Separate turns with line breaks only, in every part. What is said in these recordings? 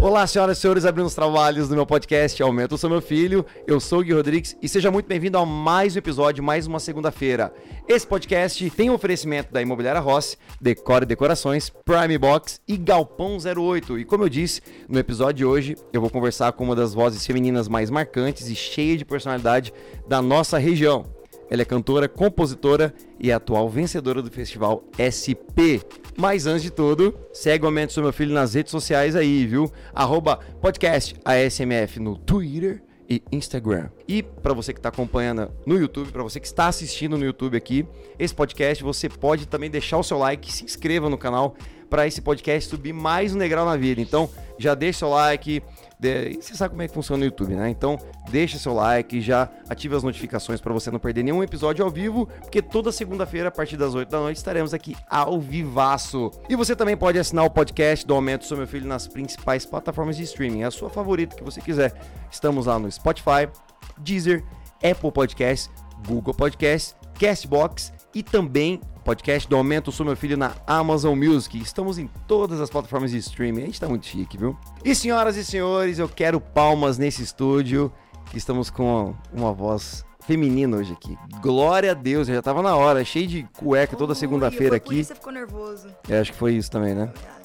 Olá, senhoras e senhores, abrindo os trabalhos do meu podcast Aumenta o Seu Meu Filho. Eu sou o Gui Rodrigues e seja muito bem-vindo a mais um episódio, mais uma segunda-feira. Esse podcast tem um oferecimento da Imobiliária Rossi, Decore e Decorações, Prime Box e Galpão 08. E como eu disse, no episódio de hoje eu vou conversar com uma das vozes femininas mais marcantes e cheia de personalidade da nossa região. Ela é cantora, compositora e atual vencedora do festival SP. Mas antes de tudo, segue o Aumento Sou Meu Filho nas redes sociais aí, viu? Arroba podcast ASMF no Twitter e Instagram. E para você que está acompanhando no YouTube, para você que está assistindo no YouTube aqui, esse podcast você pode também deixar o seu like, se inscreva no canal para esse podcast subir mais um degrau na vida. Então, já deixa seu like, de- e você sabe como é que funciona o YouTube, né? Então, deixa seu like, já ative as notificações para você não perder nenhum episódio ao vivo, porque toda segunda-feira, a partir das 8 da noite, estaremos aqui ao vivaço. E você também pode assinar o podcast do Aumento Sou Meu Filho nas principais plataformas de streaming, É a sua favorita que você quiser. Estamos lá no Spotify, Deezer, Apple Podcasts, Google Podcasts, Castbox e também podcast do Aumento Sou Meu Filho na Amazon Music. Estamos em todas as plataformas de streaming. A gente tá muito chique, viu? E senhoras e senhores, eu quero palmas nesse estúdio. que Estamos com uma voz feminina hoje aqui. Glória a Deus, eu já tava na hora, cheio de cueca toda
Ui,
segunda-feira
foi por
aqui.
isso que Você ficou nervoso.
Eu acho que foi isso também, né?
eu acho.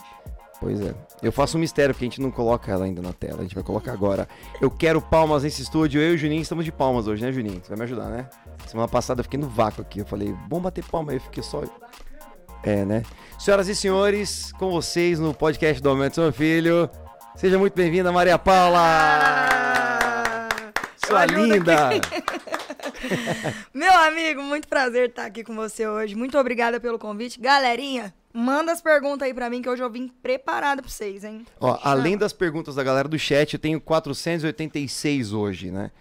Pois é. Eu faço um mistério, porque a gente não coloca ela ainda na tela. A gente vai colocar agora. Eu quero palmas nesse estúdio. Eu e o Juninho estamos de palmas hoje, né, Juninho? Você vai me ajudar, né? Semana passada eu fiquei no vácuo aqui. Eu falei, bom bater palma. aí Eu fiquei só. É, né? Senhoras e senhores, com vocês no podcast do Aumento do Meu Filho. Seja muito bem-vinda, Maria Paula!
Ah!
Sua
Eu ajudo
linda!
Meu amigo, muito prazer estar aqui com você hoje. Muito obrigada pelo convite. Galerinha, manda as perguntas aí pra mim que hoje eu vim preparada pra vocês, hein?
Ó, além das perguntas da galera do chat, eu tenho 486 hoje, né?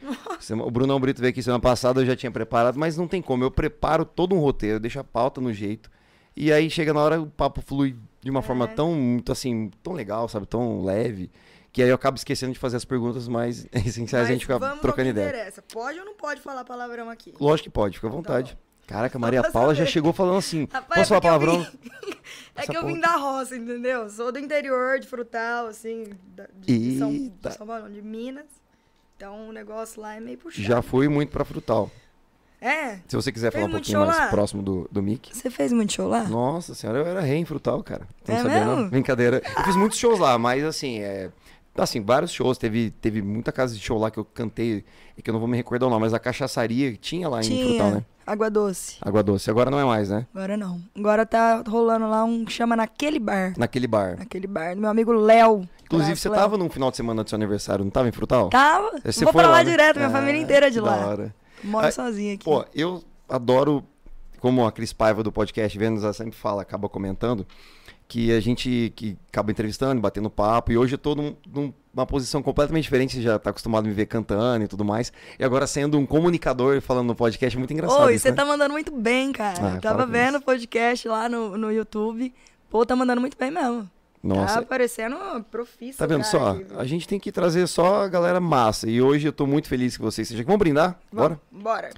Sema- O Brunão Brito veio aqui semana passada, eu já tinha preparado, mas não tem como. Eu preparo todo um roteiro, eu deixo a pauta no jeito. E aí chega na hora, o papo flui de uma
É.
forma tão, muito assim, tão legal, sabe? Tão leve, que aí eu acabo esquecendo de fazer as perguntas mais essenciais
Mas
a gente fica
vamos ao
trocando
que
ideia.
Interessa. Pode ou não pode falar palavrão aqui?
Lógico que pode, fica à vontade. Caraca, a Maria
Então, pra
Paula já
saber.
chegou falando assim.
Rapaz,
posso falar
é porque eu
palavrão?
vim- é
Essa
que eu vim da roça, entendeu? Sou do interior, de frutal, assim, da- de, de São,
Eita.
de São Paulo, não, de Minas. Então o negócio lá é meio puxado.
Já fui muito pra frutal.
É?
Se você quiser
Fez
falar um
muito
pouquinho
show
mais
lá?
próximo do, do mic.
Você fez muito show lá?
Nossa senhora, eu era rei em frutal, cara. Você Não
É
sabia, não?
mesmo?
Brincadeira. Eu fiz muitos shows lá, mas assim, é. Assim, vários shows. Teve, teve muita casa de show lá que eu cantei, e que eu não vou me recordar o nome, mas a cachaçaria tinha lá em frutal, né?
Água doce.
Água Doce. Agora não é mais, né?
Agora não. Agora tá rolando lá um que chama naquele bar.
Naquele bar.
Naquele bar do meu amigo Léo.
Inclusive,
Abraço,
você
Léo.
tava num final de semana do seu aniversário, não tava em frutal?
Tava. Eu
Você
vou
foi
pra lá,
né?
direto, minha
Ah,
família inteira é de
que Da
lá.
hora.
Moro
Ah,
sozinha aqui.
Pô, eu adoro, como a Cris Paiva do podcast Vênus, ela sempre fala, acaba comentando, que a gente que acaba entrevistando, batendo papo, e hoje eu tô num- num- numa posição completamente diferente, você já tá acostumado a me ver cantando e tudo mais, e agora sendo um comunicador e falando no podcast, é muito engraçado
Oi,
isso,
você
né?
tá mandando muito bem, cara.
Ah,
Eu tava
parabéns.
vendo o podcast lá no, no YouTube. Pô, tá mandando muito bem mesmo. Tá
Nossa,
aparecendo profissa.
tá vendo
cara,
só?
aqui.
A gente tem que trazer só a galera massa, e hoje eu tô muito feliz que vocês estejam aqui. Vamos brindar?
Vamos,
Bora?
Bora.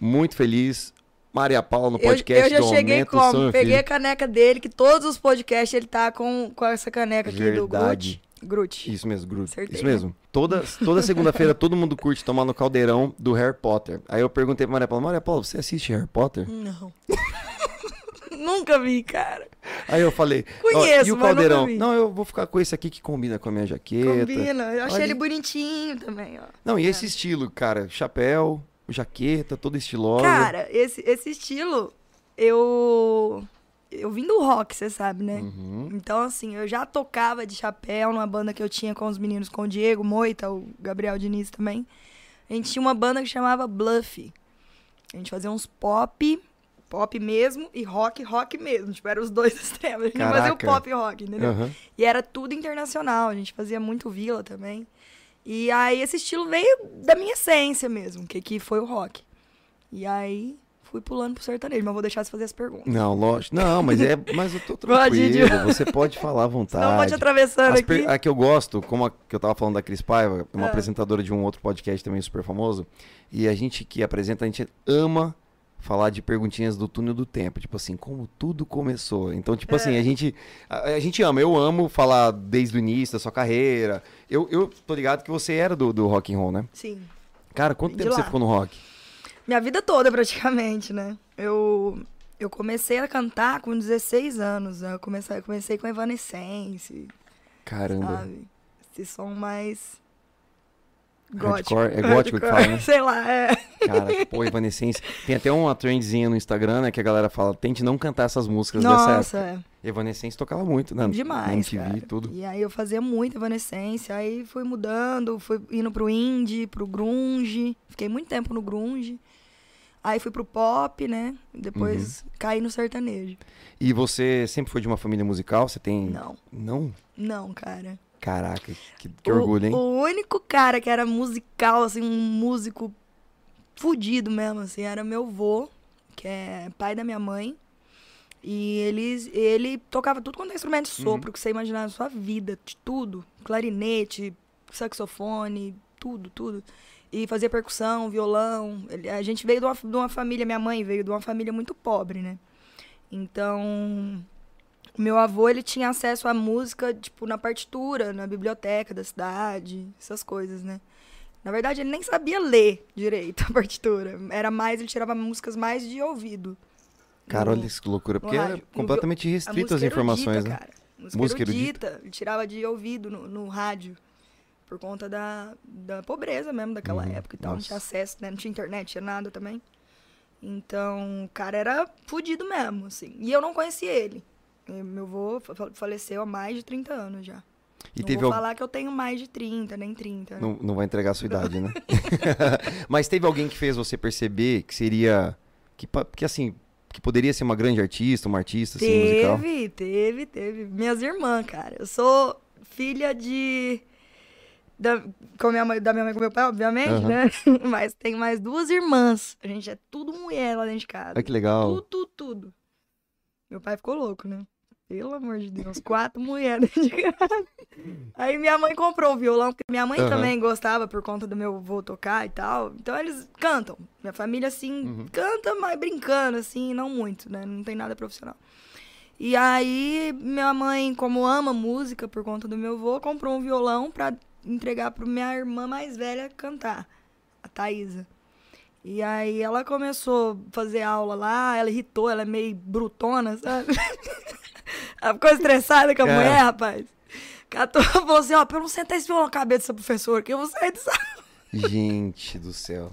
Muito feliz. Maria Paula no
Eu,
podcast
eu já
do
cheguei
Aumento do Som,
como?
meu
Peguei a
filho.
caneca dele, que todos os podcasts ele tá com, com essa caneca aqui do
Verdade.
Groot. Groot.
Isso mesmo, Groot.
Acertei,
Isso
né?
mesmo. Toda, toda segunda-feira todo mundo curte tomar no caldeirão do Harry Potter. Aí eu perguntei pra Maria Paula, Maria Paula, você assiste Harry Potter?
Não. Nunca vi, cara.
Aí eu falei, ó,
Conheço,
e o
mas nunca
caldeirão?
vi.
Não, eu vou ficar com esse aqui que combina com a minha jaqueta.
Combina. Eu achei
Olha.
ele bonitinho também, ó.
Não, e esse estilo, cara, chapéu, jaqueta, toda estilosa.
Cara, esse, esse estilo, eu. Eu vim do rock, você sabe, né?
Uhum.
Então, assim, eu já tocava de chapéu numa banda que eu tinha com os meninos, com o Diego Moita, o Gabriel Diniz também. A gente tinha uma banda que chamava Bluff. A gente fazia uns pop, pop mesmo, e rock, rock mesmo. Tipo, eram os dois extremos. A gente não fazia o
Caraca.
pop e rock, entendeu?
Aham.
E era tudo internacional, a gente fazia muito vila também. E aí esse estilo veio da minha essência mesmo, que, que foi o rock. E aí fui pulando pro sertanejo, mas vou deixar você fazer as perguntas.
Não, lógico. Não, mas é, mas eu tô
Ó, Didi.
tranquilo. Você pode falar à vontade.
Não vou te atravessando
As
aqui.
per- A que eu gosto, como a que eu tava falando da Cris Paiva, é uma
Ah.
apresentadora de um outro podcast também super famoso, e a gente que apresenta, a gente ama falar de perguntinhas do túnel do tempo, tipo assim, como tudo começou. Então, tipo
É.
assim, a gente a, a gente ama, eu amo falar desde o início da sua carreira. Eu, eu tô ligado que você era do, do rock and roll, né?
Sim.
Cara, quanto
De
tempo você
lá.
ficou no rock?
Minha vida toda, praticamente, né? Eu, eu comecei a cantar com 16 anos. Né? Eu comecei, comecei com Evanescence,
Caramba.
sabe? Esse som mais. Gótico.
Hardcore, é gótico que fala, né?
Sei lá, é.
Cara, pô, Evanescence. Tem até uma trendzinha no Instagram, né, que a galera fala, tente não cantar essas músicas dessa
Nossa,
época.
é.
Evanescence tocava muito, né? Na
demais.
MTV e
cara.
tudo.
E aí eu fazia muita evanescência, aí fui mudando, fui indo pro indie, pro grunge, fiquei muito tempo no grunge. Aí fui pro pop, né? Depois caí no sertanejo.
E você sempre foi de uma família musical? Você tem...
Não,
Não?
não, cara.
Caraca, que, que
O-
orgulho, hein?
O único cara que era musical, assim, um músico fudido mesmo, assim, era meu vô, que é pai da minha mãe. E ele, ele tocava tudo quanto é instrumento de
Uhum.
sopro que você imaginar na sua vida, de tudo. Clarinete, saxofone, tudo, tudo. E fazia percussão, violão. Ele- a gente veio de uma, de uma família, minha mãe veio de uma família muito pobre, né? Então, meu avô, ele tinha acesso à música, tipo, na partitura, na biblioteca da cidade, essas coisas, né? Na verdade, ele nem sabia ler direito a partitura. Era mais, ele tirava músicas mais de ouvido.
Cara,
No-
olha que loucura, porque
no
era
rádio.
completamente
a
restrito as
música
informações,
erudita,
né?
cara. Música,
Música
erudita. Ele tirava de ouvido no, no rádio. Por conta da, da pobreza mesmo daquela
Uhum,
época e tal. Não tinha
nossa.
acesso, né? Não tinha internet, tinha nada também. Então, o cara era fudido mesmo, assim. E eu não conhecia ele. E Meu avô fa- faleceu há mais de 30 anos já.
E
não
teve
vou
al-
falar que eu tenho mais de 30, nem 30. né?
Não, não vai entregar a sua idade, né? Mas teve alguém que fez você perceber que seria. Que, pa- que assim, que poderia ser uma grande artista, uma artista assim, musical.
Teve, teve, teve. Minhas irmãs, cara. Eu sou filha de. Da, com minha mãe, da minha mãe com meu pai, obviamente,
Aham.
né? Mas tem mais duas irmãs. A gente é tudo mulher lá dentro de casa.
Olha que legal.
Tudo, tudo, tudo. Meu pai ficou louco, né? Pelo amor de Deus, quatro mulheres dentro de casa. Aí minha mãe comprou o violão, porque minha mãe
Aham.
também gostava por conta do meu avô tocar e tal. Então eles cantam. Minha família, assim,
Uhum.
canta, mas brincando, assim, não muito, né? Não tem nada profissional. E aí, minha mãe, como ama música por conta do meu avô, comprou um violão pra entregar pra minha irmã mais velha cantar, a Thaisa. E aí ela começou a fazer aula lá, ela irritou, ela é meio brutona, sabe? ela ficou estressada com a
Cara.
mulher, rapaz. Catou e falou assim, ó, pra eu não sentar esse violão na cabeça dessa professora, que eu vou sair dessa...
Gente do céu.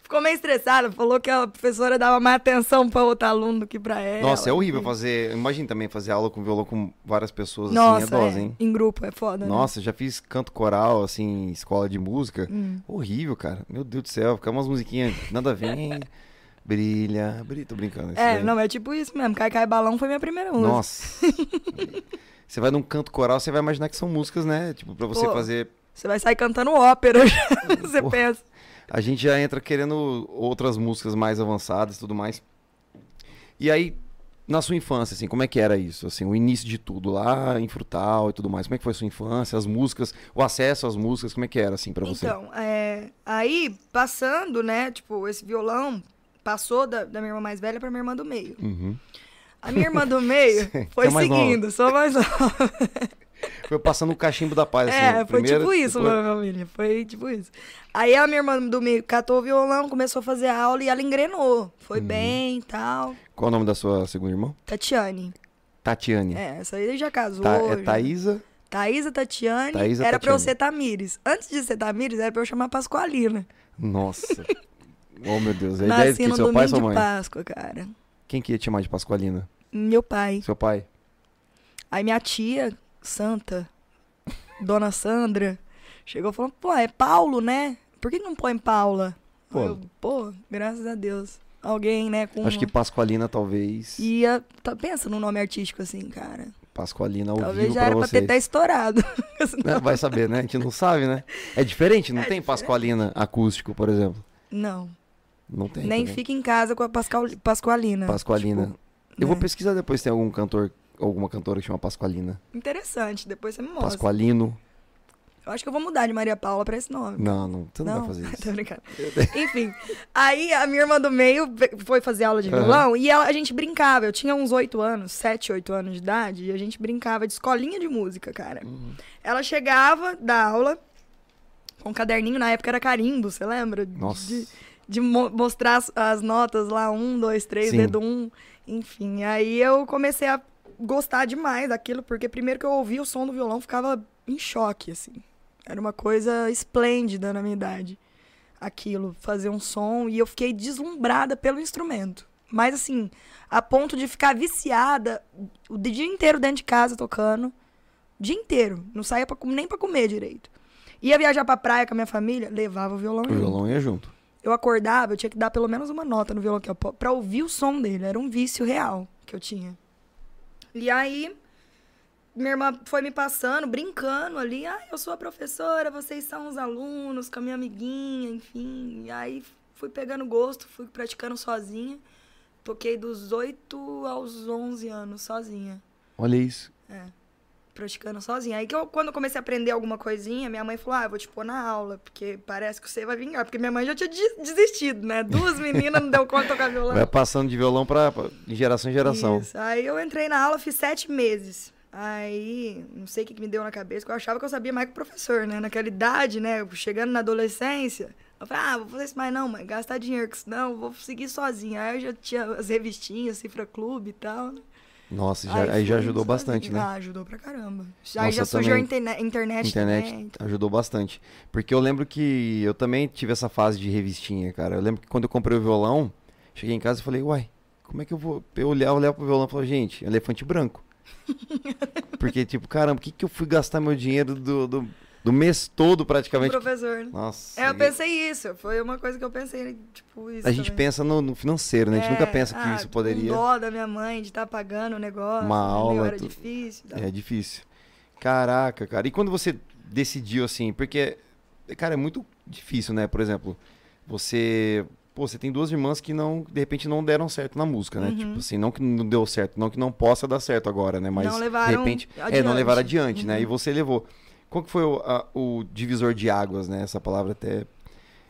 Ficou meio estressada, falou que a professora dava mais atenção pra outro aluno do que pra ela.
Nossa, é horrível fazer. Imagina também fazer aula com violão com várias pessoas assim,
Nossa,
é
é,
dose, hein?
em grupo, é foda, né?
Nossa, já fiz canto coral, assim, em escola de música.
Hum.
Horrível, cara. Meu Deus do céu. Ficar umas musiquinhas, nada vem. brilha, brilha. Tô brincando. isso
É,
daí.
não, é tipo isso mesmo. Cai Cai Balão foi minha primeira música.
Nossa. você vai num canto coral, você vai imaginar que são músicas, né? Tipo, pra você
Pô.
fazer.
Você vai sair cantando ópera, já, você
Pô.
pensa.
A gente já entra querendo outras músicas mais avançadas e tudo mais. E aí, na sua infância, assim, como é que era isso? Assim, o início de tudo lá em Frutal e tudo mais. Como é que foi a sua infância? As músicas, o acesso às músicas, como é que era, assim, pra você?
Então, é, aí, passando, né, tipo, esse violão passou da, da minha irmã mais velha pra minha irmã do meio.
Uhum.
A minha irmã do meio
Sim,
foi
é mais nova.
seguindo, só mais nova.
Foi passando o cachimbo da paz, assim.
é, foi
primeiro,
tipo isso,
depois-
minha família. Foi tipo isso. Aí a minha irmã do meio catou o violão, começou a fazer aula e ela engrenou. Foi
Uhum.
bem e tal.
Qual o nome da sua segunda irmã?
Tatiane.
Tatiane.
É, essa aí já casou.
Tá, é
já-
Thaísa.
Thaísa Tatiane
Thaísa
era pra eu
Tatiane.
ser Tamires. Antes de ser Tamires, era pra eu chamar Pascoalina.
Nossa. oh, meu Deus. A ideia de
Nasci
que
no
seu pai
domingo
e sua
de
mãe?
Páscoa, cara.
Quem que ia te chamar de Pascoalina?
Meu pai.
Seu pai?
Aí minha tia, santa, Dona Sandra, chegou falando, pô, é Paulo, né? Por que que não põe Paula?
Pô.
Pô, eu, pô graças a Deus. Alguém, né, com...
Acho que Pascoalina talvez.
Ia... Tá, pensa num nome artístico assim, cara.
Pascoalina
Talvez
ouviu
já
pra
era pra ter
vocês.
até estourado.
Né? Vai saber, né? A gente não sabe, né? É diferente, não tem Pascoalina acústico, por exemplo.
Não.
Não tem.
Nem
também.
fica em casa com a Pascal... Pascoalina.
Pascoalina.
Tipo,
Eu vou
né?
pesquisar depois se tem algum cantor, alguma cantora que chama Pascoalina.
Interessante, depois você me mostra.
Pascoalino.
Eu acho que eu vou mudar de Maria Paula pra esse nome.
Não, não, tu não, vai fazer
tô
isso.
brincando. Enfim, aí a minha irmã do meio ve- foi fazer aula de violão e ela- a gente brincava. Eu tinha uns 8 anos, 7, 8 anos de idade, e a gente brincava de escolinha de música, cara.
Uhum.
Ela chegava da aula com um caderninho, na época era carimbo, você lembra? De-
Nossa.
De, de mo- mostrar as, as notas lá, um, dois, três,
Sim.
dedo um. Enfim, aí eu comecei a gostar demais daquilo, porque primeiro que eu ouvia o som do violão, ficava em choque, assim. Era uma coisa esplêndida na minha idade. Aquilo, fazer um som. E eu fiquei deslumbrada pelo instrumento. Mas, assim, a ponto de ficar viciada o dia inteiro dentro de casa tocando. Dia inteiro. Não saía pra, com- nem pra comer direito. Ia viajar pra praia com a minha família, levava o violão
O
junto.
violão ia junto.
Eu acordava, eu tinha que dar pelo menos uma nota no violão aqui, ó, pra- pra ouvir o som dele. Era um vício real que eu tinha. E aí, minha irmã foi me passando, brincando ali. Ah, eu sou a professora, vocês são os alunos, com a minha amiguinha, enfim. E aí, fui pegando gosto, fui praticando sozinha. Toquei dos 8 aos 11 anos sozinha
Olha isso.
praticando sozinha. Aí que eu, quando eu comecei a aprender alguma coisinha, minha mãe falou: Ah, eu vou te pôr na aula, porque parece que você vai vingar. Porque minha mãe já tinha des- desistido, né? Duas meninas não deu conta de tocar violão.
Vai passando de violão pra, pra- de geração em geração.
Isso. Aí eu entrei na aula, fiz sete meses. Aí, não sei o que, que me deu na cabeça, que eu achava que eu sabia mais que o professor, né? Naquela idade, né? eu Chegando na adolescência, eu falei, ah, vou fazer isso mais não, mãe, gastar dinheiro com isso não, eu vou seguir sozinha. Aí eu já tinha as revistinhas, Cifra Clube e tal, né?
Nossa, já- aí já
fui
ajudou
sozinha.
bastante, né?
Ah, ajudou pra caramba.
Nossa,
aí já
eu
surgiu a
também.
interne- internet,
internet
também.
ajudou bastante. Porque eu lembro que eu também tive essa fase de revistinha, cara. Eu lembro que quando eu comprei o violão, cheguei em casa e falei, uai, como é que eu vou. Eu olhava, olhava pro violão e falava, gente, elefante branco. Porque, tipo, caramba, o que, que eu fui gastar meu dinheiro do, do, do mês todo
O
praticamente?
professor, né?
Nossa.
É, eu pensei isso. Foi uma coisa que eu pensei, tipo, isso.
a gente
também.
pensa no, no financeiro, né? A gente
É,
nunca pensa que
ah,
isso
um
poderia.
dó da minha mãe de estar pagando o negócio.
Uma
entendeu?
aula,
Era
tu-
difícil. e tal.
É difícil. Caraca, cara. E quando você decidiu assim, porque, cara, é muito difícil, né? Por exemplo, você. Pô, você tem duas irmãs que não, de repente, não deram certo na música, né?
Uhum.
Tipo assim, não que não deu certo, não que não possa dar certo agora, né? Mas
Não levaram
de repente. É, não
adiante.
levaram adiante, né?
Uhum.
E você levou. Qual que foi o, a- o divisor de águas, né? Essa palavra até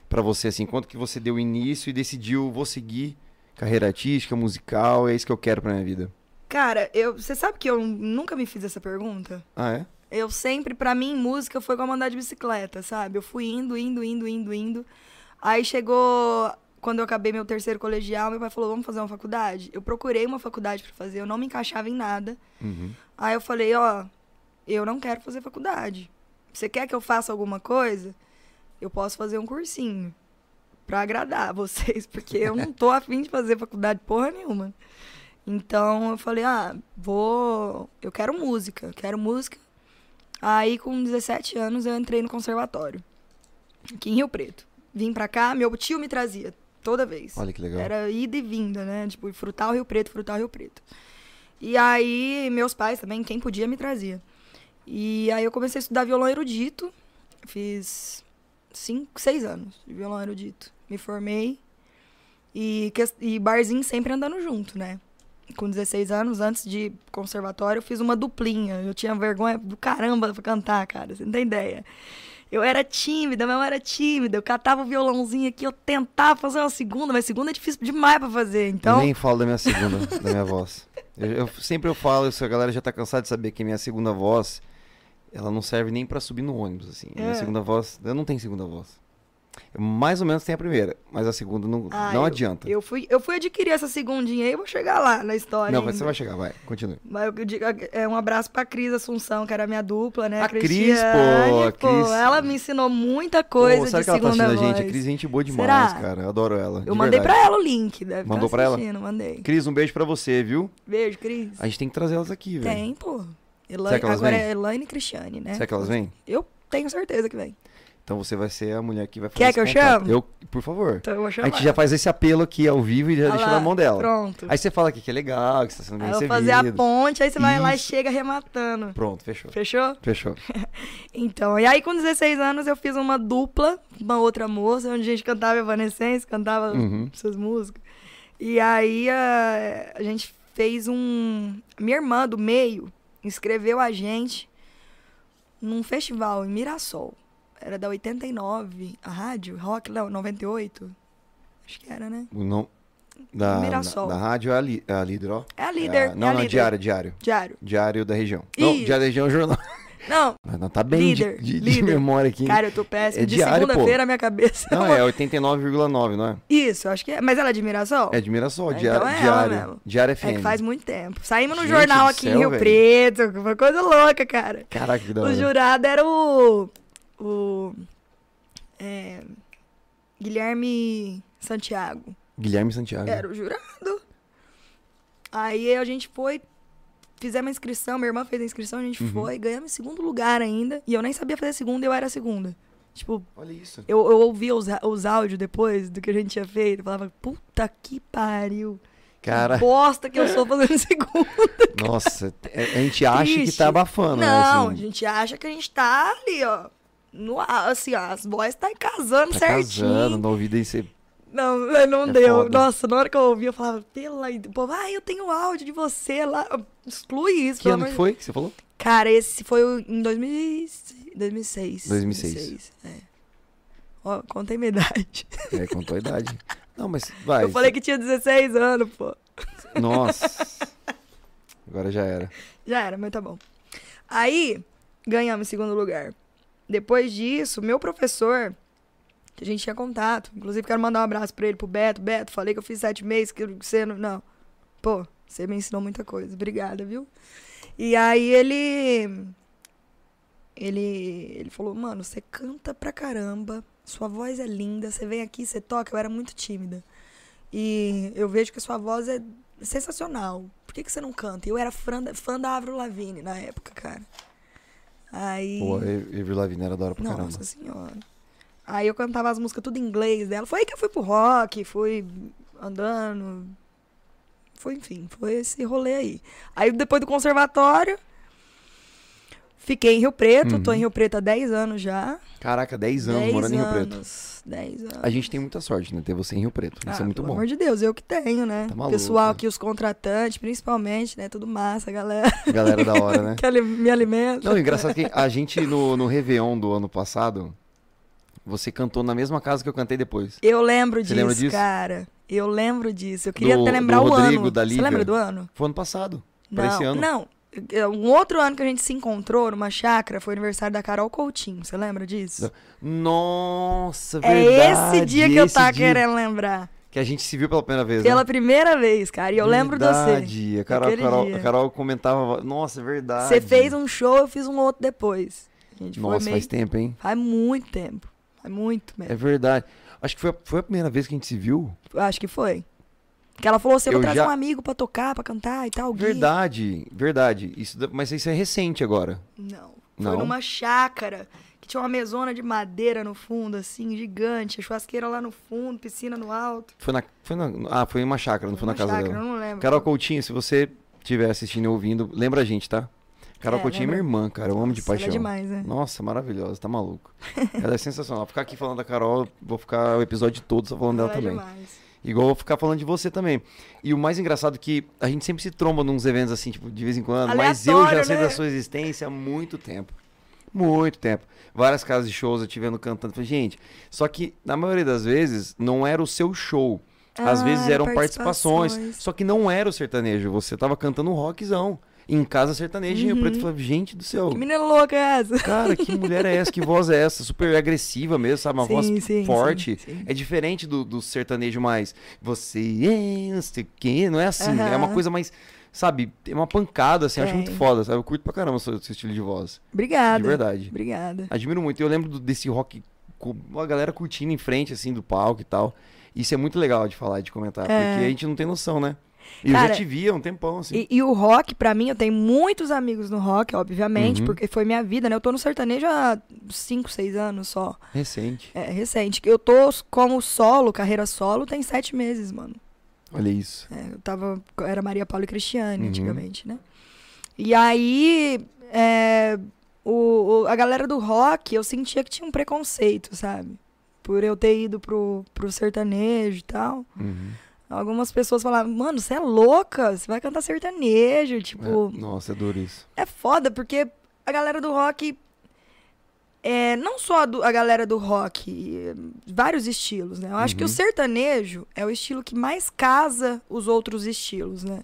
pra você, assim, quanto que você deu início e decidiu, vou seguir carreira artística, musical, é isso que eu quero pra minha vida.
Cara, eu, você sabe que eu nunca me fiz essa pergunta?
Ah, é?
Eu sempre, pra mim, música foi como andar de bicicleta, sabe? Eu fui indo, indo, indo, indo, indo. Aí chegou. Quando eu acabei meu terceiro colegial, meu pai falou: vamos fazer uma faculdade? Eu procurei uma faculdade pra fazer, eu não me encaixava em nada.
Uhum.
Aí eu falei, ó, eu não quero fazer faculdade. Você quer que eu faça alguma coisa? Eu posso fazer um cursinho pra agradar vocês, porque eu não tô afim de fazer faculdade porra nenhuma. Então eu falei, ah, vou, eu quero música, eu quero música. Aí com 17 anos eu entrei no conservatório aqui em Rio Preto. Vim pra cá, meu tio me trazia toda vez.
Olha que legal.
Era ida e vinda, né? Tipo, frutal Rio Preto, frutal Rio Preto. E aí, meus pais também, quem podia, me trazia. E aí eu comecei a estudar violão erudito. Fiz cinco, seis anos de violão erudito. Me formei. E, ques- e barzinho sempre andando junto, né? Com 16 anos, antes de conservatório, eu fiz uma duplinha. Eu tinha vergonha do caramba pra cantar, cara. Você não tem ideia. Eu era tímida, mas eu era tímida. Eu catava o violãozinho aqui, eu tentava fazer uma segunda, mas segunda é difícil demais pra fazer. Então,
Eu nem falo da minha segunda, da minha voz. Eu, eu- sempre eu falo, isso a galera já tá cansada de saber que minha segunda voz, ela não serve nem pra subir no ônibus, assim. A Minha
É.
segunda voz, eu não tenho segunda voz. Eu mais ou menos tenho a primeira, mas a segunda não,
Ah,
não
eu-
adianta.
Eu fui, eu fui adquirir essa segundinha aí, eu vou chegar lá na história.
não,
ainda.
mas você vai chegar, vai, continue.
Mas eu digo, é um abraço pra Cris Assunção, que era minha dupla, né?
A Cris,
Cristiane,
pô, a Cris.
Ela me ensinou muita coisa
Pô, será
de
que ela tá
segunda
assistindo a
voz.
gente? A Cris é gente boa demais,
Será?
cara. Eu adoro ela.
eu mandei
verdade.
pra ela o link, deve estar
Mandou pra ela?
assistindo, mandei.
Cris, um beijo pra você, viu?
Beijo, Cris.
A gente tem que trazer elas aqui, velho.
Tem, pô.
Será
Elaine,
que elas
agora
vêm?
é Elaine e Cristiane, né?
Será que elas vêm?
Eu tenho certeza que vem.
Então você vai ser a mulher que vai fazer
Quer
esse
que eu
contato.
chame?
Eu, por favor.
Então eu vou
A
chamar.
gente já faz esse apelo aqui ao vivo e já
Olha
deixa
lá,
na mão dela.
Pronto.
Aí você fala aqui que é legal, que você tá sendo bem
Aí eu vou
recebido.
fazer a ponte, aí você vai lá e
Isso.
chega arrematando.
Pronto, fechou.
Fechou?
Fechou.
Então, e aí com 16 anos eu fiz uma dupla, uma outra moça, onde a gente cantava Evanescence, cantava
Uhum.
suas músicas. E aí a, a gente fez um. Minha irmã do meio escreveu a gente num festival em Mirassol. Era da 89, a rádio, rock, não, 98. Acho que era, né?
Não, da,
Mirassol.
da, da rádio é a, li, a líder, ó.
É a
É
líder.
a-
é
não,
a
não,
líder.
diário, diário.
Diário.
Diário da região. Não,
Isso.
diário da região é o jornal.
Não,
Mas não tá bem de-
Líder,
de, de
líder.
memória aqui. hein?
cara, eu tô péssimo.
É
de
diário, pô.
segunda-feira a minha cabeça.
não,
uma-
é 89,9, não é?
Isso, acho que é. Mas ela é de Mirassol?
É de Mirassol,
Então
diário.
é ela
diário,
mesmo.
diário
É
FM.
que faz muito tempo. Saímos no
Gente
jornal
do
aqui
céu,
em Rio
velho.
Preto, que foi coisa louca, cara.
Caraca, que da
O
hora.
jurado era o. O. é, Guilherme Santiago.
Guilherme Santiago.
Era o jurado. Aí a gente foi, fizemos a inscrição, minha irmã fez a inscrição, a gente foi, ganhamos em segundo lugar ainda. E eu nem sabia fazer segunda e eu era a segunda. Tipo,
Olha isso.
eu, eu ouvia os, á- os áudios depois do que a gente tinha feito, eu falava, puta que pariu.
Cara,
Que bosta que eu sou fazendo segunda.
nossa, é- a gente acha que
Triste.
tá abafando, né?
Não,
assim.
a gente acha que a gente tá ali, ó. No, a- assim, ó, as boys tá casando
tá
certinho.
casando, na ouvida aí você.
Não, mas não
É
deu.
foda.
Nossa, na hora que eu ouvi, eu falava, pela. O povo, ah, eu tenho áudio de você lá. Exclui isso,
Que
pelo
ano
amor
que
de-
foi que você falou?
Cara, esse foi o- em 2006. 2006.
2006.
é. Ó, contei minha idade.
É, contou a idade. Não, mas vai.
eu falei que tinha 16 anos, pô.
Nossa. Agora já era.
Já era, mas tá bom. Aí, ganhamos em segundo lugar. Depois disso, meu professor, que a gente tinha contato, inclusive quero mandar um abraço pra ele, pro Beto. Beto, falei que eu fiz sete meses, que você não. Não. Pô, você me ensinou muita coisa. Obrigada, viu? E aí ele. Ele, ele falou, mano, você canta pra caramba, sua voz é linda, você vem aqui, você toca. Eu era muito tímida. E eu vejo que a sua voz é sensacional. Por que, que você não canta? E Eu era fã, da- fã da Avril Lavigne na época, cara. Aí.
Pô, Evil Lavigne era da hora pra
Nossa
caramba.
senhora. Aí eu cantava as músicas tudo em inglês dela. Foi aí que eu fui pro rock, fui andando. Foi, enfim, foi esse rolê aí. Aí depois do conservatório, fiquei em Rio Preto. Tô em Rio Preto há 10 anos já.
Caraca, 10 Uhum. anos
10
morando em Rio Preto.
anos, 10 anos.
A gente tem muita sorte, né? Ter você em Rio Preto. Isso
Ah,
é muito
pelo
bom.
amor de Deus, eu que tenho, né?
Tá
O
maluco,
Pessoal
né?
aqui, os contratantes, principalmente, né? Tudo massa, galera
Galera da hora, né?
que ali- me alimenta.
Não, o engraçado é que a gente no, no Réveillon do ano passado, você cantou na mesma casa que eu cantei depois.
Eu lembro
Você
disso,
lembra disso?
cara. Eu lembro disso. Eu queria
Do-
até lembrar
do
o
Rodrigo,
ano.
da
Você
Lívia?
lembra do ano?
Foi ano passado,
Não,
pra esse ano.
não. É, Um outro ano que a gente se encontrou numa chácara foi o aniversário da Carol Coutinho. Você lembra disso?
Nossa,
é
verdade.
esse dia que eu
esse
tava
dia
querendo lembrar.
Que a gente se viu pela primeira vez,
Pela
né?
primeira vez, cara. E eu lembro de você.
verdade. A Carol, a
Aquele
Carol,
dia.
a Carol comentava, nossa, é verdade.
Você fez um show, eu fiz um outro depois. A gente
Nossa,
foi meio...
faz tempo, hein?
Faz muito tempo. Faz muito mesmo.
É verdade. Acho que foi, a- foi a primeira vez que a gente se viu.
Acho que foi. Que ela falou assim: eu vou
Eu
trazer
já-
um amigo pra tocar, pra cantar e tal. o Gui.
Verdade, verdade. Isso, da- mas isso é recente agora.
Não.
Não?
Foi numa chácara que tinha uma mesona de madeira no fundo, assim, gigante. A churrasqueira lá no fundo, piscina no alto.
Foi na, foi na, ah, foi em uma chácara, não foi na
Uma
casa
chácara,
dela.
Eu não lembro.
Carol Coutinho, se você estiver assistindo e ouvindo, lembra a gente, tá? Carol
É,
Coutinho é minha irmã, cara. Eu amo de
Nossa, ela
paixão.
É demais, né?
Nossa, maravilhosa, tá maluco. Ela é sensacional. Ficar aqui falando da Carol, vou ficar o episódio todo só falando dela
Ela é
também.
demais.
Igual eu vou ficar falando de você também. E o mais engraçado é que a gente sempre se tromba nos eventos assim, tipo, de vez em quando, mas eu já
Aleatório,
sei
né?
da sua existência há muito tempo. Muito tempo. Várias casas de shows eu tive cantando. Falei, gente, só que na maioria das vezes não era o seu show. Às
Ah,
vezes
era
eram participações.
participações.
Só que não era o sertanejo. Você tava cantando um rockzão. Em casa sertanejo. E o preto falava, gente do céu.
Uhum. Que menina louca é essa?
Cara, que mulher é essa? Que voz é essa? Super agressiva mesmo, sabe? Uma
Sim,
voz
sim,
forte.
sim, sim.
É diferente do, do sertanejo mais. Você é, não sei o quê. Não é assim. É uma
Aham.
coisa mais. Sabe? É uma pancada, assim. Eu Acho
Tem.
muito foda, sabe? Eu curto pra caramba o seu, seu estilo de voz.
Obrigada.
De verdade.
Obrigada.
Admiro muito. Eu lembro do- desse rock com a galera curtindo em frente, assim, do palco e tal. Isso é muito legal de falar, de comentar. Porque a gente não tem noção, né? E eu já
É. Cara,
te via há um tempão, assim.
E, e o rock, pra mim, eu tenho muitos amigos no rock, obviamente,
Uhum.
porque foi minha vida, né? Eu tô no sertanejo há 5, 6 anos só.
Recente.
É, recente. Eu tô como solo, carreira solo, tem sete meses, mano.
Olha isso.
É, eu tava. Era Maria Paula e Cristiane,
Uhum.
antigamente, né? E aí. é, o, o- a galera do rock, eu sentia que tinha um preconceito, sabe? Por eu ter ido pro, pro sertanejo e tal.
Uhum.
Algumas pessoas falavam, mano, você é louca, você vai cantar sertanejo. Tipo,
É, nossa, é duro isso.
é foda, porque a galera do rock é, não só do- a galera do rock, é, vários estilos, né? Eu acho que
Uhum.
o sertanejo é o estilo que mais casa os outros estilos, né?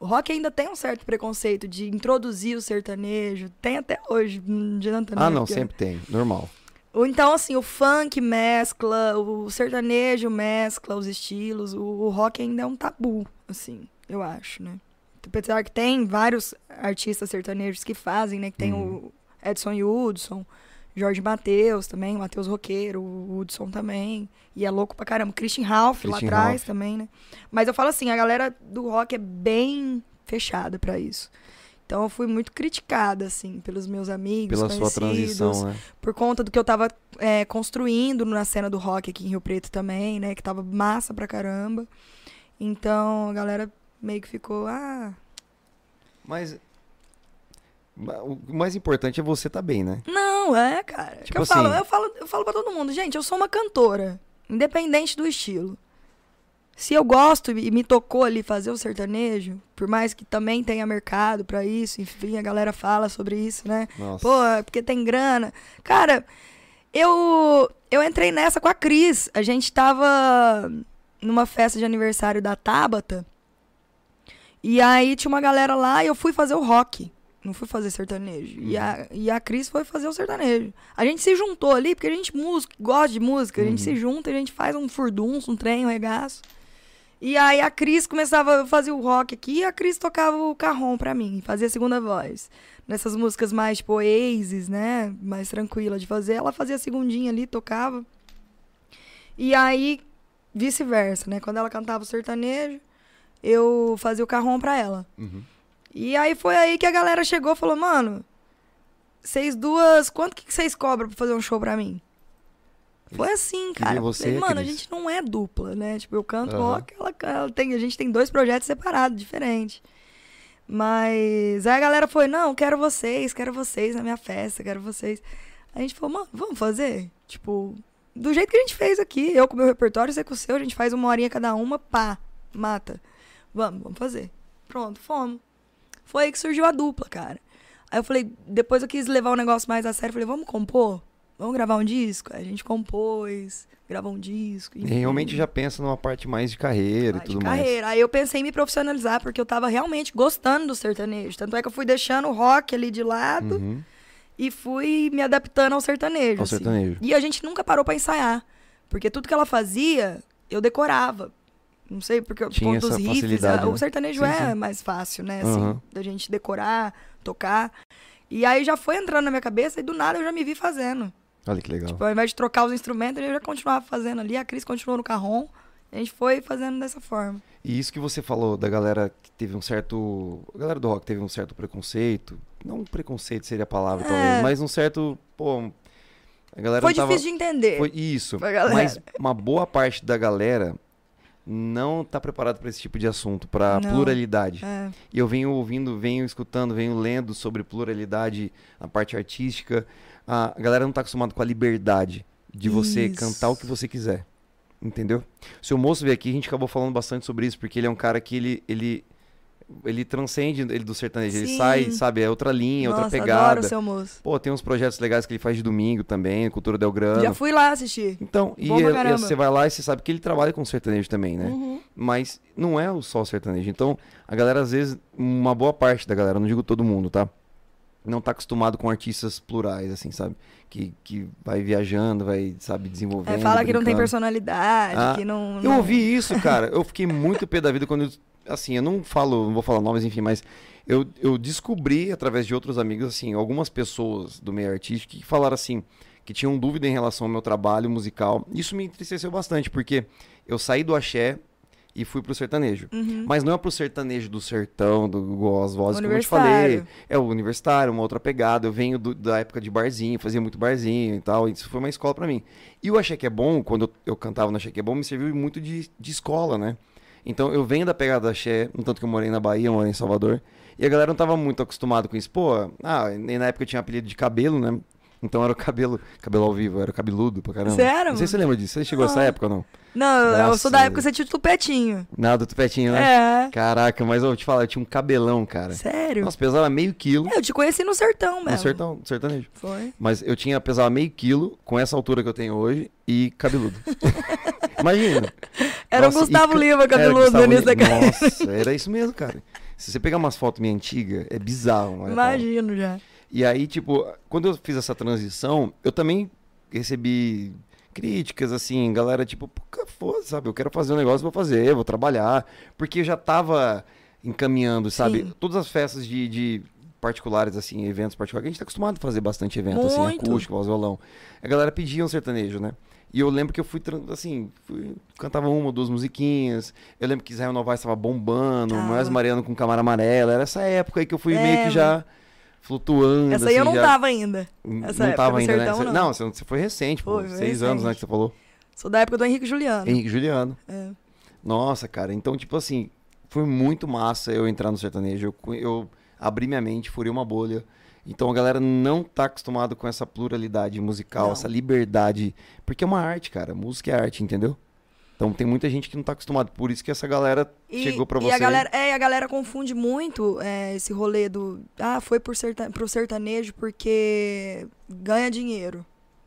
O rock ainda tem um certo preconceito de introduzir o sertanejo, tem até hoje, não adianta
Ah,
né?
não,
Porque-
sempre tem, normal.
Ou então, assim, o funk mescla, o sertanejo mescla os estilos, o, o rock ainda é um tabu, assim, eu acho, né? Apesar que tem vários artistas sertanejos que fazem, né? Que tem
Uhum.
o Edson e o Hudson, Jorge Matheus também, o Matheus Roqueiro, o Hudson também. E é louco pra caramba. Christian Ralph
Christian
lá atrás
Ralph.
também, né? Mas eu falo assim, a galera do rock é bem fechada pra isso. Então eu fui muito criticada, assim, pelos meus amigos,
Pela sua
conhecidos,
transição, né?
por conta do que eu tava é, construindo na cena do rock aqui em Rio Preto também, né? Que tava massa pra caramba. Então a galera meio que ficou, ah.
Mas. ma- O mais importante é você tá bem, né?
Não, é, cara. É que
Tipo
eu, falo,
assim-
eu falo, eu falo pra todo mundo, gente, eu sou uma cantora, independente do estilo. Se eu gosto e me tocou ali fazer o sertanejo, por mais que também tenha mercado pra isso, enfim, a galera fala sobre isso, né?
Nossa.
Pô, é porque tem grana. Cara, eu eu entrei nessa com a Cris. A gente tava numa festa de aniversário da Tabata. E aí tinha uma galera lá e eu fui fazer o rock. Não fui fazer sertanejo. E, a, e a Cris foi fazer o sertanejo. A gente se juntou ali, porque a gente música, gosta de música, a gente se junta, a gente faz um furdunço, um trem, um regaço. E aí a Cris começava a fazer o rock aqui e a Cris tocava o carrom pra mim, fazia a segunda voz. Nessas músicas mais, tipo, Oasis, né? Mais tranquila de fazer, ela fazia a segundinha ali, tocava. E aí, vice-versa, né? Quando ela cantava o sertanejo, eu fazia o carrom pra ela.
Uhum.
E aí foi aí que a galera chegou e falou, mano, vocês duas, quanto que vocês cobram pra fazer um show pra mim? Foi assim, cara. Eu
você,
falei, mano, a
Cris?"
gente não é dupla, né? Tipo, eu canto
Aham.
rock, ela, can- ela tem, a gente tem dois projetos separados, diferentes. Mas aí a galera foi, não, quero vocês, quero vocês na minha festa, quero vocês. A gente falou, mano, vamos fazer? Tipo, do jeito que a gente fez aqui, eu com o meu repertório, você com o seu, a gente faz uma horinha cada uma, pá, mata. Vamos, vamos fazer. Pronto, fomos. Foi aí que surgiu a dupla, cara. Aí eu falei, depois eu quis levar o negócio mais a sério, falei, vamos compor? Vamos gravar um disco? Aí a gente compôs, gravou um disco.
E
enfim.
realmente já pensa numa parte mais de carreira
Ah,
e
de
tudo mais.
carreira. Aí eu pensei em me profissionalizar, porque eu tava realmente gostando do sertanejo. Tanto é que eu fui deixando o rock ali de lado
Uhum.
e fui me adaptando ao sertanejo.
Ao
assim.
sertanejo.
E a gente nunca parou pra ensaiar. Porque tudo que ela fazia, eu decorava. Não sei, porque por
Tinha
conta dos
essa
riffs,
facilidade,
a-
né?
o sertanejo
Sim,
é
sim.
mais fácil, né? Assim,
Aham.
Da gente decorar, tocar. E aí já foi entrando na minha cabeça e do nada eu já me vi fazendo.
Olha que legal.
Tipo, ao invés de trocar os instrumentos, eu já continuava fazendo ali. A Cris continuou no carrom. A gente foi fazendo dessa forma.
E isso que você falou da galera que teve um certo. A galera do rock teve um certo preconceito. Não um preconceito seria a palavra, talvez, mas um certo. Pô. A galera
É.
não um
Foi
tava...
difícil de entender.
Foi isso.
É. Pra galera.
Mas uma boa parte da galera não tá preparada para esse tipo de assunto, para
Não.
pluralidade.
É.
E eu venho ouvindo, venho escutando, venho lendo sobre pluralidade, a parte artística. A a galera não tá acostumada com a liberdade de você
Isso.
cantar o que você quiser. Entendeu? Se o moço veio aqui, a gente acabou falando bastante sobre isso, porque ele é um cara que ele ele ele transcende ele do sertanejo, ele
Sim.
sai, sabe, é outra linha,
Nossa,
outra
adoro o
pegada.
seu moço.
Pô, tem uns projetos legais que ele faz de domingo também, Cultura Del Grano.
Já fui lá assistir.
Então, e,
Bom pra
e
caramba. Uhum.
você vai lá e você sabe que ele trabalha com sertanejo também, né? Mas não é o só o sertanejo. Então, a galera, às vezes, uma boa parte da galera, não digo todo mundo, tá? Não tá acostumado com artistas plurais, assim, sabe? Que, que vai viajando, vai, sabe, desenvolvendo.
É, fala que não tem
brincando.
personalidade,
Ah,
que não.
Eu
não-
ouvi isso, cara. Eu fiquei muito pé da vida quando eu. Assim, eu não falo, não vou falar nomes, enfim, mas eu, eu descobri através de outros amigos, assim, algumas pessoas do meio artístico que falaram assim, que tinham dúvida em relação ao meu trabalho musical. Isso me entristeceu bastante, porque eu saí do axé e fui pro sertanejo.
Uhum.
Mas não é pro sertanejo do sertão, do igual as vozes, como eu te falei.
Universitário.
É o universitário, uma outra pegada. Eu venho do- da época de barzinho, fazia muito barzinho e tal. Isso foi uma escola pra mim. E o Achei Que É Bom, quando eu, eu cantava no Achei Que É Bom, me serviu muito de, de escola, né? Então eu venho da pegada do axé, no tanto que eu morei na Bahia, eu morei em Salvador. E a galera não tava muito acostumada com isso. Pô, ah, e na época eu tinha apelido de cabelo, né? Então era o cabelo, cabelo ao vivo, era cabeludo pra caramba.
Sério? Ah.
Não sei se você lembra disso. Você chegou essa época ou não?
Não, eu- eu
Graças
sou
a
da época que
Deus.
você tinha o tupetinho.
Nada, tupetinho, né?
É.
Caraca, mas eu vou te falar, eu tinha um cabelão, cara.
Sério?
Nossa, pesava meio quilo.
É, eu te conheci no sertão mesmo.
No sertão, sertanejo.
Foi.
Mas eu tinha, pesava meio quilo, com essa altura que eu tenho hoje, e cabeludo. Imagina.
Era o
Nossa, e
Gustavo
ca-
Lima,
era
cabeludo,
Gustavo
no início da
Lima.
carreira.
Nossa, era isso mesmo, cara. Se você pegar umas fotos minhas antigas, é bizarro. olha, Paula.
Imagino já.
E aí, tipo, quando eu fiz essa transição, eu também recebi críticas, assim, galera, tipo, pouca foda, sabe? Eu quero fazer um negócio, vou fazer, vou trabalhar. Porque eu já tava encaminhando, sabe?
Sim.
Todas as festas de, de particulares, assim, eventos particulares, que a gente tá acostumado a fazer bastante evento, assim,
Muito.
acústico, voz violão. A galera pedia um sertanejo, né? E eu lembro que eu fui, tran- assim, fui- cantava uma ou duas musiquinhas. Eu lembro que Israel Novaes tava bombando,
Tava.
mais Mariano com Camara Amarela. Era essa época aí que eu fui
É,
meio que já flutuando.
Essa aí eu
assim,
não
já-
dava ainda.
N-
Essa
não
época
tava
do
ainda,
sertão,
né? Você-
não.
Não, você, você foi recente, pô.
Foi, foi
seis anos, né, que
recente.
você falou.
Sou da época do Henrique Juliano.
Henrique Juliano.
É.
Nossa, cara. Então, tipo assim, foi muito massa eu entrar no sertanejo. Eu, cu- eu abri minha mente, furei uma bolha. Então a galera não tá acostumada com essa pluralidade musical,
Não.
essa liberdade. Porque é uma arte, cara. Música é arte, entendeu? Então tem muita gente que não tá acostumada. Por isso que essa galera
E,
chegou pra
e
você.
A galera, é, e a galera confunde muito é, esse rolê do. Ah, foi por serta, pro sertanejo porque ganha dinheiro.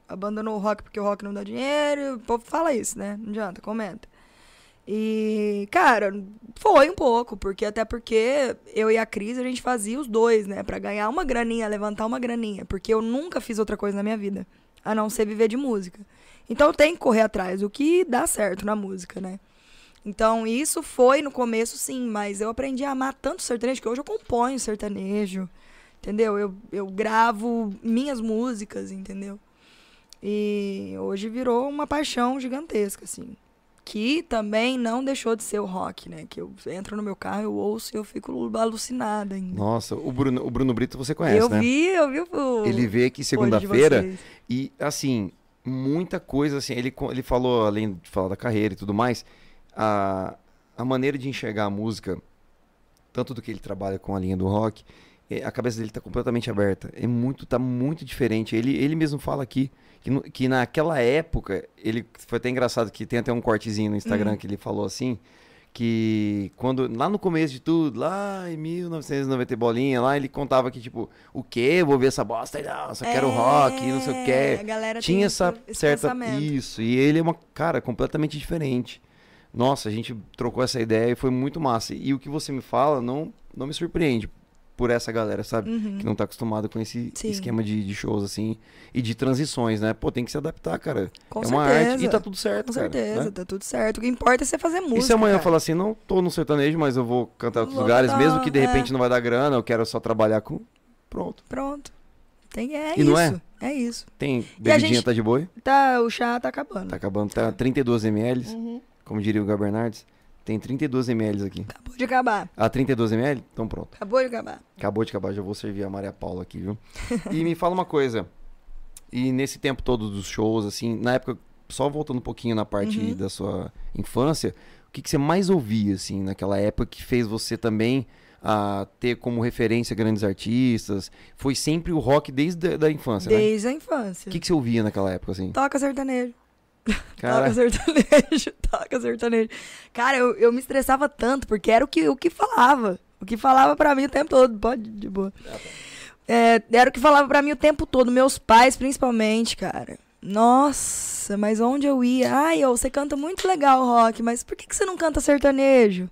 Abandonou o rock porque o rock não dá dinheiro. O povo fala isso, né? Não adianta, comenta. E, cara, foi um pouco, porque até porque eu e a Cris, a gente fazia os dois, né? Pra ganhar uma graninha, levantar uma graninha. Porque eu nunca fiz outra coisa na minha vida, a não ser viver de música. Então tem que correr atrás, o que dá certo na música, né? Então, isso foi no começo, sim, mas eu aprendi a amar tanto sertanejo que hoje eu componho sertanejo, entendeu? Eu, eu gravo minhas músicas, entendeu? E hoje virou uma paixão gigantesca, assim. Que também não deixou de ser o rock, né? Que eu entro no meu carro, eu ouço e eu fico alucinada ainda.
Nossa, o Bruno, o Bruno Brito você conhece,
eu
né?
vi, eu vi o.
Ele
o
vê que
pod de
segunda-feira
vocês.
E, assim, muita coisa, assim, ele, co- ele falou, além de falar da carreira e tudo mais, a, a maneira de enxergar a música, tanto do que ele trabalha com a linha do rock, é, a cabeça dele tá completamente aberta. É muito, tá muito diferente. Ele, ele mesmo fala aqui que, no- que naquela época, ele foi até engraçado que tem até um cortezinho no Instagram que ele falou assim, que quando lá no começo de tudo, lá em 1990 e bolinha, lá ele contava que tipo, o quê? Vou ver essa bosta aí, não, só quero
É,
rock, não sei o quê
A galera tem
tinha essa
esse- esse
certa
pensamento.
isso e ele é uma cara completamente diferente nossa a gente trocou essa ideia e foi muito massa e o que você me fala não não me surpreende por essa galera sabe
Uhum.
que não tá acostumada com esse
Sim.
esquema de, de shows assim e de transições né pô tem que se adaptar cara
Com
é
certeza.
uma arte e tá tudo certo
Com
cara,
certeza,
né?
tá tudo certo. O que importa é você fazer música.
e se amanhã eu
cara.
falar assim, não tô no sertanejo, mas eu vou cantar em outros
Vou
lugares,
cantar,
mesmo que de
é.
repente não vai dar grana, eu quero só trabalhar com. Pronto.
Pronto. Tem, é
E
isso.
não é?
é? isso.
Tem
E a
bebidinha
gente-
tá de boi?
Tá, o chá tá acabando.
Tá acabando, tá 32 ml.
Uhum.
como diria o Gabo Bernardes, tem 32 ml aqui.
Acabou de acabar.
Ah, 32 ml? Então pronto.
Acabou de acabar.
Acabou de acabar, já vou servir a Maria Paula aqui, viu? E me fala uma coisa. E nesse tempo todo dos shows, assim, na época, só voltando um pouquinho na parte
Uhum.
da sua infância, o que, que você mais ouvia, assim, naquela época que fez você também ah, ter como referência grandes artistas? Foi sempre o rock desde a da infância, né?
Desde Tá, a
O
infância.
que, que você ouvia naquela época, assim?
Toca sertanejo. Toca
Cara,
sertanejo. Toca sertanejo. Cara, eu, eu me estressava tanto, porque era o que, o que falava. O que falava pra mim o tempo todo. Pode, de boa. É, era o que falava pra mim o tempo todo. Meus pais, principalmente, cara. Nossa, mas onde eu ia? Ai, ô, você canta muito legal rock, mas por que, que você não canta sertanejo?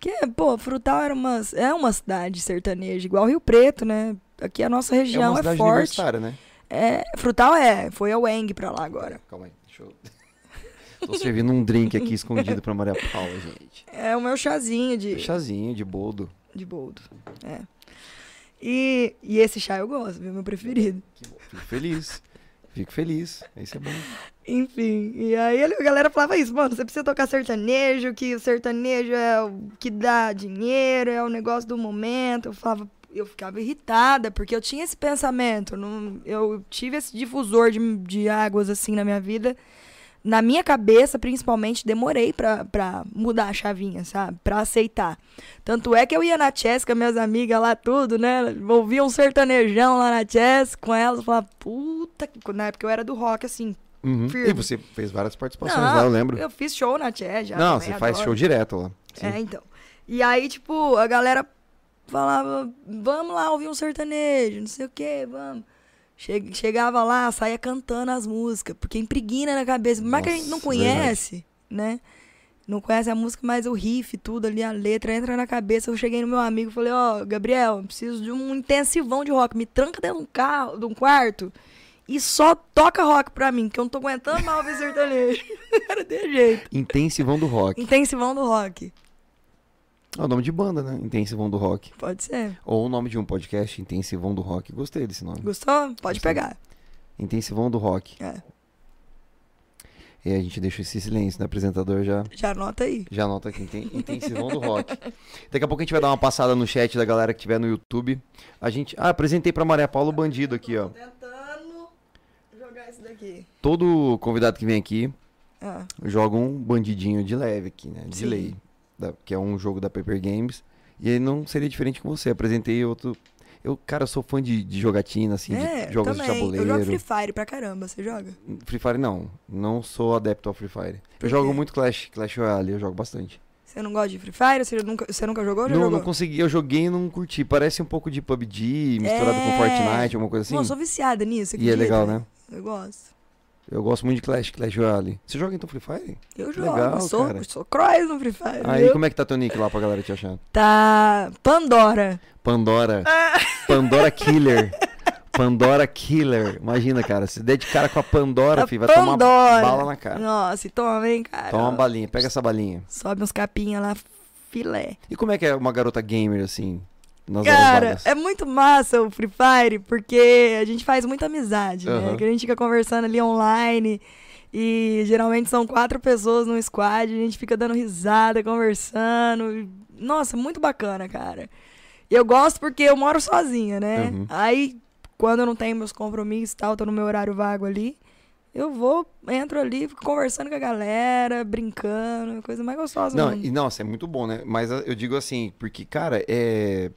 Porque, pô, Frutal era uma, é uma cidade sertaneja, igual Rio Preto, né? Aqui a nossa
é
região
uma
é,
cidade
forte.
universitária, né?
É, Frutal é, foi a Weng pra lá agora.
Calma aí, deixa eu. Tô servindo um drink aqui escondido pra Maria Paula, gente.
É o meu chazinho de,
Chazinho de boldo.
de boldo. É. E, e esse chá eu gosto, viu? Meu preferido.
Fico feliz. Fico feliz. Isso é bom.
Enfim, e aí ele- a galera falava isso, mano, você precisa tocar sertanejo, que o sertanejo é o que dá dinheiro, é o negócio do momento. Eu falava, eu ficava irritada, porque eu tinha esse pensamento, não, eu tive esse difusor de, de águas assim na minha vida na minha cabeça, principalmente, demorei pra, pra mudar a chavinha, sabe? Pra aceitar. Tanto é que eu ia na Chesca, minhas amigas lá, tudo, né? Ouvia um sertanejão lá na Chesca com elas, falava, puta, que-" na época eu era do rock, assim.
Uhum.
firme.
E você fez várias participações lá, eu lembro.
Eu fiz show na Chesca já.
Não,
também,
você faz
adoro.
show direto lá. Sim.
É, então. E aí, tipo, a galera falava, vamos lá ouvir um sertanejo, não sei o quê, vamos. Che- Chegava lá, saía cantando as músicas, porque impregna na cabeça. Mas que a gente não
Nossa, verdade.
conhece, né? Não conhece a música, mas o riff, tudo ali, a letra entra na cabeça. Eu cheguei no meu amigo e falei, ó, Gabriel, eu preciso de um intensivão de rock. Me tranca dentro de um carro, de um quarto, e só toca rock pra mim, que eu não tô aguentando mal ouvir sertanejo. Era de jeito.
Intensivão do Rock.
Intensivão do rock.
É o nome de banda, né? Intensivão do Rock.
Pode ser.
Ou o nome de um podcast, Intensivão do Rock. Gostei desse nome.
Gostou? Pode
Gostei.
pegar.
Intensivão do Rock.
É.
E a gente deixa esse silêncio, né? O apresentador já,
Já anota aí.
já anota aqui. Inten- Intensivão do Rock. Daqui a pouco a gente vai dar uma passada no chat da galera que tiver no YouTube. A gente. Ah, apresentei pra Maria Paula o bandido aqui, ó.
Tentando jogar isso daqui.
Todo convidado que vem aqui
Ah,
joga um bandidinho de leve aqui, né? De
Sim.
lei. da- que é um jogo da Paper Games. E aí não seria diferente com você. Apresentei outro. Eu, cara, eu sou fã de, de jogatina, assim,
é,
de jogos
também.
de tabuleiro.
Eu jogo Free Fire pra caramba. Você joga?
Free Fire não. Não sou adepto ao Free Fire.
Por
Eu jogo
quê?
muito Clash, Clash Royale, eu jogo bastante.
Você não gosta de Free Fire? Você nunca, você nunca jogou? ou Já
Não,
jogou?
não consegui, eu joguei e não curti. Parece um pouco de PUBG misturado com
É.
Fortnite, alguma coisa assim.
Bom, eu sou viciada nisso.
e é
acredita?
legal, né?
Eu gosto.
Eu gosto muito de Clash, Clash Royale. Você joga então Free Fire?
Eu jogo.
Legal,
sou,
cara.
sou cross no Free Fire.
Aí
viu?
como é que tá teu nick lá pra galera te achar?
Tá. Pandora.
Pandora.
Ah.
Pandora Killer. Pandora Killer. Imagina, cara, se der de cara com a Pandora,
A
filho, vai tomar
Pandora.
bala na cara.
Nossa, e toma, hein, cara.
Toma uma balinha, pega essa balinha.
Sobe uns capinha lá, filé.
E como é que é uma garota gamer assim? Nas
Cara,
horas vagas?
é muito massa o Free Fire, porque a gente faz muita amizade, né?
Aham.
Que a gente fica conversando ali online. E geralmente são quatro pessoas num squad, a gente fica dando risada, conversando. e- Nossa, muito bacana, cara. E eu gosto porque eu moro sozinha, né?
Uhum.
Aí, quando eu não tenho meus compromissos e tal, tô no meu horário vago ali, eu vou, entro ali, fico conversando com a galera, brincando, é coisa mais gostosa. do
Não,
mundo.
e nossa, é muito bom, né? Mas ah, eu digo assim, porque, cara, é.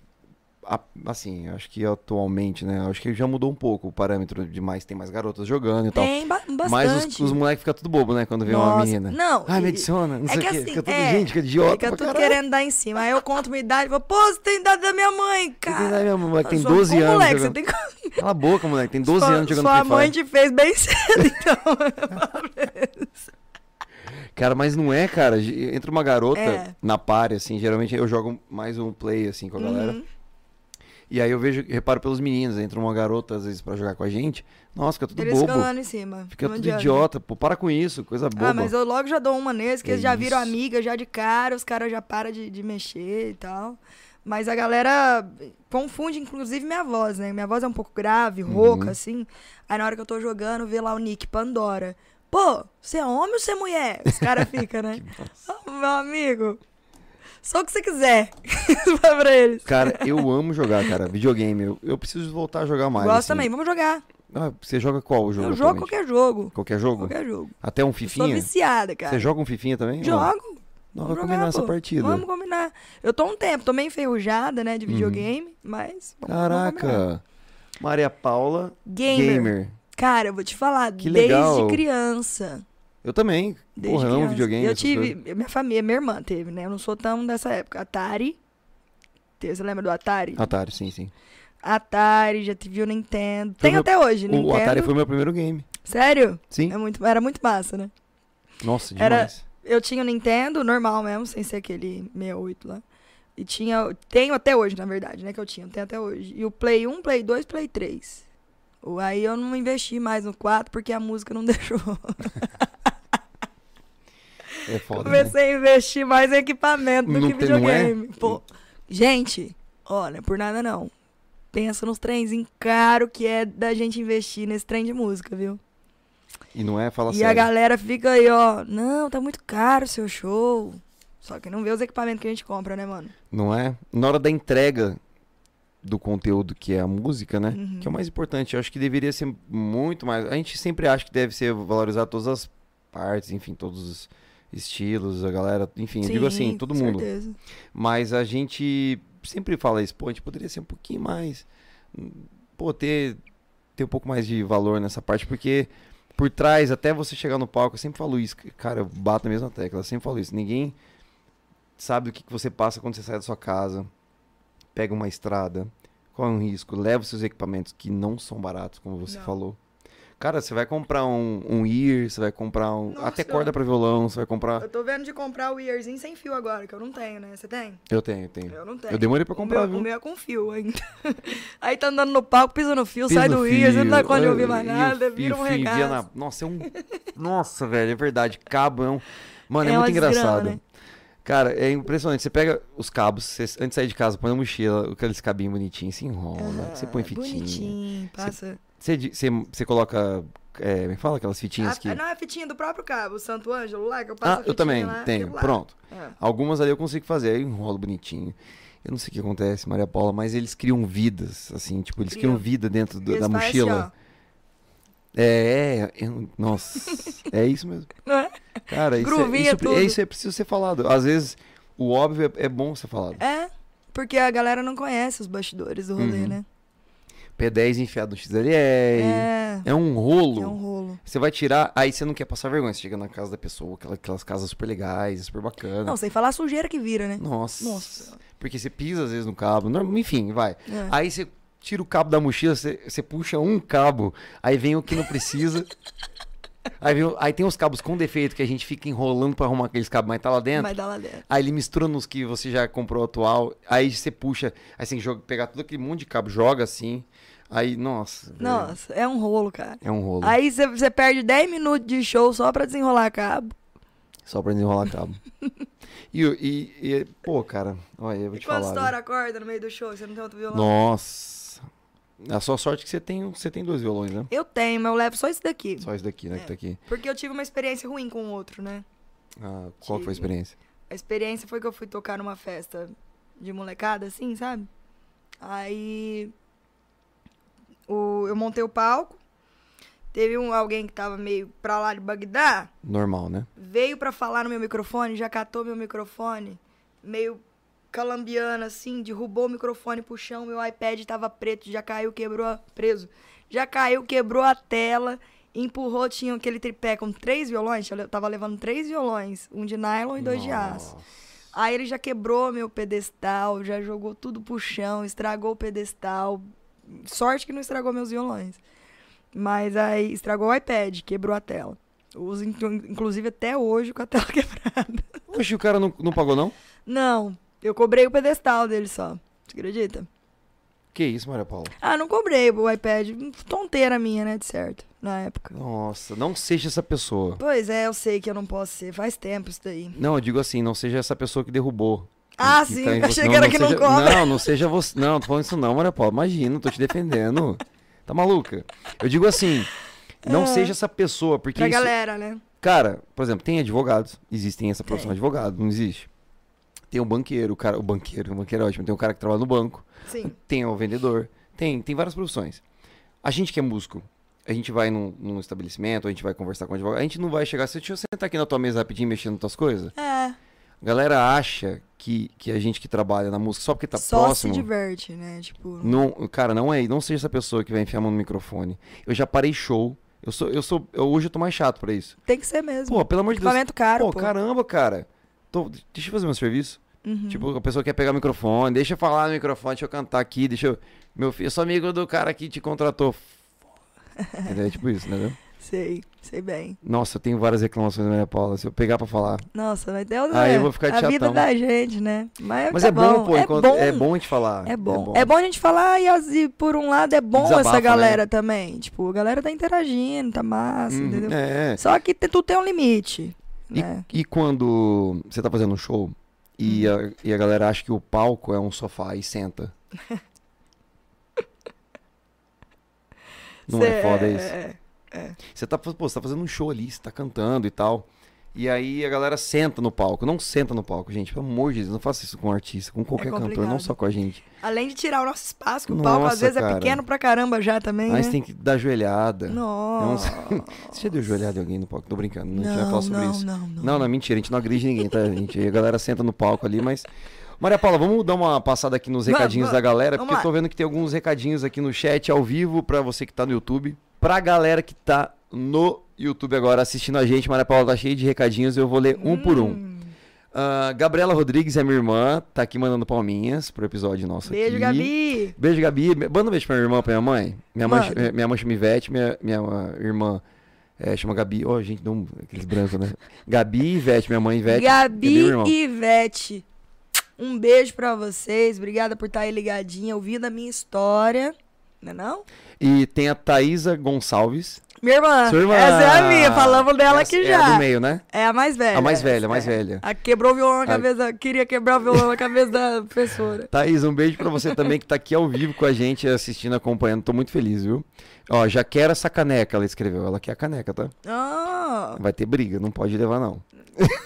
a- Assim, eu acho que atualmente, né? eu Acho que já mudou um pouco o parâmetro de mais, tem mais garotas jogando e tal.
Tem ba- bastante.
então, Mas os, os moleques ficam tudo bobo, né? Quando vê uma
Nossa,
menina.
Não.
Ai, me
e-
adiciona, não
É
sei o
que
quê.
assim,
fica tudo,
é,
gente, que idiota.
Fica
pra
tudo
caralho.
querendo dar em cima. Aí eu conto minha idade e falo, pô, você tem idade da minha mãe,
Tem
cara.
idade, minha mãe, né, tem
Sua-
12
Ô,
anos.
Moleque,
jogando.
você tem que-
Cala a boca, moleque. Tem 12
sua,
anos jogando né?"
Sua
Free Fire.
mãe te fez bem cedo, então.
Cara, mas não é, cara. Ge- Entra uma garota
É.
na pare, assim. Geralmente eu jogo mais um play, assim, com a galera.
Uhum.
E aí eu vejo, reparo pelos meninos. Entra uma garota, às vezes, pra jogar com a gente. Nossa, fica tudo
Eles
bobo.
ficam lá em cima.
Fica
não
tudo
adianta.
idiota, pô. Para com isso, coisa boba.
Ah, mas eu logo já dou uma neles, que
Que
eles já viram
É isso.
amiga, já de cara, os caras já param de, de mexer e tal. Mas a galera confunde, inclusive, minha voz, né? Minha voz é um pouco grave, rouca,
Uhum.
assim. Aí na hora que eu tô jogando, vê lá o Nick Pandora. Pô, você é homem ou você é mulher? Os caras ficam, né? Ô, meu amigo, só o que você quiser. Fala pra eles.
Cara, eu amo jogar, cara. Videogame. Eu, eu preciso voltar a jogar mais.
Gosto
assim.
também, vamos jogar.
Ah, você joga qual o jogo?
eu jogo
atualmente?
qualquer jogo.
Qualquer jogo?
Qualquer jogo.
Até um
Eu sou
fifinha?
viciada,
Você
cara.
joga um fifinha também? Ó,
Jogo.
Não, vai
Vamos
combinar
jogar,
essa
pô.
partida.
Vamos combinar. Eu tô um tempo, tô meio enferrujada, né, de videogame, mas. vamos- vamos combinar.
Uhum. Caraca. Maria Paula,
Gamer.
gamer.
Cara, eu vou te falar,
Que
desde
legal.
criança.
Eu também.
Desde
Porra, eu amo
criança.
videogame.
Eu
essas
tive.
coisas.
Minha família, minha irmã teve, né? Eu não sou tão dessa época. Atari. Te- Você lembra do Atari?
Atari, sim, sim.
Atari, já tive o Nintendo. Tem
meu-
até hoje,
O,
Nintendo.
o Atari foi meu primeiro game.
Sério?
Sim.
É muito, era muito massa, né?
Nossa,
Era-
demais.
Eu tinha o Nintendo normal mesmo, sem ser aquele 68 lá. E tinha. Tenho até hoje, na verdade, né? Que eu tinha, tenho até hoje. E o Play 1, Play 2, Play 3. O- Aí eu não investi mais no 4 porque a música não deixou.
É foda. né?
Comecei a investir mais em equipamento do
Não
que
tem- não é?
videogame. Pô, gente, olha, por nada não. Pensa nos trenzinhos caro que é da gente investir nesse trem de música, viu?
E não é fala
e a
sério.
galera fica aí, ó. Não, tá muito caro o seu show. Só que não vê os equipamentos que a gente compra, né, mano?
Não é? Na hora da entrega do conteúdo que é a música, né?
Uhum.
Que é o mais importante. Eu acho que deveria ser muito mais. A gente sempre acha que deve ser valorizado todas as partes, enfim, todos os estilos, a galera, enfim, eu digo assim, todo mundo.
Certeza.
Mas a gente sempre fala isso, pô, a gente poderia ser um pouquinho mais. hum, Pô, ter, ter um pouco mais de valor nessa parte, porque por trás, até você chegar no palco, eu sempre falo isso, que, cara, eu bato na mesma tecla, eu sempre falo isso. Ninguém sabe o que, que você passa quando você sai da sua casa, pega uma estrada, qual é o risco, leva os seus equipamentos que não são baratos, como você
Não.
falou. Cara, você vai comprar um, um ear, você vai comprar um. Até
Nossa.
corda pra violão, você vai comprar.
Eu tô vendo de comprar o earzinho sem fio agora, que eu não tenho, né? Você tem?
Eu tenho, eu tenho.
Eu não tenho.
Eu demorei pra
O
comprar,
meu-
viu?
O meu é com fio ainda. Aí tá andando no palco, pisa no fio, sai
Pisa
do
o
ear, você não dá
fio,
conta de
é,
ouvir mais
e o
nada,
fio,
vira um
fio, via
regaço.
na- Nossa, é um... Nossa, velho, é verdade. Cabo é um... Mano, é,
É uma
muito
desgrama,
engraçado.
né?
Cara, é impressionante. Você pega os cabos, você- antes de sair de casa, põe na mochila, aqueles cabinhos bonitinhos, se enrola, você põe
Ah,
fitinha.
Bonitinho, passa.
Você, di- você, você coloca... É, me fala aquelas fitinhas
Ah,
que...
Não, é a fitinha do próprio cabo, o Santo Ângelo lá, que eu passo a
Ah, eu
fitinha
também
lá,
tenho.
aquilo lá.
Pronto.
Ah.
Algumas ali eu consigo fazer, aí eu enrolo bonitinho. Eu não sei o que acontece, Maria Paula, mas eles criam vidas, assim, tipo, eles criam
Criam.
vida dentro do-
E tá assim,
da
eles parecem,
mochila.
ó,
É, é, eu- nossa, é isso mesmo.
não é?
Cara, isso, é,
Groovinha
isso,
tudo.
é, isso é preciso ser falado. Às vezes, o óbvio é, é bom ser falado.
É, porque a galera não conhece os bastidores do rolê,
Uhum.
né?
P10 enfiado no XLR. É,
É,
um rolo.
é um rolo.
Você vai tirar, aí você não quer passar vergonha. Você chega na casa da pessoa, aquela- aquelas casas super legais, super
Não,
bacanas.
sem falar a sujeira que vira, né?
Nossa.
Nossa.
Porque você pisa às vezes no cabo. norm- Enfim, vai.
É.
Aí você tira o cabo da mochila, você, você puxa um cabo, aí vem o que não precisa. aí, vem o- aí tem os cabos com defeito que a gente fica enrolando pra arrumar aqueles cabos, mas tá lá dentro.
Vai dar lá dentro.
Aí ele mistura nos que você já comprou atual. Aí você puxa. Aí você tem que jogar- pegar todo aquele monte de cabo, joga assim. Aí, nossa. velho,
Nossa, é um rolo, cara.
É um rolo.
Aí você- você perde 10 minutos de show só pra desenrolar cabo.
Só pra desenrolar cabo. e, o- e- e- pô, cara, olha, eu vou
E
te
quando
falar.
estoura
viu?
a corda no meio do show, você não tem outro violão?
Nossa. A sua sorte é que você tem, um- você tem dois violões, né?
Eu tenho, mas eu levo só esse daqui.
Só esse daqui, né?
É.
Que tá aqui.
Porque eu tive uma experiência ruim com o outro, né?
Ah, qual que foi a experiência?
A experiência foi que eu fui tocar numa festa de molecada, assim, sabe? Aí o, eu montei o palco. Teve um, alguém que tava meio pra lá de Bagdá.
Normal, né?
veio pra falar no meu microfone, já catou meu microfone, meio calambiana assim, derrubou o microfone pro chão, meu iPad tava preto, já caiu, quebrou, a- preso. Já caiu, quebrou a tela, empurrou, tinha aquele tripé com três violões, eu le- tava levando três violões, um de nylon e dois de aço. Aí ele já quebrou meu pedestal, já jogou tudo pro chão, estragou o pedestal. Sorte que não estragou meus violões. Mas aí estragou o iPad, quebrou a tela. Uso, inclu- inclusive, até hoje com a tela quebrada.
Oxe, o cara não, não pagou, não?
Não, eu cobrei o pedestal dele só. Você acredita?
Que isso, Maria Paula?
Ah, não cobrei o iPad. Tonteira minha, né? De certo, na época.
Nossa, não seja essa pessoa.
Pois é, eu sei que eu não posso ser. Faz tempo isso daí.
Não, eu digo assim, não seja essa pessoa que derrubou.
Ah,
Que
sim,
cai em você.
achei que era que não
seja-
cobra.
Não, não seja você. Não, tô falando isso não, Maria Paula. Imagina, tô te defendendo. Tá maluca? Eu digo assim, não seja essa pessoa, porque
Ah. Pra
isso-
galera, né?
Cara, por exemplo, tem advogados. Existem essa profissão
Tem.
de advogado, não existe. Tem um banqueiro, o cara, o banqueiro, o banqueiro é ótimo. Tem um cara que trabalha no banco,
Sim.
tem o vendedor, tem, tem várias profissões. A gente que é músico, a gente vai num, num estabelecimento, a gente vai conversar com o advogado, a gente não vai chegar assim, deixa eu sentar aqui na tua mesa rapidinho mexendo nas tuas coisas.
É.
A galera acha que, que a gente que trabalha na música só porque tá
É, só
próximo. Hum.
se diverte, né? Tipo.
Não, cara, não é. Não seja essa pessoa que vai enfiar a mão no microfone. Eu já parei show. Eu sou, eu sou, eu- hoje eu tô mais chato pra isso.
Tem que ser mesmo.
Pô, pelo amor de Deus.
Equipamento caro,
Pô,
pô.
caramba, cara. Tô- deixa eu fazer meu serviço.
Uhum.
Tipo, a pessoa quer pegar o microfone, deixa eu falar no microfone, deixa eu cantar aqui, deixa eu. Meu filho, eu sou amigo do cara que te contratou. Entendeu? É tipo isso, né?
Sei, sei bem.
Nossa, eu tenho várias reclamações da Maria Paula. Se eu pegar pra falar.
Nossa, mas Deus
Ah,
é
eu vou ficar
a
de
vida
chatão.
da gente, né? Mas,
Mas
tá
é bom, pô,
é
enquanto-
bom.
é bom né? a gente falar.
É bom. É bom a gente falar e, as- e por um lado é bom
Desabafa,
essa galera também. Tipo, a galera tá interagindo, tá massa,
Uhum,
entendeu?
É.
Só que te- tu tem um limite,
E,
né?
e quando você tá fazendo um show e,
Uhum.
a, e a galera acha que o palco é um sofá e senta. Não
Cê-
é foda isso?
é-
é Você tá, fa- pô, você tá fazendo um show ali, você tá cantando e tal. E aí a galera senta no palco. Não senta no palco, gente. Pelo amor de Deus, não faça isso com um artista, com qualquer cantor,
É complicado.
não só com a gente.
Além de tirar o nosso espaço, que o palco
Nossa,
às vezes
cara.
é pequeno pra caramba já também,
Mas
né?
tem que dar joelhada.
Nossa.
Você já deu joelhada em alguém no palco? Tô brincando, não, a gente vai
Não,
falar sobre
não,
isso.
não, não.
não, mentira, a gente não agride ninguém, tá, gente? A galera senta no palco ali, mas. Maria Paula, vamos dar uma passada aqui nos
Vamos,
recadinhos
vamos,
da galera,
vamos
porque eu tô vendo que tem alguns recadinhos aqui no chat ao vivo pra você que tá no YouTube. Pra galera que tá no YouTube agora assistindo a gente, Maria Paula tá cheia de recadinhos, eu vou ler um por um.
Hum.
Ah, Gabriela Rodrigues é minha irmã, tá aqui mandando palminhas pro episódio nosso
Beijo,
aqui.
Gabi.
Beijo, Gabi. Manda um beijo pra minha irmã, pra minha mãe. Minha, mãe, eh,
Manda.
minha mãe chama Ivete, minha, minha irmã eh, chama Gabi. Ó, gente, deu um, aqueles brancos, né? Gabi, Ivete, minha mãe, Ivete.
Gabi
Gabi, irmão.
e Ivete. Um beijo pra vocês. Obrigada por estar aí ligadinha, ouvindo a minha história. Não é não?
E tem a Thaisa Gonçalves.
Minha irmã.
Sua irmã.
Essa é a minha. Falamos dela
Essa
aqui
É a
já.
do meio, né?
É a mais velha.
A mais velha, a mais
É.
velha.
A que quebrou o violão na
A-
cabeça. Queria quebrar o violão na cabeça da professora.
Thaís, um beijo pra você também que tá aqui ao vivo com a gente, assistindo, acompanhando. Tô muito feliz, viu? Ó, já quero essa caneca, ela escreveu. Ela quer a caneca, tá?
Ah,
Vai ter briga, não pode levar, não.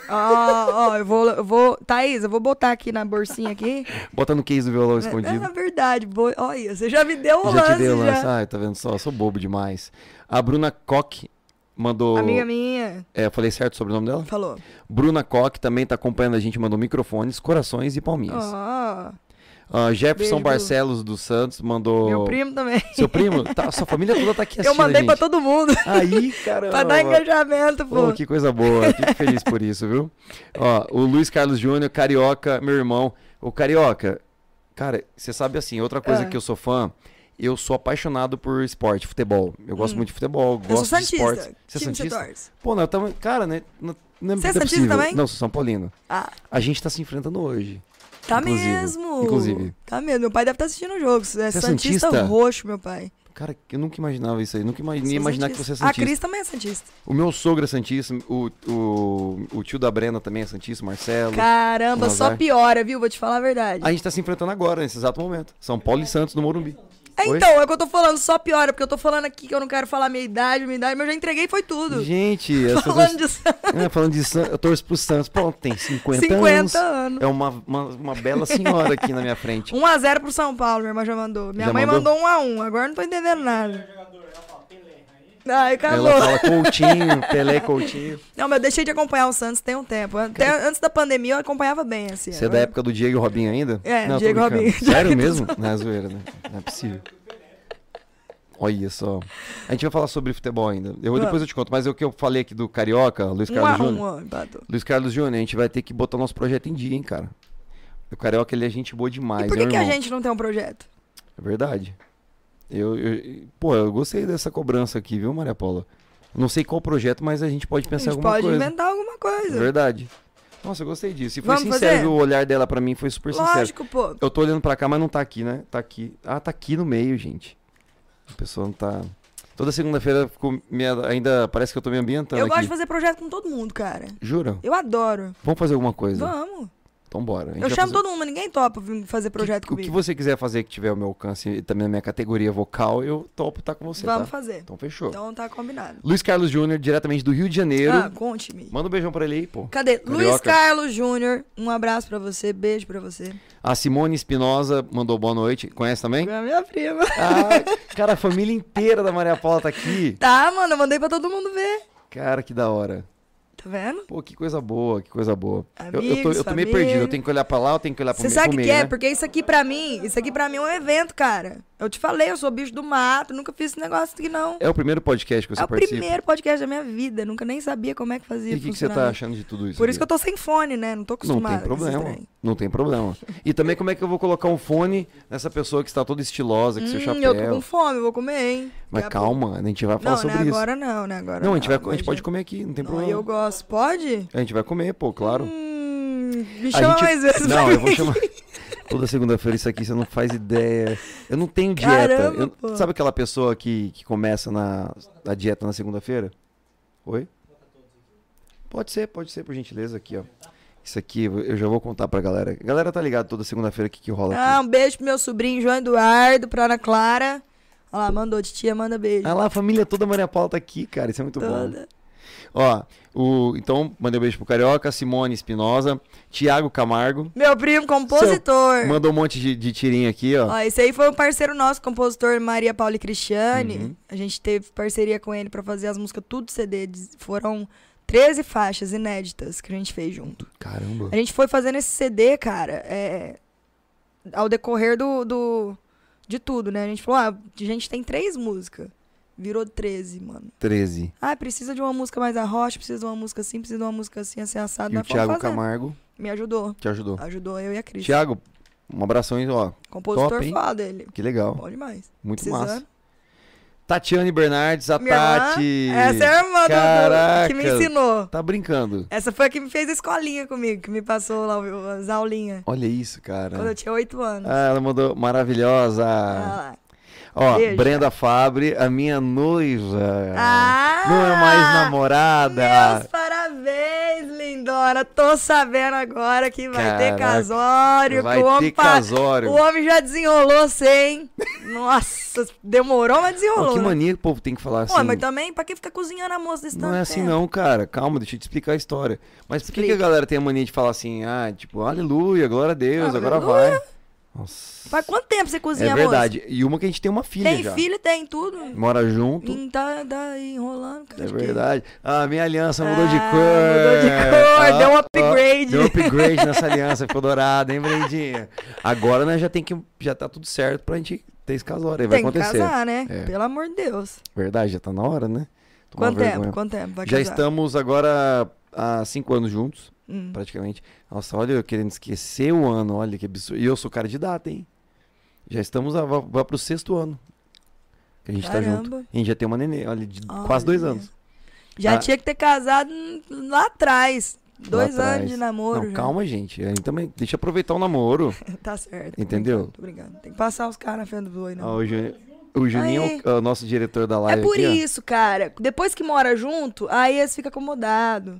ó, ó, eu vou, eu vou. Thaís, eu vou botar aqui na bolsinha aqui.
Bota no case do violão
É,
escondido.
na verdade, bo... olha, você já me deu
já
o lance.
te dei o lance.
já.
Ai, tá vendo só? Eu sou bobo demais. A Bruna Koch mandou.
Amiga minha
É, eu falei certo o sobrenome dela?
falou.
Bruna Koch também tá acompanhando a gente, mandou microfones, corações e palminhas.
Ó,
Ah, Jefferson
Beijo, Bru.
Barcelos dos Santos mandou.
meu primo também.
Seu primo? Tá, sua família toda tá aqui
Eu
assistindo.
mandei
a
pra
gente.
todo mundo.
Aí, caramba.
pra dar engajamento, pô.
Pô, que coisa boa. Fico feliz por isso, viu? Ó, o Luiz Carlos Júnior, carioca, meu irmão. O carioca, cara, você sabe assim, outra coisa
Ah.
que eu sou fã, eu sou apaixonado por esporte, futebol. Eu gosto muito de futebol,
Hum. eu
gosto
sou
de
Santista.
esportes. Você é
time que
Santista?
torce.
Pô, não, eu tamo, cara, né? Não, não é
Você
não
é Santista
possível.
também?
Não, sou São Paulino.
Ah,
A gente tá se enfrentando hoje.
tá
Inclusive,
mesmo.
inclusive.
Tá mesmo. Meu pai deve estar assistindo o jogo. É
Você é
Santista,
Santista?
roxo, meu pai.
Cara, eu nunca imaginava isso aí. Nunca ima-
Sou
ia imaginar que você
Santista.
é Santista.
A Cris também é Santista.
O meu sogro é Santista, o, o, o tio da Brena também é Santista, Marcelo.
Caramba,
Vamos
só
lá.
piora, viu? Vou te falar a verdade.
A gente tá se enfrentando agora, nesse exato momento. São Paulo e Santos, no Morumbi.
É,
Oi?
então, é o que eu tô falando, só piora, porque eu tô falando aqui que eu não quero falar minha idade, minha idade, mas eu já entreguei foi tudo.
Gente, essas
falando
coisas...
disso.
É, falando de Santos, eu torço pro Santos. Pô, tem 50,
50
anos.
anos.
É uma, uma, uma bela senhora aqui na minha frente.
1x0 pro São Paulo, minha irmã já mandou. Minha
Já
mãe
mandou?
mandou 1x1, agora eu não tô entendendo nada. Ai, acabou.
Ela fala Coutinho, Pelé Coutinho.
Não, mas eu deixei de acompanhar o Santos tem um tempo. Até antes da pandemia eu acompanhava bem, assim.
Você é da
Agora-
época do Diego e Robinho ainda?
É,
tô
Diego e
brincando.
Robinho.
Sério mesmo? Não é zoeira, né? Não é possível. Olha só. A gente vai falar sobre futebol ainda. Eu, depois eu te conto, mas é o que eu falei aqui do Carioca, Luiz
Um a
Carlos
um,
Júnior.
ó, empatou.
Luiz Carlos Júnior, a gente vai ter que botar nosso projeto em dia, hein, cara. O Carioca, ele é gente boa demais,
E por que,
né,
que a
irmão?
gente não tem um projeto?
É verdade. Eu, eu- pô, eu gostei dessa cobrança aqui, viu, Maria Paula? Não sei qual projeto, mas a gente pode
A
pensar
gente
alguma
pode
coisa.
inventar alguma
É
coisa.
verdade. Nossa, eu gostei disso. E foi
Vamos
sincero,
fazer?
viu? o olhar dela pra mim foi super sincero.
Lógico, pô.
Eu tô olhando pra cá, mas não tá aqui, né? Tá aqui. Ah, tá aqui no meio, gente. A pessoa não tá. Toda segunda-feira ficou me- ainda parece que eu tô me ambientando
Eu
aqui.
gosto de fazer projeto com todo mundo, cara.
Jura?
Eu adoro.
Vamos fazer alguma coisa?
Vamos.
Então bora. é. A gente
Eu
vai
chamo
fazer-
todo mundo, mas ninguém topa vir fazer projeto
que, O que
comigo.
você quiser fazer que tiver ao meu alcance e também na minha categoria vocal, eu topo tá com você,
Vamos
tá?
fazer.
Então fechou.
Então tá combinado.
Luiz Carlos Júnior, diretamente do Rio de Janeiro.
Ah, conte-me.
Manda um beijão pra ele aí, pô.
Cadê?
Carioca.
Luiz Carlos Júnior, um abraço pra você, beijo pra você.
A Simone Espinosa mandou boa noite. Conhece também?
É a minha prima.
Ah, cara, a família inteira da Maria Paula tá aqui.
Tá, mano, eu mandei pra todo mundo ver.
Cara, que da hora.
Tá vendo?
Pô, que coisa boa, que coisa boa. eu, eu tô,
Amigos,
eu tô meio
família.
perdido. Eu tenho que olhar pra lá, eu tenho que olhar pro
Você
meio.
sabe o
pro
que, que
meio,
é?
né?
Porque isso aqui pra mim, isso aqui pra mim é um evento, cara. Eu te falei, eu sou bicho do mato, nunca fiz esse negócio aqui, não.
É o primeiro podcast que você
É o
participa.
primeiro podcast da minha vida, nunca nem sabia como é que
E
fazia
o que, que você
funcionar.
tá achando de tudo isso?
Por isso que
aqui?
eu tô sem fone, né? Não tô
Não
acostumada
tem
com esses
problema.
trem.
Não tem problema. E também como é que eu vou colocar um fone nessa pessoa que está toda estilosa, com seu
Hum,
chapéu.
eu tô com fome, eu vou comer, hein?
Mas
Daqui a pouco.
calma, a gente vai falar
Não,
sobre
né?
isso.
Agora não, né? Agora
Não, a gente, vai, a gente
mas
pode comer aqui, não tem
Não,
problema.
eu gosto. Pode?
A gente vai comer, pô, claro.
Hum, me
A
chama
gente-
mais vezes.
Não,
pra
eu vou
mim.
chamar. Toda segunda-feira isso aqui, você não faz ideia. Eu não tenho dieta.
Caramba,
Eu-
pô.
Sabe aquela pessoa que, que começa na, a dieta na segunda-feira? Oi? Pode ser, pode ser, por gentileza, aqui, ó. Isso aqui eu eu já vou contar pra galera. A galera tá ligada toda segunda-feira o que, que rola aqui.
Ah, um beijo pro meu sobrinho João Eduardo, pra Ana Clara. Olha lá, mandou, titia, manda beijo.
Ah lá, a família toda Maria Paula tá aqui, cara. Isso é muito bom.
Toda.
Ó, o, então, mandei um beijo pro Carioca, Simone Espinosa, Tiago Camargo.
Meu primo compositor.
Mandou um monte de, de tirinha aqui, ó.
Ó, esse aí foi um parceiro nosso, compositor Maria Paula e Cristiane.
Uhum.
A gente teve parceria com ele pra fazer as músicas tudo CD. Diz- Foram 13 faixas inéditas que a gente fez junto.
Caramba.
A gente foi fazendo esse CD, cara, é, ao decorrer do, do- de tudo, né? A gente falou, ah, a gente tem três músicas. Virou 13, mano.
13.
Ah, precisa de uma música mais arrocha, precisa de uma música assim, precisa de uma música assim, assim, assado.
E o
Nós fomos
Tiago
fazendo.
Camargo
Me ajudou.
te ajudou.
Ajudou eu e a Cris.
Tiago, um abração aí, ó.
Compositor
top, hein?
foda ele.
Que legal.
Bom demais.
Muito
Precisando.
massa. Tatiane Bernardes, a
Minha irmã,
Tati.
Essa é a irmã do- do, que me
Caraca.
ensinou.
Tá brincando.
Essa foi a que me fez a escolinha comigo, que me passou lá o- as aulinhas.
Olha isso,
Quando eu
cara.
tinha oito anos.
Ah, ela mandou maravilhosa.
Ah,
é. Ó,
beijo,
Brenda Fabre, a minha noiva.
Ah!
Não é mais namorada.
Meus parabéns, lindona. Tô sabendo agora que vai ter
Caraca,
casório.
vai
que o homem
ter
pa-
casório.
O homem já desenrolou você, hein? Nossa, demorou,
Pô,
mas desenrolou.
que
né?
mania que o povo tem que falar assim.
Pô, mas tá também, pra que ficar cozinhando a moça desse
Não
tanto
é assim
tempo?
não, cara. Calma, deixa eu te explicar a história. Mas por que que, a
Explica.
galera tem a mania de falar assim, ah, tipo, aleluia, glória a Deus, agora
Aleluia.
vai. Nossa.
Faz quanto tempo você cozinha,
é
moça?
verdade. E uma que a gente tem uma filha
Tem
já.
filho, tem tudo.
Mora junto.
Hum, Tá, tá enrolando, cara.
É
de quê?
verdade. Ah, minha aliança mudou de
Ah,
cor. Ah,
mudou de cor, deu um
ó,
upgrade.
deu um upgrade nessa aliança, ficou dourada, hein, Brendinha? Agora, né, já tem que. Já tá tudo certo pra gente ter esse casório. aí Vai
Tem que
acontecer.
casar, né?
É.
Pelo amor de Deus.
Verdade, já tá na hora, né? Tomar
Quanto tempo?
vergonha.
Quanto tempo? Vai
Já
casar?
estamos agora há cinco anos juntos,
Hum.
praticamente. Nossa, olha, eu querendo esquecer o ano, olha que absurdo. E eu sou cara de data, hein? Já estamos, a, vai, vai pro sexto ano que a gente tá junto.
Caramba.
A gente já tem uma nenê, olha, de quase dois
Olha.
anos.
Já
Ah.
tinha que ter casado hum, lá atrás. Dois
atrás.
anos de namoro. né?
Não,
já.
calma, gente. A gente também deixa aproveitar o namoro.
Tá certo.
Entendeu?
Tô brincando. Tem que passar os caras na frente do boi,
Ó,
não.
o, Ju- o Juninho é o-
Aí.
é o nosso diretor da
é
live.
por
aqui, ó.
isso, cara. Depois que mora junto, aí eles ficam acomodados.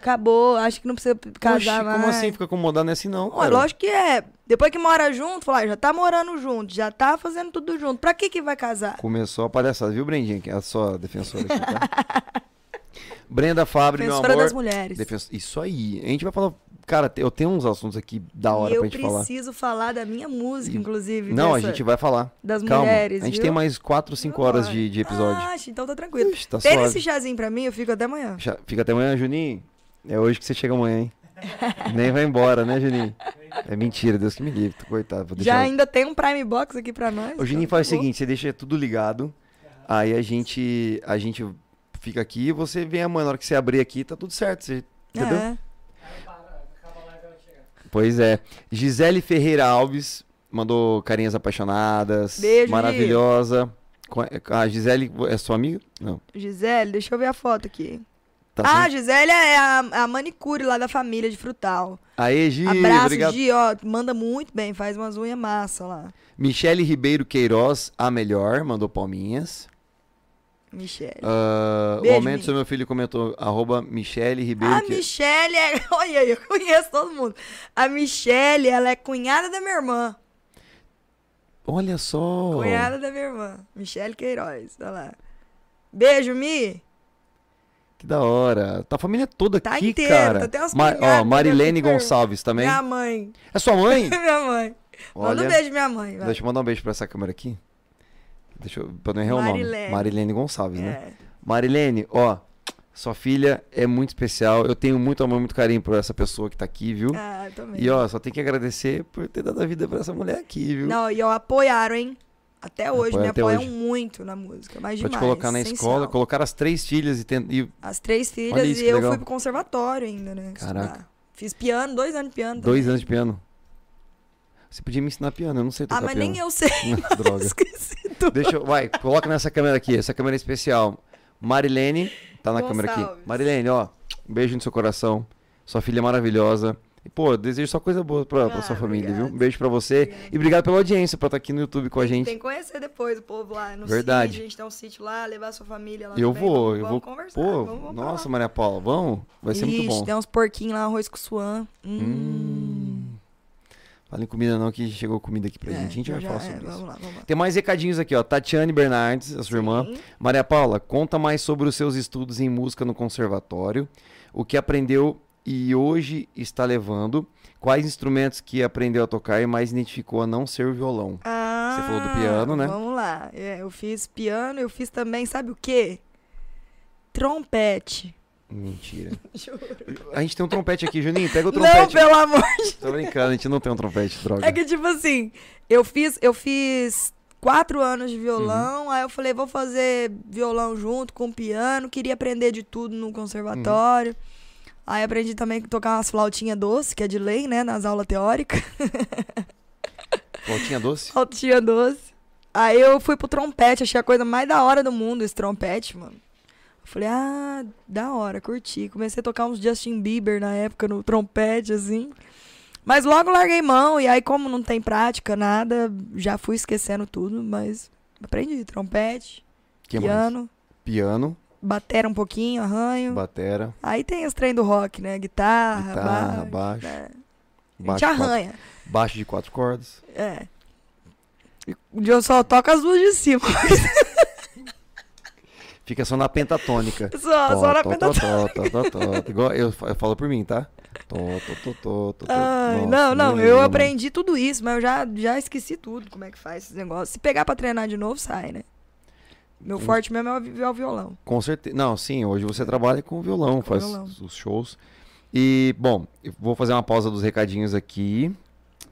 Acabou. Acho que não precisa casar
Oxi,
mais.
como assim? Fica acomodado não é assim, não.
Ó,
cara.
lógico que é. Depois que mora junto, fala, ah, já tá morando junto, já tá fazendo tudo junto. Pra que que vai casar?
Começou a palhaçada, viu, Brendinha? Que é a sua defensora aqui, tá? Brenda Fabre, meu
Defensora
amor.
das mulheres.
Defenso- Isso aí. A gente vai falar. Cara, te- eu tenho uns assuntos aqui da hora
e eu
pra gente falar. Hum.
preciso falar da minha música, inclusive.
Não, a
dessa-
gente vai falar.
das
Calma.
mulheres,
a gente
viu?
tem mais 4, 5
Vambora.
horas de, de episódio.
Ah, Ixi, então tá tranquilo.
Ixi, tá
Tem
suave.
esse chazinho pra mim, eu fico até amanhã.
Já- Fica até amanhã, Juninho. É hoje que você chega amanhã, hein? Nem vai embora, né, Juninho? É mentira, Deus que me livre. Coitado, vou
Já
deixar.
ainda tem um Prime Box aqui pra nós.
O Juninho
então
faz o
tá bom.
seguinte, você deixa tudo ligado, aí a gente, a gente fica aqui e você vem amanhã, na hora que você abrir aqui, tá tudo certo, você- entendeu?
É.
Pois é. Gisele Ferreira Alves mandou carinhas apaixonadas,
Beijo, Gi.
maravilhosa. Co- A Gisele é sua amiga? Não.
Gisele, deixa eu ver a foto aqui.
Tá
ah,
sem-
Gisele é a, a manicure lá da família de frutal.
Aê, Gi,
Abraço,
obrigado.
Gi, ó. Manda muito bem, faz umas unhas massa lá.
Michele Ribeiro Queiroz, a melhor, mandou palminhas.
Michele.
Ah, o
Beijo,
aumento
Mi.
seu meu filho comentou, arroba Michele Ribeiro.
A
Que...
Michelle é. Olha aí, eu conheço todo mundo. A Michelle, ela é cunhada da minha irmã.
Olha só.
Cunhada da minha irmã. Michelle Queiroz. Olha lá. Beijo, Mi.
Que da hora. Tá a família toda
Tá
aqui,
inteira,
cara.
tá até os
Ma-
cunhados,
ó, Marilene
né, super-
Gonçalves também.
Minha mãe.
É sua mãe?
minha mãe. Manda
Olha.
um beijo, minha mãe. vai.
Deixa eu mandar um beijo pra essa câmera aqui. Deixa eu, pra não errar o nome.
Marilene.
Marilene Gonçalves, né?
É.
Marilene, ó, sua filha é muito especial. Eu tenho muito amor, muito carinho por essa pessoa que tá aqui, viu?
Ah, eu também.
E ó, só tem que agradecer por ter dado a vida pra essa mulher aqui, viu?
Não, e ó, apoiaram, hein? Até hoje,
Apoiaram
me
até
apoiam
hoje.
muito na música. Mas
pra
demais.
te colocar na
sem
escola,
sal.
colocar as três filhas e, ten- e
As três filhas
isso,
e
que
eu
legal.
fui pro conservatório ainda, né?
Caraca.
estudar. Fiz piano, dois anos de piano. também.
dois anos de piano. Você podia me ensinar piano, eu não sei tocar
Ah, mas
piano.
nem eu sei.
Droga.
Esqueci tudo.
Deixa eu. Vai, coloca nessa câmera aqui. Essa câmera é especial. Marilene. Tá na câmera aqui.
Gonçalves.
Marilene, ó. Um beijo no seu coração. Sua filha é maravilhosa. E, pô, desejo só coisa boa pra, pra
Ah,
sua família, viu? Um
obrigada.
beijo pra você. E obrigado pela audiência pra estar aqui no YouTube com a gente.
Tem que conhecer depois o povo lá. No
Verdade.
Sítio, a gente tem um sítio lá, levar sua família lá.
Eu
também.
vou,
Vamos-
eu vou.
vamos conversar.
Pô,
vamos, vamos pra lá.
nossa, Maria Paula, vamos? Vai ser
Ixi, um-
muito bom.
tem uns porquinhos lá, arroz com suã. Hum.
Fala em comida não, que chegou comida aqui pra gente. A gente vai
já-
falar
é,
sobre isso.
Vamos lá, vamos lá.
Tem mais recadinhos aqui, ó. Tatiane Bernardes, a sua irmã. Maria Paula, conta mais sobre os seus estudos em música no conservatório, o que aprendeu e hoje está levando, quais instrumentos que aprendeu a tocar e mais identificou a não ser o violão.
Ah,
falou do piano, né?
Vamos lá. É, eu fiz piano, eu fiz também, sabe o quê? Trompete.
Mentira.
Juro.
A gente tem um trompete aqui, Juninho. Pega o
Não,
trompete. né?
pelo amor
Tô brincando, a gente não tem um trompete, droga.
É que, tipo assim, eu fiz, eu fiz quatro anos de violão,
Uhum.
aí eu falei, vou fazer violão junto com piano, queria aprender de tudo no conservatório.
Uhum.
Aí aprendi também a tocar umas flautinhas doce, que é de lei, né, nas aulas teóricas.
Flautinha doce?
Flautinha doce. Aí eu fui pro trompete, achei a coisa mais da hora do mundo esse trompete, mano. Eu Falei, ah, da hora, curti. Comecei a tocar uns Justin Bieber na época no trompete, assim. Mas logo larguei mão, e aí, como não tem prática, nada, já fui esquecendo tudo, mas aprendi trompete,
Que mais?
piano,
Piano,
batera um pouquinho, arranho.
batera,
aí tem os trem do rock, né? Guitarra,
guitarra,
baixo.
baixo,
né? A
baixo,
gente
quatro-
arranha.
baixo de quatro cordas.
É. Eu só toco as duas de cima.
Fica só na pentatônica.
Só,
Tó,
só na
tó,
pentatônica.
tó, tó, tó, tó, tó. Igual eu, fa- eu falo por mim, tá? Tó, tó, tó, tó, tó, tó. Nossa,
Ai, não, não,
menino,
eu
mano.
aprendi tudo isso, mas eu já, já esqueci tudo, como é que faz esses negócios. Se pegar pra treinar de novo, sai, né? Meu
Hum.
forte mesmo é o vi- é o violão.
Com certeza. Não, sim, hoje você trabalha com violão, faz
violão.
os shows. E, bom, eu vou fazer uma pausa dos recadinhos aqui.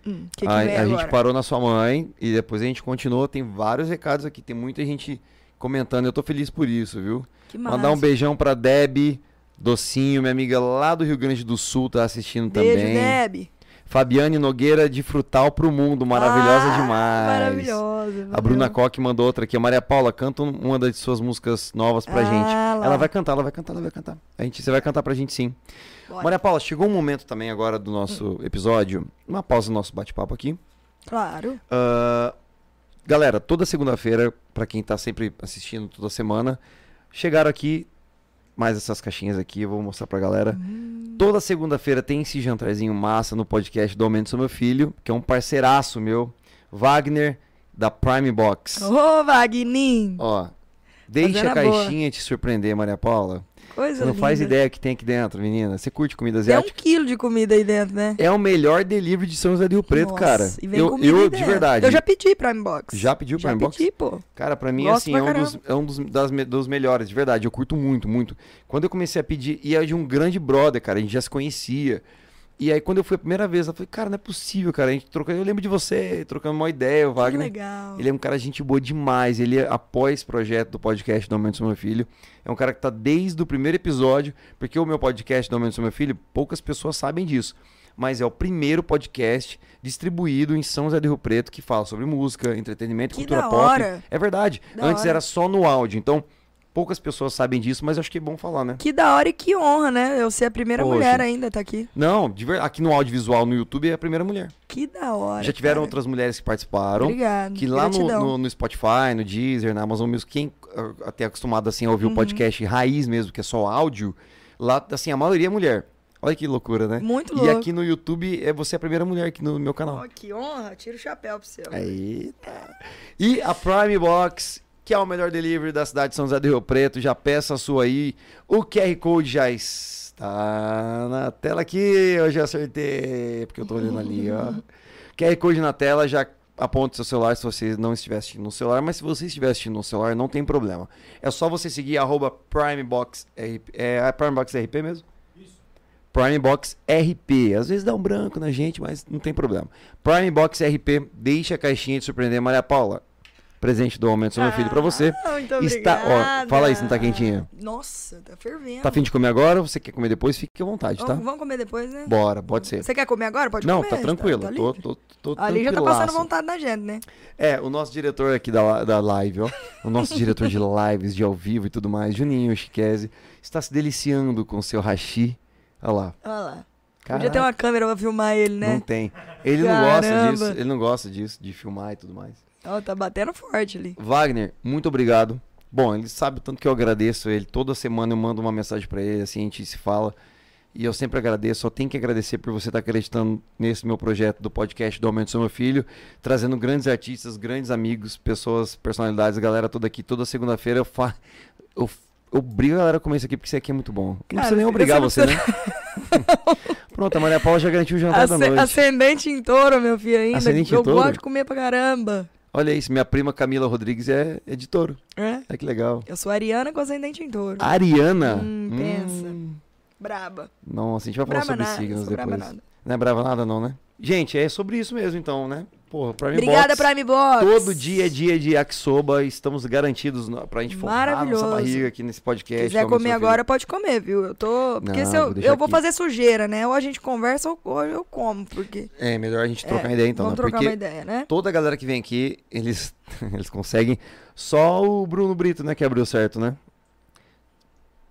Hum, que que
a
vem
a
agora?
gente parou na sua mãe e depois a gente continuou. Tem vários recados aqui, tem muita gente comentando. Eu tô feliz por isso, viu?
Que
Mandar um
massa.
beijão pra Deb, Docinho, minha amiga lá do Rio Grande do Sul, tá assistindo
Beijo,
também.
Deb.
Fabiane Nogueira de Frutal pro Mundo, maravilhosa
Ah,
demais.
Maravilhosa.
A Bruna Koch mandou outra aqui. A Maria Paula, canta um- uma das suas músicas novas pra
Ah,
gente.
lá.
Ela vai cantar, ela vai cantar, ela vai cantar. A gente, você vai cantar pra gente sim.
Bora.
Maria Paula, chegou um momento também agora do nosso episódio. Uma pausa no nosso bate-papo aqui.
Claro.
Ah, galera, toda segunda-feira, pra quem tá sempre assistindo toda semana, chegaram aqui mais essas caixinhas aqui, eu vou mostrar pra galera.
Hum.
Toda segunda-feira tem esse jantarzinho massa no podcast do Aumento do Meu Filho, que é um parceiraço meu, Wagner, da Prime Box.
Ô, Vagnin.
Ó, deixa
Fazendo
a
a Oh. boa.
caixinha te surpreender, Maria Paula.
Coisa
Você não
linda.
faz ideia o que tem aqui dentro, menina. Você curte comida
Tem um
asiática?
quilo de comida aí dentro, né?
É o melhor delivery de São José do Rio Preto,
Nossa,
cara.
E vem
eu,
comida aí
eu de
dentro.
verdade.
Eu já pedi pra inbox.
Já pediu Prime Box?
pedi, pô.
Cara, pra mim,
Gosto
assim,
pra
é um, dos, é um dos, das me- dos melhores, de verdade. Eu curto muito, muito. Quando eu comecei a pedir, e é de um grande brother, cara, a gente já se conhecia. E aí, quando eu fui a primeira vez, eu falei, cara, não é possível, cara. A gente trocando, eu lembro de você, trocando uma ideia, o
Que
Wagner.
legal.
Ele é um cara gente boa demais. Ele apoia esse projeto do podcast do Aumento do Meu Filho. É um cara que tá desde o primeiro episódio, porque o meu podcast do Aumento do Meu Filho, poucas pessoas sabem disso. Mas é o primeiro podcast distribuído em São José do Rio Preto que fala sobre música, entretenimento, e
Que
cultura
da
pop.
hora.
É verdade.
Da
Antes
hora.
era só no áudio. Então, poucas pessoas sabem disso, mas acho que é bom falar, né?
Que da hora e que honra, né? Eu ser a primeira
Poxa.
mulher ainda tá aqui.
Não, de ver- aqui no audiovisual, no YouTube, é a primeira mulher.
Que da hora.
Já tiveram
cara.
outras mulheres que participaram.
Obrigado.
Que lá no,
Gratidão.
no, no Spotify, no Deezer, na Amazon Music, quem ah, até é acostumado assim, a ouvir
Uhum.
o podcast raiz mesmo, que é só áudio, lá, assim, a maioria é mulher. Olha que loucura, né?
Muito
E
louco.
aqui no YouTube, é você a primeira mulher aqui no meu canal.
Ó, que honra. Tira o chapéu pra você.
É Eita! E a Prime Box, que é o melhor delivery da cidade de São José do Rio Preto, já peça a sua aí. O QR Code já está na tela aqui, eu já acertei, porque eu tô olhando ali, ó. QR Code na tela, já aponta seu celular se você não estiver assistindo no celular, mas se você estiver assistindo no celular, não tem problema. É só você seguir arroba PrimeBoxRP, é a PrimeBoxRP mesmo? PrimeBox RP. Às vezes dá um branco na gente, mas não tem problema. PrimeBox RP, deixa a caixinha de surpreender. Maria Paula, presente do aumento do meu filho pra você.
Ah, muito
Está- ó,
obrigada.
fala aí se não tá quentinha.
Nossa, tá fervendo.
Tá afim de comer agora? Você quer comer depois? Fique à vontade, tá?
Vamos, vamos comer depois, né?
Bora, pode ser.
Você quer comer agora? Pode
Não,
comer.
tá tranquilo.
tá
tô,
livre.
tô, tô
Ali já tá passando
tranquilaço.
vontade na gente, né?
É, o nosso diretor aqui da, da live, ó. O nosso diretor de lives, de ao vivo e tudo mais, Juninho Chiquese, está se deliciando com seu hashi. Olha lá.
Olha lá.
Cara,
Podia ter Um uma câmera pra filmar ele,
não
né?
tem. Ele não gosta
Caramba.
disso, ele não gosta disso, de filmar e tudo mais.
Ó, tá batendo forte ali.
Wagner, muito obrigado. Bom, ele sabe o tanto que eu agradeço ele. Toda semana eu mando uma mensagem pra ele, assim, a gente se fala. E eu sempre agradeço, só tenho que agradecer por você estar acreditando nesse meu projeto do podcast do Aumento do Seu Meu Filho, trazendo grandes artistas, grandes amigos, pessoas, personalidades, galera toda aqui. Toda segunda-feira eu, fa... eu f- obrigo a galera a comer isso aqui, porque isso aqui é muito bom. Não
Cara,
precisa nem
você
obrigar
não
você, né? Pronto, a Maria Paula já garantiu o jantar é da
Asce-
noite.
ascendente em touro, meu filho, ainda.
Ascendente em
eu
touro?
gosto de comer pra caramba.
Olha isso, minha prima Camila Rodrigues é, é de touro.
É?
Olha que legal.
Eu sou ariana com ascendente em touro.
Ah. Ariana?
Hum, pensa. Braba.
Nossa, a gente vai falar
Braba
sobre
nada.
signos
sou braba
depois.
nada.
Não é brava nada, não, né? Gente, é sobre isso mesmo, então, né? Porra, Prime
Obrigada,
Box,
Prime Box.
Todo dia é dia de yakisoba, estamos garantidos no- pra gente forrar nossa
Maravilhoso.
barriga aqui nesse
Se
podcast.
quiser
Aumente
comer
seu filho.
agora, pode comer, viu? Eu tô. Porque
Não,
se eu,
vou deixar
eu vou
aqui.
fazer sujeira, né? Ou a gente conversa ou, ou eu como, porque.
É, melhor a gente trocar
É,
ideia, então,
Vamos
né?
trocar
Porque
uma ideia, né?
toda a galera que vem aqui, eles, eles conseguem. Só o Bruno Brito, né, que abriu certo, né?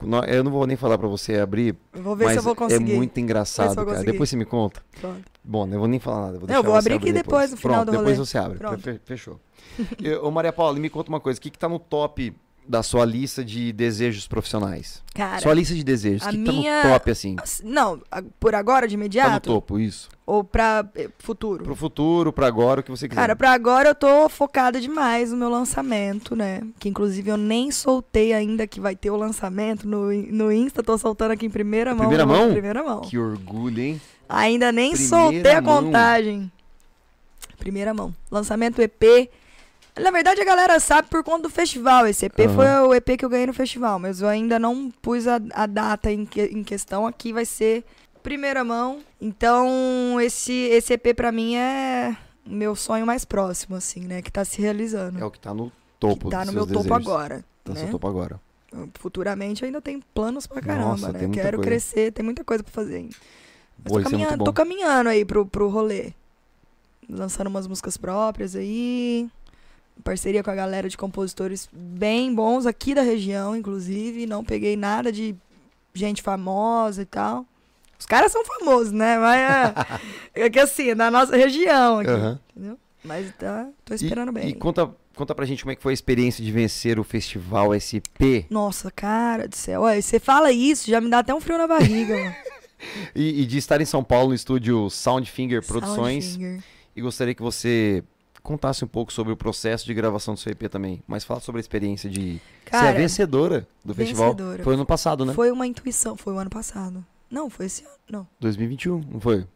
No- Eu não vou nem falar pra você abrir,
Eu Vou ver
mas
se eu vou
é
conseguir.
muito engraçado, cara.
conseguir.
Depois você me conta.
Pronto.
Bom, eu vou nem falar nada. Vou
Não,
deixar
eu vou
você
abrir aqui depois, no final
Pronto,
do
Depois
rolê.
você abre.
Pronto.
Fe- Fechou. E, Ô, Maria Paula, me conta uma coisa. O que, que tá no top da sua lista de desejos profissionais?
Cara.
sua lista de desejos. O
a
que, que
minha-
tá no top, assim?
Não, a- por agora, de
Tá no
imediato?
topo, isso.
ou pra eh, futuro?
Pro futuro, pra agora, o que você quiser.
Cara, pra agora eu tô focada demais no meu lançamento, né? Que inclusive eu nem soltei ainda que vai ter o lançamento no, no Insta, tô soltando aqui em primeira mão.
primeira mão?
Primeira mão.
Que orgulho, hein?
Ainda nem
Primeira
soltei a
mão.
contagem. Primeira mão. Lançamento EP. Na verdade, a galera sabe por conta do festival. Esse EP
Aham.
foi o EP que eu ganhei no festival, mas eu ainda não pus a, a data em, que- em questão. Aqui vai ser primeira mão. Então, esse, esse EP pra mim é o meu sonho mais próximo, assim, né? Que tá se realizando.
É o que tá no topo
que tá
dos
no meu
seus
topo
desejos.
agora.
Tá no
né?
seu topo agora.
Futuramente eu ainda tenho planos pra caramba,
Nossa,
né?
tem muita
Quero
coisa.
crescer, tem muita coisa pra fazer ainda. Mas
Boa, isso
tô,
é muito
caminhando,
bom.
tô caminhando aí pro, pro rolê. Lançando umas músicas próprias aí. em Parceria com a galera de compositores bem bons aqui da região, inclusive. Não peguei nada de gente famosa e tal. Os caras são famosos, né? Mas é, é que assim, na nossa região aqui.
Aham.
Entendeu? Mas tá, tô
E-
esperando bem.
E conta, conta pra gente como é que foi a experiência de vencer o festival SP.
Nossa, cara do céu. Olha, você fala isso, já me dá até um frio na barriga, mano.
E, e de estar em São Paulo no estúdio Soundfinger Produções.
Soundfinger.
E gostaria que você contasse um pouco sobre o processo de gravação do seu EP também. Mas fala sobre a experiência de. você é
Cara,
vencedora do festival.
vencedora.
Foi ano passado, né?
foi uma intuição. Foi o ano passado. Não, foi esse ano. Não,
2021, não foi?
Tá.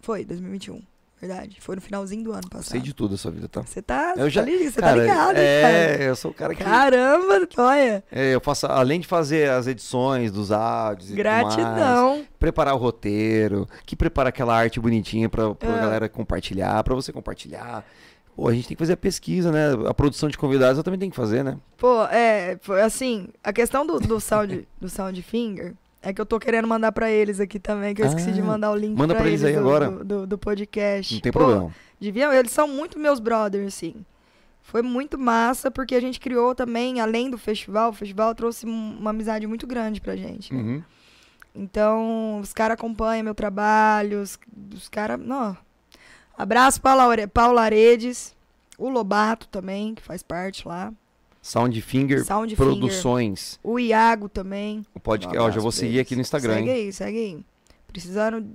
foi 2021. Verdade. Foi no finalzinho do ano passado.
Sei de tudo da sua vida, tá?
Você tá,
Eu
você
já-
tá ligado, você
Cara,
tá ligado, hein,
é, eu sou o cara
cara?
que.
Caramba, olha.
É, eu faço, além de fazer as edições dos áudios, e tudo mais,
Gratidão.
preparar o roteiro, que prepara aquela arte bonitinha pra, pra
Ah.
galera compartilhar, pra você compartilhar. Pô, a gente tem que fazer a pesquisa, né? A produção de convidados eu também tenho que fazer, né?
Pô, é, foi assim, a questão do, do, sound, do Soundfinger é que eu tô querendo mandar pra eles aqui também, que eu esqueci de
Ah,
mandar o link
manda
pra
pra eles aí
do,
agora.
Do, do, do podcast.
Não tem
Pô,
problema.
Deviam, eles são muito meus brothers, assim. Foi muito massa, porque a gente criou também, além do festival, o festival trouxe um- uma amizade muito grande pra gente. né?
Uhum.
Então, os caras acompanham meu trabalho, os, os caras. não. Abraço Paula, Are- Paula Aredes, o Lobato também, que faz parte lá.
Soundfinger
Soundfinger.
Produções.
O Iago também.
O podcast.
Um
Ó, já
abraço
vou
pra
seguir
eles.
aqui no Instagram,
Segue
hein?
aí, segue aí. Precisando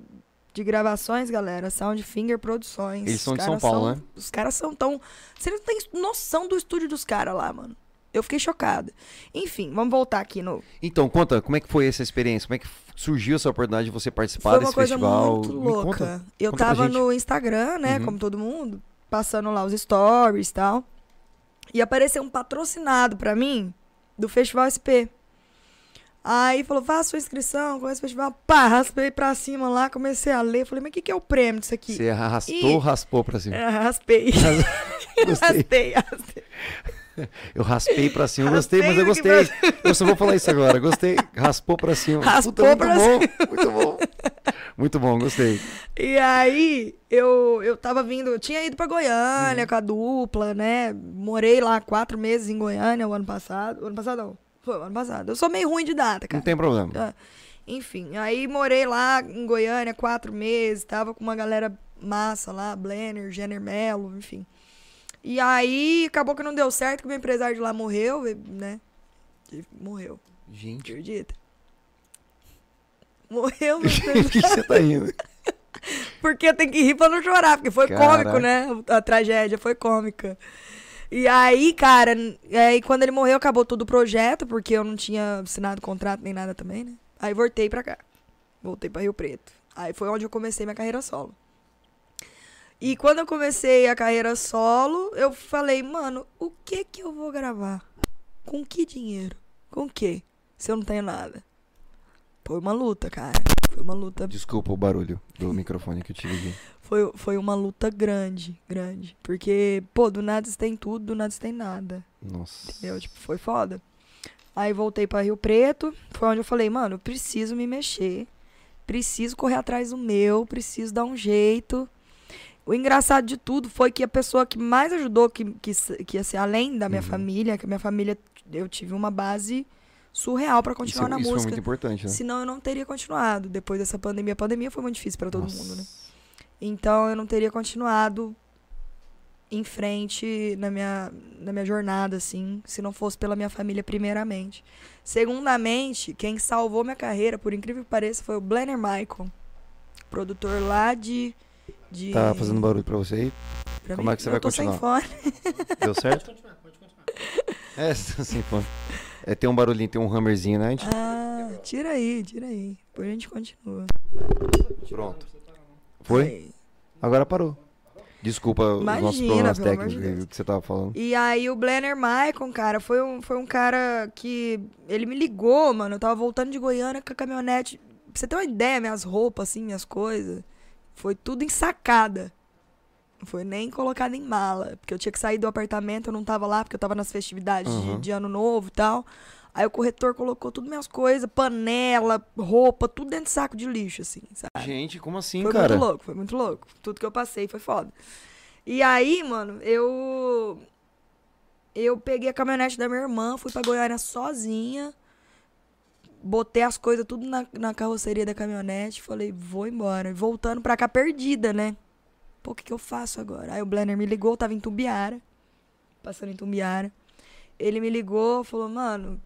de gravações, galera. Soundfinger Produções.
Eles são
Os
de São
caras
Paulo,
são-
né?
Os caras são tão. Você não tem noção do estúdio dos caras lá, mano. Eu fiquei chocada. Enfim, vamos voltar aqui no.
Então, conta, como é que foi essa experiência? Como é que f- surgiu essa oportunidade de você participar
Foi uma
desse
coisa
festival?
muito
Me conta.
louca. Eu
conta pra
tava
gente.
no Instagram, né?
Uhum.
Como todo mundo, passando lá os stories e tal. E apareceu um patrocinado pra mim do Festival SP. Aí falou, faça sua inscrição, conhece o festival. Pá, raspei pra cima lá, comecei a ler. Falei, mas o que, que é o prêmio disso aqui?
Você arrastou,
Ih.
raspou pra cima.
É, raspei.
Gostei.
raspei, raspei.
Eu raspei pra cima, eu gostei, mas eu
Raspei
gostei. Eu só vou falar isso agora. Gostei, raspou pra cima.
Raspou
muito
pra
bom, Muito bom. Muito bom, gostei.
E aí, eu, eu tava vindo, eu tinha ido pra Goiânia com a dupla, né? Morei lá quatro meses em Goiânia o ano passado. O ano passado não. Foi o ano passado. Eu sou meio ruim de data,
Não
cara.
tem problema.
Ah, Enfim, aí morei lá em Goiânia quatro meses, tava com uma galera massa lá, Blenner, Jenner Mello, enfim. E aí acabou que não deu certo, que meu empresário de lá morreu, né? Morreu,
Gente,
acredita? Morreu meu
Por que você tá rindo?
Porque tem que rir pra não chorar, porque foi
Caraca.
cômico, né? A tragédia foi cômica. E aí, cara, n- aí quando ele morreu, acabou todo o projeto, porque eu não tinha assinado contrato nem nada também, né? Aí voltei pra cá. Voltei pra Rio Preto. Aí foi onde eu comecei minha carreira solo. E quando eu comecei a carreira solo, eu falei, mano, o que que eu vou gravar? Com que dinheiro? Com que? Se eu não tenho nada. Foi uma luta, cara. Foi uma luta
Desculpa o barulho do microfone que eu tive aqui.
foi, foi uma luta grande, grande. Porque, pô, do nada você tem tudo, do nada você tem nada.
Nossa.
Entendeu? Tipo, foi foda. Aí voltei pra Rio Preto, foi onde eu falei, mano, eu preciso me mexer. Preciso correr atrás do meu, preciso dar um jeito. O engraçado de tudo foi que a pessoa que mais ajudou, que, que, s- que ia ser além da minha
Uhum.
família, que a minha família, eu tive uma base surreal pra
Isso,
continuar na
é isso foi
música.
muito importante, né?
Senão eu não teria continuado depois dessa pandemia. A pandemia foi muito difícil pra todo
Nossa.
mundo, né? Então eu não teria continuado em frente na minha, na minha jornada, assim, se não fosse pela minha família, primeiramente. Segundamente, quem salvou minha carreira, por incrível que pareça, foi o Blenner Michael, produtor lá de. de
Tá fazendo barulho pra você aí?
pra
Como é que você
eu
vai
tô sem
continuar?
fone.
Deu certo?
continuar, pode continuar.
É, sim, pô. É, tem um barulhinho, tem um hammerzinho, né? A gente...
Ah, tira aí, tira aí. Depois a gente continua.
Pronto. Foi?
Aí.
Agora parou. Desculpa os nossos
Imagina,
problemas
pelo amor
técnicos
de Deus.
que- que você tava falando.
E aí o Blenner Maicon, cara, foi um, foi um cara que. Ele me ligou, mano. Eu tava voltando de Goiânia com a caminhonete. Pra você ter uma ideia, minhas roupas, assim, minhas coisas. Foi tudo ensacada. Não foi nem colocada em mala. Porque eu tinha que sair do apartamento, eu não tava lá, porque eu tava nas festividades de-
Uhum.
de, ano novo e tal. Aí o corretor colocou tudo minhas coisas, panela, roupa, tudo dentro de saco de lixo, assim, sabe?
Gente, como assim,
Foi
cara?
muito louco, foi muito louco. Tudo que eu passei foi foda. E aí, mano, eu. Eu peguei a caminhonete da minha irmã, fui pra Goiânia sozinha, botei as coisas tudo na, na carroceria da caminhonete, falei, vou embora. E voltando pra cá perdida, né? Pô, o que, que eu faço agora? Aí o Blenner me ligou, eu tava em Tumbiara, passando em Tumbiara. Ele me ligou, falou, mano,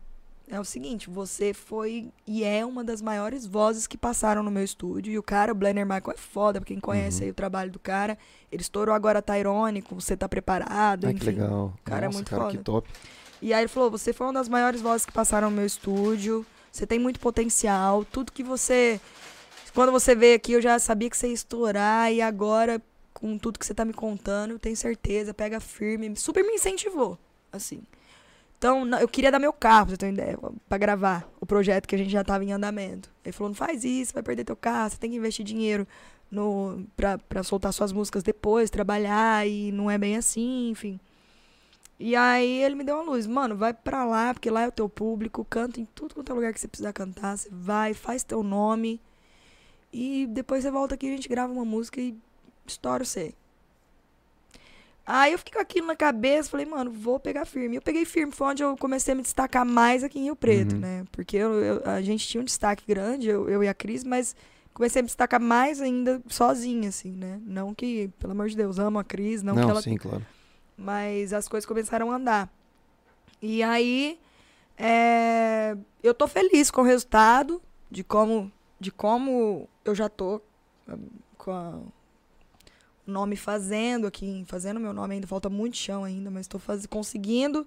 é o seguinte, você foi e é uma das maiores vozes que passaram no meu estúdio. E o cara, o Blenner Michael, é foda, pra quem conhece
Uhum.
aí o trabalho do cara. Ele estourou agora tá irônico, você tá preparado,
Ah,
enfim.
que legal.
cara, é
Nossa,
muito
cara, que
foda.
top.
E aí ele falou: você foi uma das maiores vozes que passaram no meu estúdio. Você tem muito potencial. Tudo que você. Quando você veio aqui, eu já sabia que você ia estourar. E agora, com tudo que você tá me contando, eu tenho certeza. Pega firme. Super me incentivou. Assim. Então, na- eu queria dar meu carro, pra você ter uma ideia, pra gravar o projeto que a gente já tava em andamento. Ele falou: não faz isso, vai perder teu carro, você tem que investir dinheiro no, pra, pra soltar suas músicas depois, trabalhar, e não é bem assim, enfim. E aí ele me deu uma luz, mano, vai pra lá, porque lá é o teu público, canta em tudo quanto é lugar que você precisar cantar, você vai, faz teu nome. E depois você volta aqui, a gente grava uma música e estoura você. Aí eu fiquei com aquilo na cabeça, falei, mano, vou pegar firme. Eu peguei firme, foi onde eu comecei a me destacar mais aqui em Rio Preto,
Uhum.
né? Porque eu- eu- a gente tinha um destaque grande, eu, eu e a Cris, mas comecei a me destacar mais ainda sozinha, assim, né? Não que, pelo amor de Deus, amo a Cris, não,
Não,
que ela
sim, claro.
mas as coisas começaram a andar. E aí, é, eu tô feliz com o resultado, de como, de como eu já tô hum, com a- o nome fazendo aqui, fazendo meu nome ainda, falta muito chão ainda, mas tô faz, conseguindo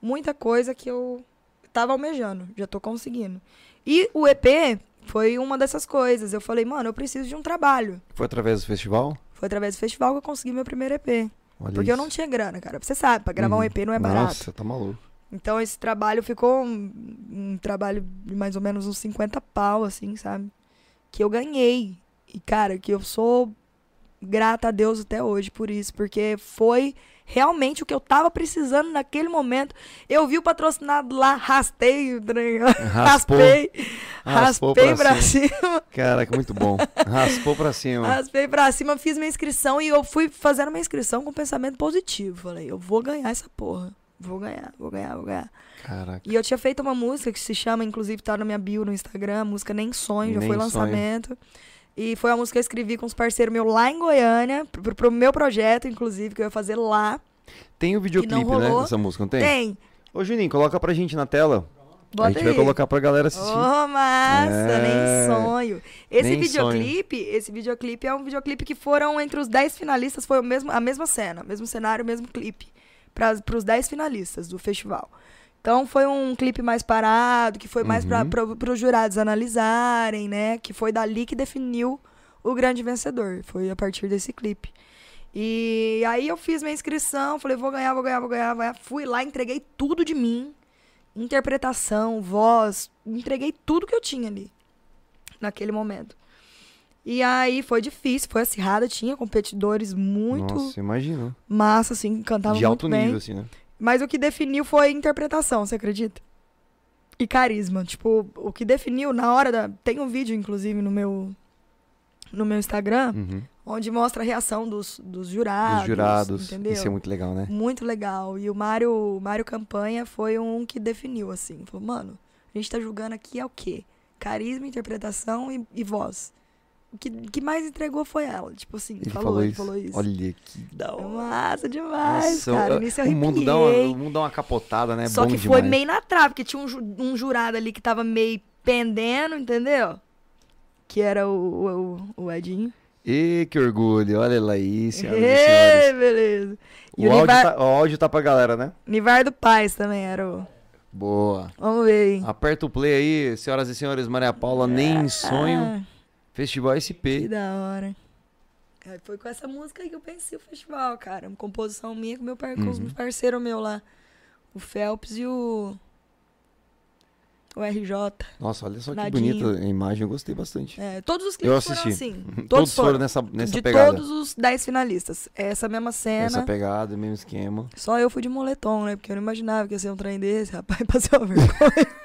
muita coisa que eu tava almejando, já tô conseguindo. E o EP foi uma dessas coisas, eu falei, mano, eu preciso de um trabalho.
Foi através do festival?
Foi através do festival que eu consegui meu primeiro EP.
Olha
Porque eu não
isso.
tinha grana, cara. Você sabe, pra gravar um
Uhum.
EP não é barato.
Nossa, tá maluco.
Então esse trabalho ficou um, um trabalho de mais ou menos uns 50 pau, assim, sabe? Que eu ganhei. E, cara, que eu sou grata a Deus até hoje por isso. Porque foi realmente o que eu tava precisando naquele momento. Eu vi o patrocinado lá, rastei,
Raspou.
raspei,
Raspou
raspei
pra
pra
cima.
cima.
Caraca, muito bom. Raspou pra cima.
Raspei pra cima, fiz minha inscrição e eu fui fazendo minha inscrição com pensamento positivo. Falei, eu vou ganhar essa porra. Vou ganhar, vou ganhar, vou ganhar.
Caraca.
E eu tinha feito uma música que se chama, inclusive tá na minha bio no Instagram, a música Nem Sonho, já
Nem
foi
Sonho.
lançamento. E foi uma música que eu escrevi com os parceiros meus lá em Goiânia, pro, pro meu projeto, inclusive, que eu ia fazer lá.
Tem o videoclipe, né?
rolou.
Dessa música, não tem?
Tem.
Ô, Juninho, coloca pra gente na tela. a gente
Bota
vai
aí.
colocar pra galera assistir.
Oh, massa,
É.
nem sonho. Esse
Nem
videoclipe, esse videoclipe é um videoclipe que foram entre os 10 finalistas, foi o mesmo, a mesma cena, mesmo cenário, mesmo clipe para os 10 finalistas do festival. Então foi um clipe mais parado, que foi mais
Uhum.
para os jurados analisarem, né? Que foi dali que definiu o grande vencedor. Foi a partir desse clipe. E aí eu fiz minha inscrição, falei, vou ganhar, vou ganhar, vou ganhar, vou ganhar. Fui lá, entreguei tudo de mim. Interpretação, voz, entreguei tudo que eu tinha ali naquele momento. E aí foi difícil, foi acirrado, tinha competidores muito
Nossa, imagina.
massa, assim, cantavam
De alto
muito bem.
nível, assim, né?
Mas o que definiu foi interpretação, você acredita? E carisma. Tipo, o que definiu na hora da. Tem um vídeo, inclusive, no meu. No meu Instagram,
Uhum.
onde mostra a reação dos, dos jurados.
Dos jurados.
ah, Entendeu?
Isso é muito legal, né?
Muito legal. E o Mário, o Mário Campanha foi um que definiu, assim. Falou, mano, a gente tá julgando aqui é o quê? Carisma, interpretação e, e voz. O que, que mais entregou foi ela. Tipo assim,
Ele
falou,
falou,
ele
isso.
falou isso.
Olha que da
É
hora.
Massa demais,
Nossa,
cara.
o-
Nisso eu
o, mundo dá uma,
arrepiei.
o mundo dá uma capotada, né?
Só
Bom
que
demais.
foi meio na trave, porque tinha um, ju- um jurado ali que tava meio pendendo, entendeu? Que era o, o, o Edinho.
Ê, que orgulho. Olha lá aí, senhoras e senhores.
Ê, beleza. E
O
o
áudio,
Nivar-
tá, o áudio tá pra galera, né?
Nivardo Paz também era o.
Boa.
Vamos ver, hein?
Aperta o play aí, senhoras e senhores. Maria Paula, nem sonho.
Ah,
Festival
que
SP.
da hora. Aí foi com essa música aí que eu pensei o festival, cara. Uma composição minha com, meu par... com os
Uhum.
parceiros meu lá. O Phelps e o. O RJ.
Nossa, olha só que
Nadinho.
bonita a imagem. Eu gostei bastante.
É, todos os
Eu
clipes foram
assisti.
assim.
Todos,
Todos
foram,
foram.
nessa, nessa
de
pegada.
todos os 10 finalistas. Essa mesma cena.
Essa pegada, mesmo esquema.
Só eu fui de moletom, né? Porque eu não imaginava que ia ser um trem desse, rapaz. Passei uma vergonha.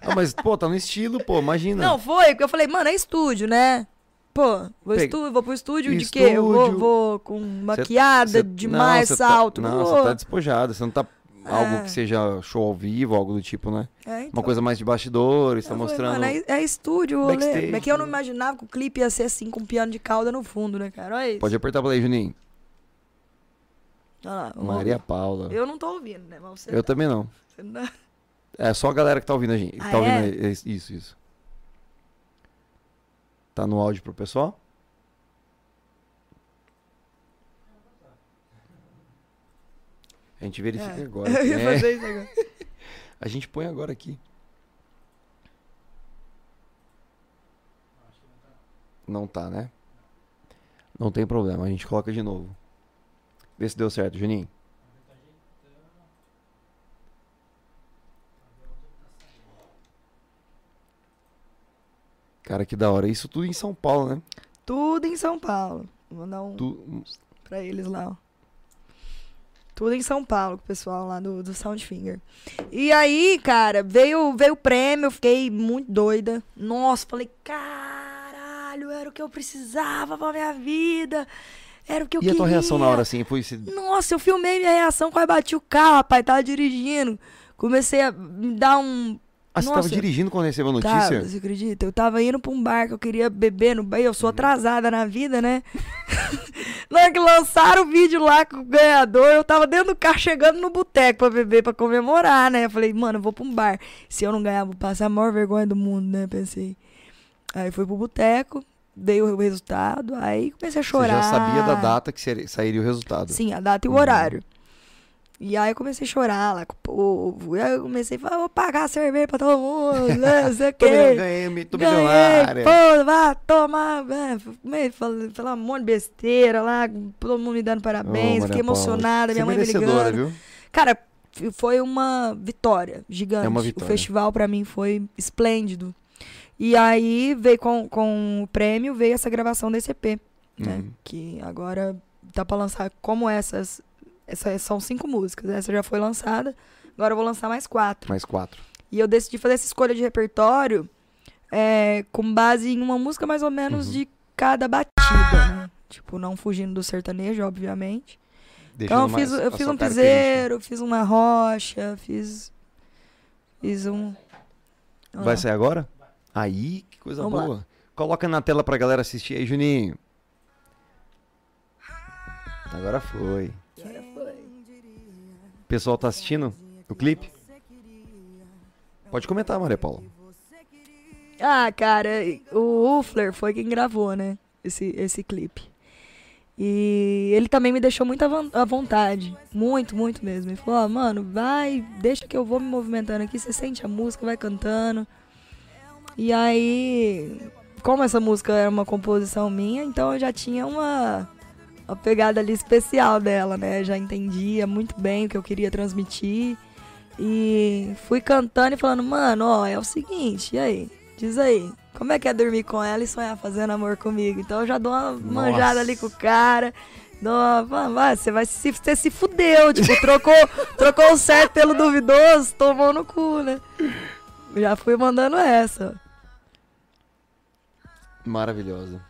Ah, mas, pô, tá no estilo, pô, imagina.
Não, foi, porque eu falei, mano, é estúdio, né? Pô, vou,
Pega-
estu vou pro estúdio de quê? Eu vou,
Estúdio.
vou com maquiada
Cê-
demais,
não, cê tá-
salto.
não,
vou.
você tá despojada. Você não tá algo
É.
que seja show ao vivo, algo do tipo, né?
É, então.
Uma coisa mais de bastidores,
Eu
tá
falei,
mostrando.
Mano, é, é estúdio, rolê.
Backstage,
É que eu não
né?
imaginava que o clipe ia ser assim, com um piano de cauda no fundo, né, cara? Olha isso.
Pode apertar play, Juninho.
Olha lá, vamos
Maria
ouvir.
Paula. Eu,
Eu não tô ouvindo, né? Mas você, tá-
também não.
você não...
É só a galera que tá ouvindo a gente. que tá
Ah,
ouvindo é- isso, isso. Tá no áudio pro pessoal? A gente verifica
É.
agora.
Eu ia
É,
fazer isso agora.
a gente põe agora aqui. Não tá, né? Não tem problema, a gente coloca de novo. Vê se deu certo, Juninho. Cara, que da hora. Isso tudo em São Paulo, né?
Tudo em São Paulo. Vou mandar um
Tu-
pra eles lá, ó. Tudo em São Paulo, com o pessoal lá do, do Soundfinger. E aí, cara, veio veio o prêmio, eu fiquei muito doida. Nossa, falei, caralho, era o que eu precisava pra minha vida. Era o que eu
E a
queria.
tua reação na hora, assim? Foi se...
Nossa, eu filmei minha reação, quase bati o carro, rapaz, tava dirigindo. Comecei a me dar um
Ah, você tava
Nossa. Tá,
dirigindo quando recebeu a notícia?
Tava, você acredita? Eu tava indo pra um bar que eu queria beber no bar. Eu
Uhum.
sou atrasada na vida, né? na hora que lançaram o vídeo lá com o ganhador, eu tava dentro do carro chegando no boteco pra beber, pra comemorar, né? Eu falei, mano, eu vou pra um bar. Se eu não ganhar, vou passar a maior vergonha do mundo, né? Pensei. Aí fui pro boteco, dei o resultado, aí comecei a
Você
chorar.
já sabia da data que seria- sairia o resultado.
Sim, a data e o
Uhum.
horário. E aí eu comecei a chorar lá com o povo. E aí eu comecei a falar, vou pagar cerveja pra todo mundo, né? Não sei o
Tô
quê.
milio- ganhei, tô
Ganhei,
milionária.
pô, vai tomar. é, meio fal- Falar um monte de besteira lá, todo mundo me dando
Ô,
parabéns,
Maria
fiquei
Paula, você
emocionada,
é
minha mãe me
merecedora,
ligando.
viu?
Cara, f- foi uma vitória gigante.
É uma vitória.
O festival pra mim foi esplêndido. E aí veio com, com o prêmio, veio essa gravação desse EP, né?
Uhum.
Que agora tá pra lançar como essas. Essas são cinco músicas. Essa já foi lançada. Agora eu vou lançar mais quatro.
Mais quatro.
E eu decidi fazer essa escolha de repertório é, com base em uma música mais ou menos
Uhum.
de cada batida, né? Tipo, não fugindo do sertanejo, obviamente. então eu
Deixando
fiz,
mais
eu
a
fiz
sua
um
característica.
piseiro, fiz uma rocha, fiz. Fiz um. ah. Olha
Vai
lá.
sair agora? Aí, que coisa
Vamos lá.
boa. Coloca na tela pra galera assistir aí, Juninho. Agora foi. O pessoal tá assistindo o clipe? Pode comentar, Maria Paula.
Ah, cara, o Uffler foi quem gravou, né? Esse, esse clipe. E ele também me deixou muito à von- à vontade. Muito, muito mesmo. Ele falou, ó, mano, vai, deixa que eu vou me movimentando aqui, você sente a música, vai cantando. E aí, como essa música era uma composição minha, então eu já tinha uma, uma pegada ali especial dela, né? Já entendia muito bem o que eu queria transmitir. E fui cantando e falando, mano, ó, é o seguinte, e aí? Diz aí, como é que é dormir com ela e sonhar fazendo amor comigo? Então eu já dou uma manjada ali com o cara. dou uma- vai, vai, você vai se, você se fudeu, tipo, trocou, trocou o certo pelo duvidoso, tomou no cu, né? Já fui mandando essa.
Maravilhosa.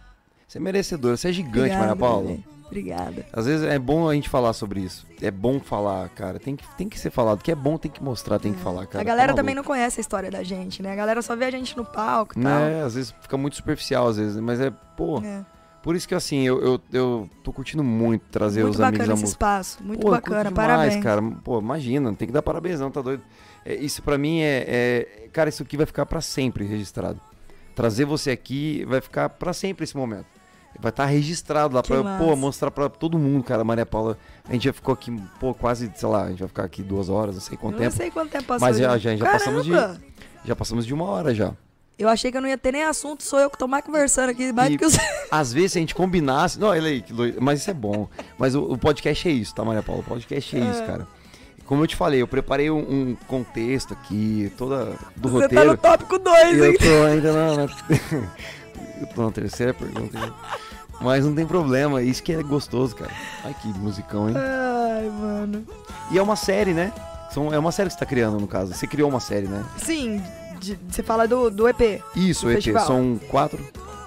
Você é merecedora, você é gigante,
Obrigada,
Maria Paula.
bebê. Obrigada.
Às vezes é bom a gente falar sobre isso. É bom falar, cara. Tem que, tem que ser falado. O que é bom tem que mostrar, tem que falar, cara.
Hum. a galera
Tá
também
maluco.
não conhece a história da gente, né? A galera só vê a gente no palco e tal.
Né? Às vezes fica muito superficial, às vezes. né? Mas é, pô.
É.
Por isso que assim, eu, eu, eu tô curtindo muito trazer
Muito
os amigos
bacana
da
esse
música.
espaço, muito
Pô, eu curto
bacana,
demais,
parabéns.
cara. Pô, imagina, tem que dar parabéns, não, tá doido? É, isso pra mim é, é- Cara, isso aqui vai ficar pra sempre registrado. Trazer você aqui vai ficar pra sempre esse momento. Vai estar registrado lá
Que
pra eu,
massa.
pô, mostrar pra todo mundo, cara. Maria Paula, a gente já ficou aqui, pô, quase, sei lá, a gente vai ficar aqui duas horas, não sei
Eu
quanto
não
tempo.
sei quanto tempo passou.
Mas já, já, já passamos de.
Caramba!
Já passamos de uma hora já.
Eu achei que eu não ia ter nem assunto, sou eu que tô mais conversando aqui, mais
E-
do que os...
Às vezes se a gente combinasse. Não, ele aí, que doido, mas isso é bom. Mas o, o podcast é isso, tá, Maria Paula? O podcast é, isso, cara. Como eu te falei, eu preparei um, um contexto aqui, toda do
Você tá no
roteiro.
tópico
e
2, hein?
eu tô ainda na, na- eu tô na terceira pergunta. ainda. Mas não tem problema, isso que é gostoso, cara. Ai, que musicão, hein?
Ai, mano.
E é uma série, né? São, é uma série que você tá criando, no caso. Você criou uma série, né?
Sim, de- você fala do, do EP.
Isso,
Do
EP,
festival.
são quatro.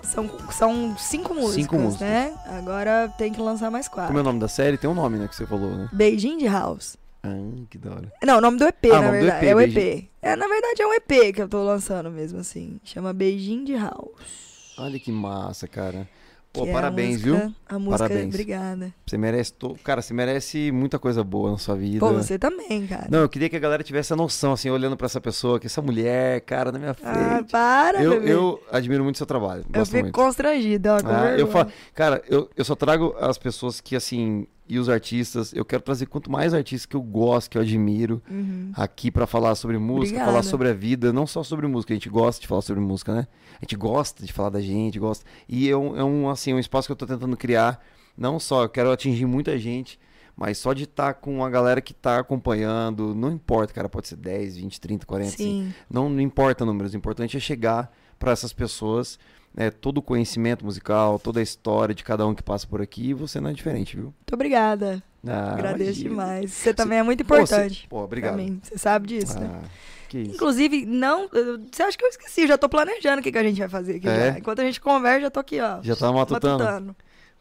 São, são cinco músicas,
músicas.
né? Agora tem que lançar mais quatro.
Como é o nome da série? Tem um nome, né, que você falou, né?
Beijinho de House.
Ah, que da hora.
Não, o nome do EP,
Ah, o
na
nome do
verdade.
EP,
é o EP.
Beijinho.
É, na verdade, é um EP que eu tô lançando mesmo, assim. Chama Beijinho de House.
Olha que massa, cara. Pô,
que é a
parabéns,
música-
viu?
A música,
Parabéns.
obrigada.
Você merece. to- Cara, você merece muita coisa boa na sua vida.
Pô, você também, cara.
Não, eu queria que a galera tivesse a noção, assim, olhando pra essa pessoa, que essa mulher, cara, na minha
ah,
frente.
para,
eu,
bebê.
eu admiro muito seu trabalho.
Eu
Gosto
fico
muito.
constrangida, ó, com
Ah, eu
vergonha.
falo, cara, eu, eu só trago as pessoas que, assim, e os artistas. Eu quero trazer quanto mais artistas que eu gosto, que eu admiro,
Uhum.
aqui pra falar sobre música,
Obrigada.
falar sobre a vida, não só sobre música, a gente gosta de falar sobre música, né? A gente gosta de falar da gente, gosta. E é um, é um, assim, um espaço que eu tô tentando criar, não só, eu quero atingir muita gente, mas só de estar com a galera que tá acompanhando, não importa, cara, pode ser 10, 20, 30, 40, assim,
Sim.
não, não importa números, o importante é chegar para essas pessoas, né, todo o conhecimento musical, toda a história de cada um que passa por aqui, e você não é diferente, viu?
Muito obrigada.
Ah,
Agradeço
imagina.
demais. Você também é muito
Pô, você-
importante.
Pô,
pra
obrigado.
mim. Você sabe disso, né?
Ah, que isso.
Inclusive, não. eu- Você acha que eu esqueci? Eu já tô planejando o que, que a gente vai fazer aqui
É?
já. Enquanto a gente conversa, já tô aqui, ó.
Já tá matutando?
matutando.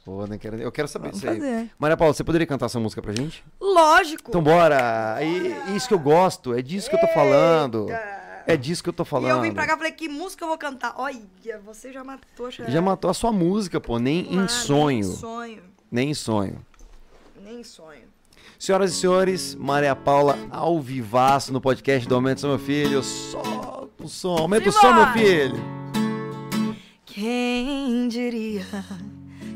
Pô, não quero- eu quero saber
Vamos
disso aí.
fazer.
Maria Paula, você poderia cantar essa música pra gente?
Lógico!
Então bora! Aí, isso que eu gosto, é disso que eu tô falando. É disso que eu tô falando.
E eu vim pra cá e falei, que música eu vou cantar? Olha, você já matou, já.
Já matou a sua música, pô, nem
Mano,
em sonho.
Nem sonho.
Nem em sonho.
Nem sonho.
Senhoras e senhores, Maria Paula ao vivaço no podcast do Aumento Som, meu filho. Solta o som, aumenta o som, meu
Simbora!
filho.
Quem diria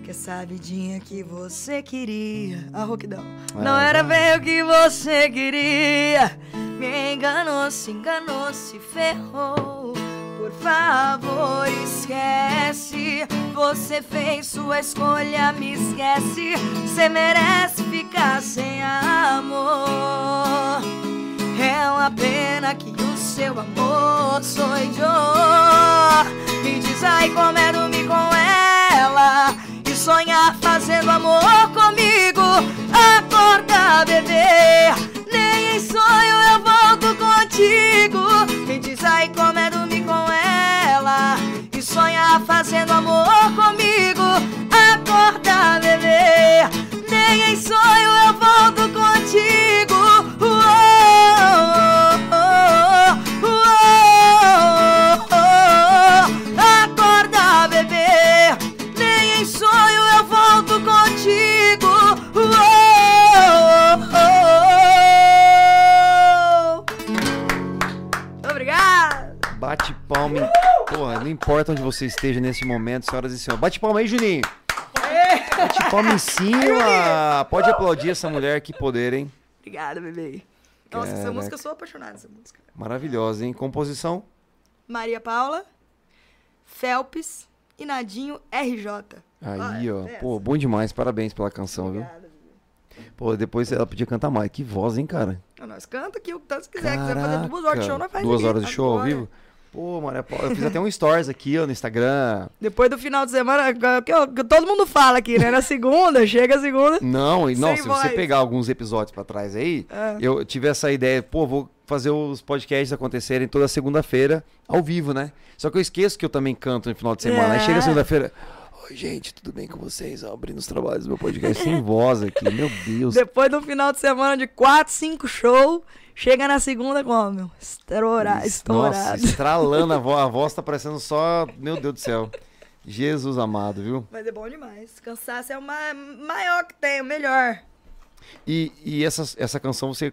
que essa vidinha que você queria. Ah, Roquidão. Não
Ah,
era
não.
bem o que você queria. Me enganou, se enganou, se ferrou. Por favor, esquece. Você fez sua escolha, me esquece. Você merece ficar sem amor. É uma pena que o seu amor sou eu. Me diz aí como é dormir com ela e sonhar fazendo amor comigo. Acorda, bebê, nem em sonho eu volto contigo. Me diz aí como é dormir com ela e sonhar fazendo amor comigo. Acorda, bebê, nem em sonho eu volto contigo. Uou, uou, Acorda, bebê, nem em sonho eu volto contigo. Uou,
importa onde você esteja nesse momento, senhoras e senhores. Bate palma aí, Juninho. Bate palma em cima. Pode aplaudir essa mulher, que poder, hein?
Obrigada, bebê. Nossa, essa
Caraca.
música, eu sou apaixonada essa música.
Maravilhosa, hein? Composição.
Maria Paula, Felps e Nadinho RJ.
Aí,
Olha,
ó.
essa.
Pô, bom demais. Parabéns pela canção, viu?
Obrigada, bebê.
Pô, depois ela podia cantar mais. Que voz, hein, cara?
Não, Nós canta aqui o tanto que quiser. Quiser fazer duas horas de show, nós faz
Duas
aqui,
horas de show ao
agora.
vivo? Pô, Maria Paula, eu fiz até um stories aqui, ó, no Instagram.
Depois do final de semana, que, eu- que todo mundo fala aqui, né? Na segunda, chega a segunda.
Não, e não,
Sem
se você
voz.
pegar alguns episódios pra trás aí,
Ah.
eu tive essa ideia, pô, vou fazer os podcasts acontecerem toda segunda-feira ao vivo, né? Só que eu esqueço que eu também canto no final de semana. Aí
É.
chega segunda-feira, oi gente, tudo bem com vocês? Ó, abrindo os trabalhos do meu podcast sem voz aqui, meu Deus.
Depois do final de semana de quatro, cinco shows, chega na segunda como, meu? Estourado,
Nossa,
estourado.
estralando a voz, a voz tá parecendo só, meu Deus do céu. Jesus amado, viu?
Mas é bom demais. Cansaço é o ma- maior que tem, o melhor.
E, e essa, essa canção você,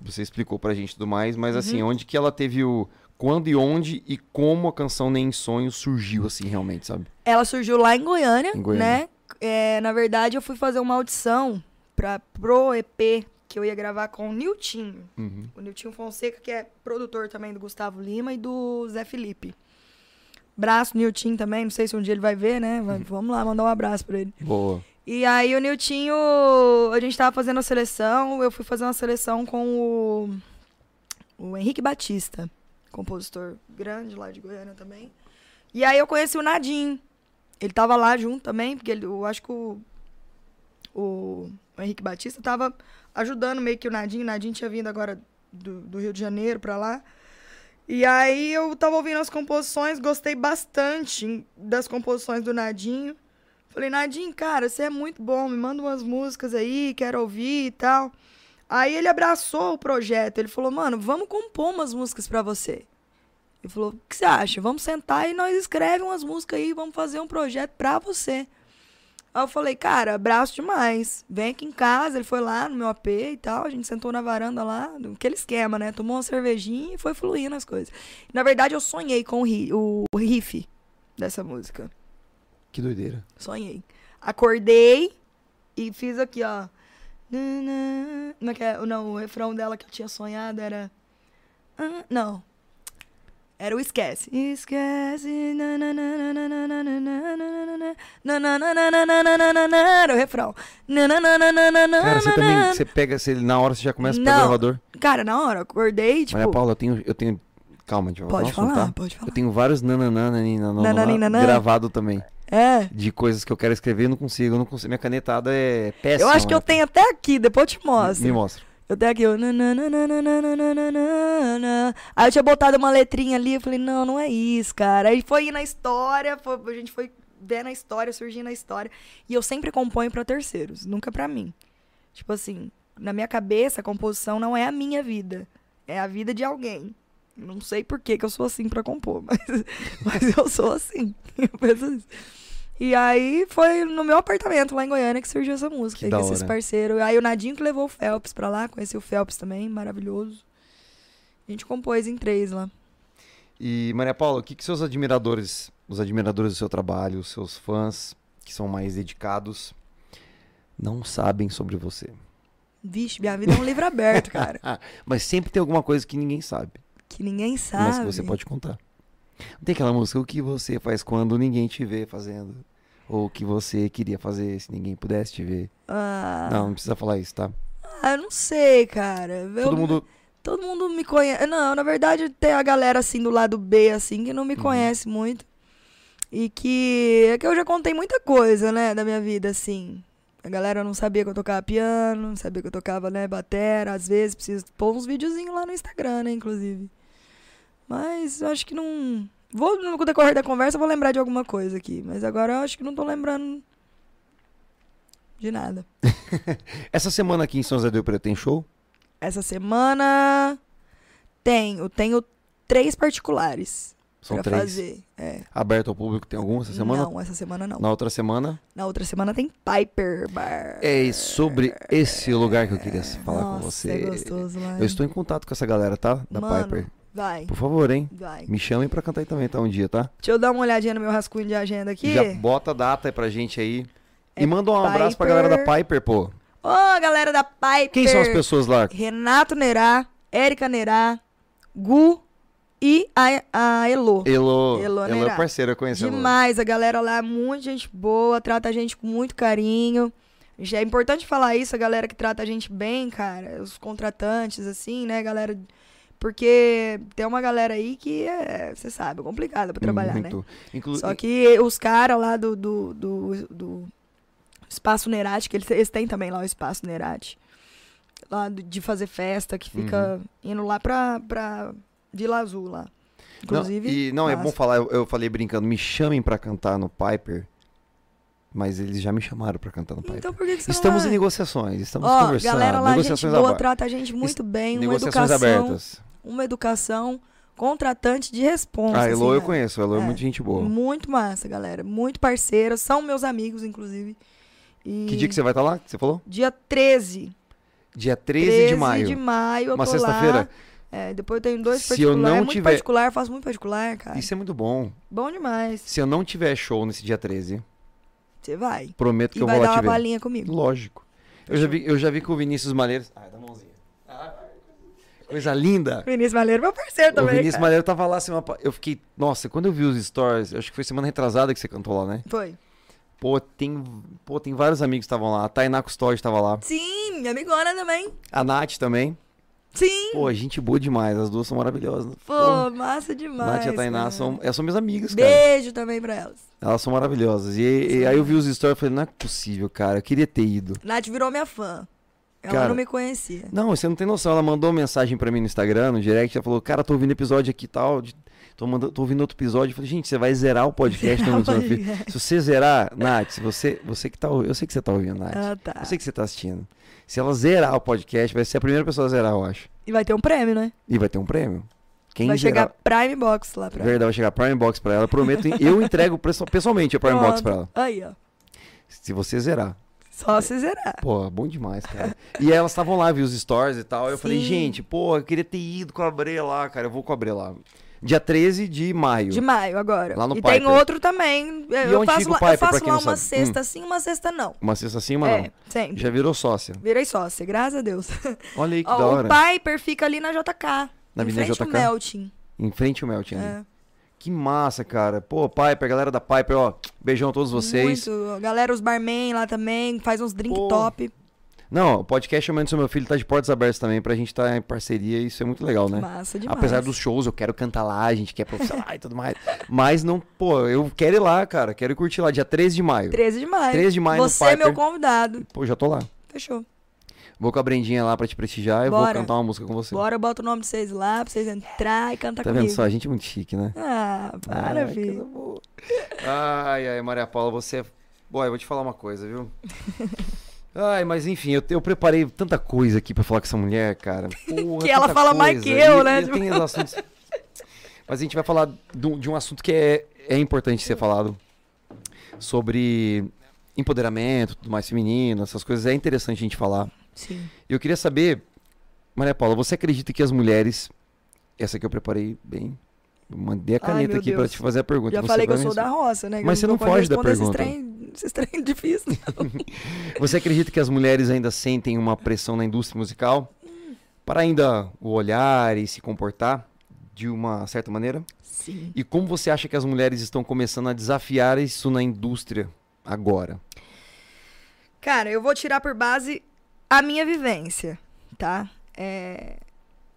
você explicou pra gente e tudo mais, mas assim,
Uhum.
onde que ela teve o. Quando e onde e como a canção Nem Sonho surgiu, assim, realmente, sabe?
Ela surgiu lá em Goiânia,
Em Goiânia.
né? É, na verdade, eu fui fazer uma audição pra, pro EP que eu ia gravar com o Niltinho. O Niltinho Fonseca, que é produtor também do Gustavo Lima e do Zé Felipe. Braço, Niltinho também, não sei se um dia ele vai ver, né?
Uhum.
Va- Vamos lá, mandar um abraço pra ele.
Boa.
E aí o Niltinho, a gente tava fazendo a seleção, eu fui fazer uma seleção com o, o Henrique Batista, compositor grande lá de Goiânia também. E aí eu conheci o Nadim. Ele tava lá junto também, porque ele- eu acho que o, o, o Henrique Batista tava ajudando meio que o Nadim. O Nadim tinha vindo agora do, do Rio de Janeiro pra lá. E aí eu tava ouvindo as composições, gostei bastante das composições do Nadinho. Falei, Nadim, cara, você é muito bom, me manda umas músicas aí, quero ouvir e tal. Aí ele abraçou o projeto, ele falou, mano, vamos compor umas músicas pra você. Ele falou, o que você acha? Vamos sentar e nós escreve umas músicas aí, vamos fazer um projeto pra você. Aí eu falei, cara, abraço demais, vem aqui em casa. Ele foi lá no meu AP e tal, a gente sentou na varanda lá, aquele esquema, né? Tomou uma cervejinha e foi fluindo as coisas. Na verdade, eu sonhei com o ri- o riff dessa música.
Que doideira.
Sonhei. Acordei e fiz aqui, ó. Nanã. Como é que é? Não, o refrão dela que eu tinha sonhado era. Ah, Não. Era o esquece. Esquece. nanananananananananana, nanananananananana, Era o refrão.
Cara, você também.
Nananananananana.
Você pega, você, na hora você já começa pelo
Não,
gravador.
Cara, na hora, eu acordei,
Maria
tipo.
Paula, eu tenho. Eu tenho... Calma, a gente vai
Pode
voltar ao assunto,
falar,
tá?
pode falar.
Eu tenho vários nananana
Nananinanan.
gravado também.
É.
De coisas que eu quero escrever e não consigo. Eu não consigo. Minha canetada é péssima.
Eu acho que eu
Maria
tenho até aqui, depois eu te
Paula.
mostro.
Me mostra.
Eu tenho aqui, ó. nanananananananana. Aí eu tinha botado uma letrinha ali, eu falei, não, não é isso, cara. Aí foi indo na história, foi- a gente foi vendo a história, surgindo a história. E eu sempre componho pra terceiros, nunca pra mim. Tipo assim, na minha cabeça, a composição não é a minha vida, é a vida de alguém. Não sei por que, que eu sou assim pra compor, mas, mas eu sou assim. Eu penso isso. E aí foi no meu apartamento lá em Goiânia que surgiu essa música.
Que
aí
da
com esses
hora.
parceiros. Aí o Nadinho que levou o Phelps pra lá, conheci o Phelps também, maravilhoso. A gente compôs em três lá.
E Maria Paula, o que, que seus admiradores, os admiradores do seu trabalho, os seus fãs, que são mais dedicados, não sabem sobre você?
Vixe, minha vida é um livro aberto, cara.
Ah, mas sempre tem alguma coisa que ninguém sabe,
Que ninguém
mas
sabe.
que você pode contar. Não tem aquela música, o que você faz quando ninguém te vê fazendo? Ou o que você queria fazer se ninguém pudesse te ver?
Ah,
Não, não precisa falar isso, tá?
ah, eu não sei, cara. Eu-
Todo mundo...
Todo mundo me conhece. Não, na verdade, tem a galera assim do lado B, assim, que não
Uhum.
me conhece muito. E que. É que eu já contei muita coisa, né, da minha vida, assim. A galera não sabia que eu tocava piano, não sabia que eu tocava, né, batera. Às vezes preciso pôr uns videozinhos lá no Instagram, né, inclusive. Mas eu acho que não. Vou, no decorrer da conversa, eu vou lembrar de alguma coisa aqui. Mas agora eu acho que não tô lembrando de nada.
Essa semana aqui em São José do Rio Preto tem show?
Essa semana tenho, tenho três particulares
São
pra
três.
fazer. É,
Aberto ao público tem algum essa semana?
Não, essa semana não.
Na outra semana?
Na outra semana tem Piper Bar.
É sobre esse lugar que eu queria falar
Nossa,
com você.
É gostoso lá.
Eu estou em contato com essa galera, tá? Da
Mano,
Piper.
Vai,
Por favor, hein?
vai.
Me chamem pra cantar aí também, tá? Um dia, tá?
Deixa eu dar uma olhadinha no meu rascunho de agenda aqui.
Já bota a data aí pra gente aí.
É
e manda um abraço pra galera da
Piper.
Piper, pô.
Ô, galera da Piper.
Quem são as pessoas lá?
Renato Nerá, Érica Nerá, Gu e a, a Elô.
Elo,
Elo
Elo, é
Neira.
parceira, eu conheço a Elo.
Demais, a galera lá é muita gente boa, trata a gente com muito carinho. Já é importante falar isso, a galera que trata a gente bem, cara, os contratantes, assim, né, galera? Porque tem uma galera aí que é, você sabe, é complicada pra trabalhar, né?
Muito. Inclu-
Só que os caras lá do, do, do, do Espaço Nerati, que eles, eles têm também lá o Espaço Nerati, lá do- de fazer festa, que fica indo lá pra, pra Vila Azul lá. Inclusive.
Uhum. Não, e não, é
massa.
bom falar, eu, eu falei brincando, me chamem pra cantar no Piper, mas eles já me chamaram pra cantar no Piper.
Então por que, que você
estamos
não
em
vai?
negociações, estamos
Ó,
conversando.
galera lá, gente
negociações
boa,
abertas.
trata a gente muito bem. Uma
negociações
educação,
abertas.
uma educação, contratante de responsa.
a Elo
assim,
eu
né?
conheço, a Elo é.
É.
muito gente boa.
Muito massa, galera. Muito parceira. São meus amigos, inclusive. E
Que dia que você vai estar lá, que você falou?
Dia 13.
Dia 13, de maio,
de maio eu
uma
tô
sexta-feira.
lá. É, depois eu tenho dois
Se eu
particulares.
não
muito
tiver-
particular, eu faço muito particular, cara.
Isso é muito bom.
Bom demais.
Se eu não tiver show nesse dia 13,
Você vai.
prometo que
E
eu
vai
vou lá
dar uma
te ver.
palhinha comigo.
Lógico. Eu já, vi, eu já vi com o Vinícius Malheiros. Ah, dá a mãozinha. Ah, coisa linda.
Vinícius Malheiro, meu parceiro
O
também.
Vinícius
cara.
Malheiro tava lá semana. pa- Eu fiquei. Nossa, quando eu vi os stories, acho que foi semana retrasada que você cantou lá, né?
Foi.
Pô, tem, pô, tem vários amigos que estavam lá. A Tainá Custódio tava lá.
Sim, minha amigona também.
A Nath também.
Sim.
Pô, gente boa demais. As duas são maravilhosas.
Pô, massa
a
demais.
Nath e a Tainá
cara.
são, elas são minhas amigas, cara.
Beijo também pra elas.
Elas são maravilhosas. E, e aí eu vi os stories e falei, não é possível, cara. Eu queria ter ido.
Nath virou minha fã. Ela
Cara.
não me conhecia.
Não, você não tem noção. Ela mandou uma mensagem pra mim no Instagram, no direct. Ela falou, cara, tô ouvindo episódio aqui e tal. de- Tô, mandando, tô ouvindo outro episódio. Eu falei, gente, você vai zerar o podcast né,
Zerar
no
o
Minutos Meu Filho?"
podcast.
Se você zerar, Nath, se você, você que tá ouvindo. Eu sei que você tá ouvindo, Nath.
Ah, tá.
Eu sei que você tá assistindo. Se ela zerar o podcast, vai ser a primeira pessoa a zerar, eu acho.
E vai ter um prêmio, né?
E vai ter um prêmio. Quem
vai
zerar.
chegar Prime Box lá pra
Verdade, vai chegar Prime Box pra ela. Eu Prometo, eu entrego perso- pessoalmente a Prime Box
Pronto.
pra ela. É.
Aí, ó.
Se você zerar.
Só se zerar.
Pô, bom demais, cara. E elas estavam lá, vi os stories e tal. Eu falei,
Sim.
gente, pô, eu queria ter ido com a Bre lá, cara. Eu vou com a Bre lá. Dia 13 de maio.
De maio agora.
Lá no
e tem
Piper.
outro também. Eu-
E
eu
onde
faço
fica o
lá,
Piper,
eu faço
pra quem
lá
não
uma
sabe?
sexta sim, uma sexta não.
Uma sexta assim, mano.
é, sempre.
Já virou sócia.
Virei sócia, graças a Deus.
Olha aí que
Ó,
da
o
hora.
Piper fica ali na JK.
Na
em
Avenida
frente ao
JK?
Melting.
Em frente ao Melting. ali.
É.
Que massa, cara. Pô, Piper, galera da Piper, ó. Beijão a todos vocês.
Muito. Galera, os barman lá também, faz uns drink
Pô.
top.
Não, o podcast Chamando Seu Meu Filho tá de portas abertas também pra gente tá em parceria. Isso é muito legal, né?
Massa demais.
Apesar dos shows, eu quero cantar lá, a gente quer profissional e tudo mais. Mas não, pô, eu quero ir lá, cara. Quero ir curtir lá, dia 13 de maio.
13 de maio.
13 de maio no
Você é meu
Piper.
convidado.
Pô, já tô lá.
Fechou.
Vou com a Brendinha lá pra te prestigiar e vou
Bora.
cantar uma música com você.
Bora, eu boto o nome de vocês lá, pra vocês entrar e cantar
Tá vendo
comigo.
só? A gente é muito chique, né?
Ah, para,
Ai, coisa
filho.
boa. Ai, ai, Maria Paula, você é. Boy, eu vou te falar uma coisa, viu? Ai, mas enfim, eu, eu preparei tanta coisa aqui pra falar com essa mulher, cara. Porra,
Que ela
tanta
fala mais que
coisa.
eu,
E-
né?
e
Tipo-
tem os assuntos- Mas a gente vai falar do- de um assunto que é, é importante ser falado. Sobre empoderamento, tudo mais feminino, essas coisas. É interessante a gente falar.
Sim.
Eu queria saber, Maria Paula, você acredita que as mulheres. Essa aqui eu preparei bem. Eu mandei a
Ai,
caneta
meu
aqui pra
Deus.
te fazer a pergunta.
Já
Você
falei que
vai
eu sou
me-
da roça, né? Que
Mas
eu
você não
gosto de
foge da
responder esses
pergunta.
trem- Esses trem difíceis.
Você acredita que as mulheres ainda sentem uma pressão na indústria musical para ainda o olhar e se comportar de uma certa maneira?
Sim.
E como você acha que as mulheres estão começando a desafiar isso na indústria agora?
Cara, eu vou tirar por base a minha vivência, tá? É,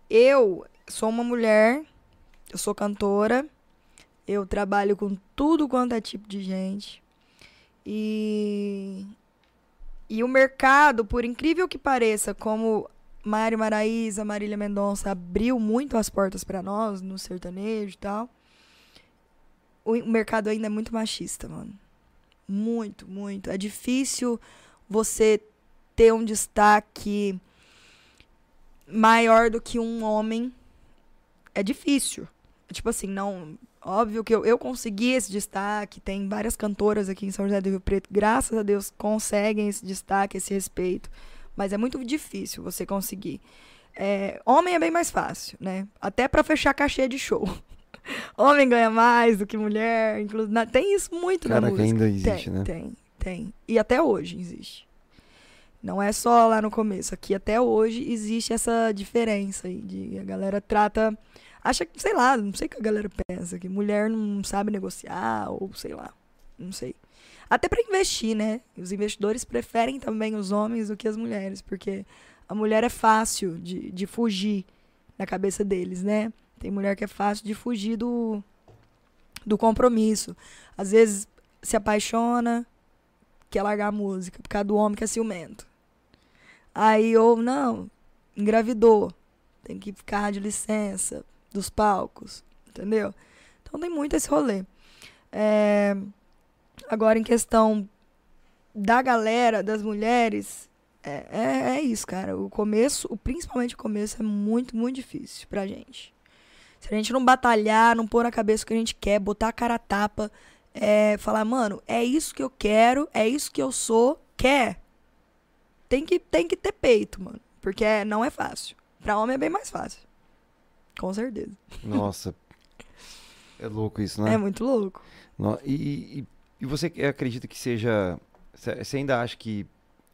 eu sou uma mulher, eu sou cantora, eu trabalho com tudo quanto é tipo de gente. E, e o mercado, por incrível que pareça, como Mário Maraíza, Marília Mendonça abriu muito as portas para nós no sertanejo e tal, o o mercado ainda é muito machista, mano. Muito, muito. É difícil você ter um destaque maior do que um homem. É difícil. Tipo assim, não. Óbvio que eu, eu consegui esse destaque. Tem várias cantoras aqui em São José do Rio Preto, graças a Deus, conseguem esse destaque, esse respeito. Mas é muito difícil você conseguir. É, homem é bem mais fácil, né? Até pra fechar cachê de show. Homem ganha mais do que mulher, inclusive. na- Tem isso muito na
Cara, que
música.
ainda existe,
tem,
né?
Tem, tem. E até hoje existe. Não é só lá no começo. Aqui até hoje existe essa diferença aí. De, a galera trata. Acha que, sei lá, não sei o que a galera pensa, que mulher não sabe negociar, ou sei lá. Não sei. Até pra investir, né? Os investidores preferem também os homens do que as mulheres, porque a mulher é fácil de, de fugir na cabeça deles, né? Tem mulher que é fácil de fugir do, do compromisso. Às vezes se apaixona, quer largar a música por causa do homem que é ciumento. Aí, ou não, engravidou, tem que ficar de licença dos palcos, entendeu? Então tem muito esse rolê. É, agora, em questão da galera, das mulheres, é, é, é isso, cara. O começo, o, principalmente o começo, é muito, muito difícil pra gente. Se a gente não batalhar, não pôr na cabeça o que a gente quer, botar a cara a tapa, é, falar, mano, é isso que eu quero, é isso que eu sou, quer. Tem que, tem que ter peito, mano. Porque é- não é fácil. Pra homem é bem mais fácil. Com certeza.
Nossa. É louco isso,
É
né?
muito louco.
No- E, e- e você que- acredita que seja. Você você ainda acha que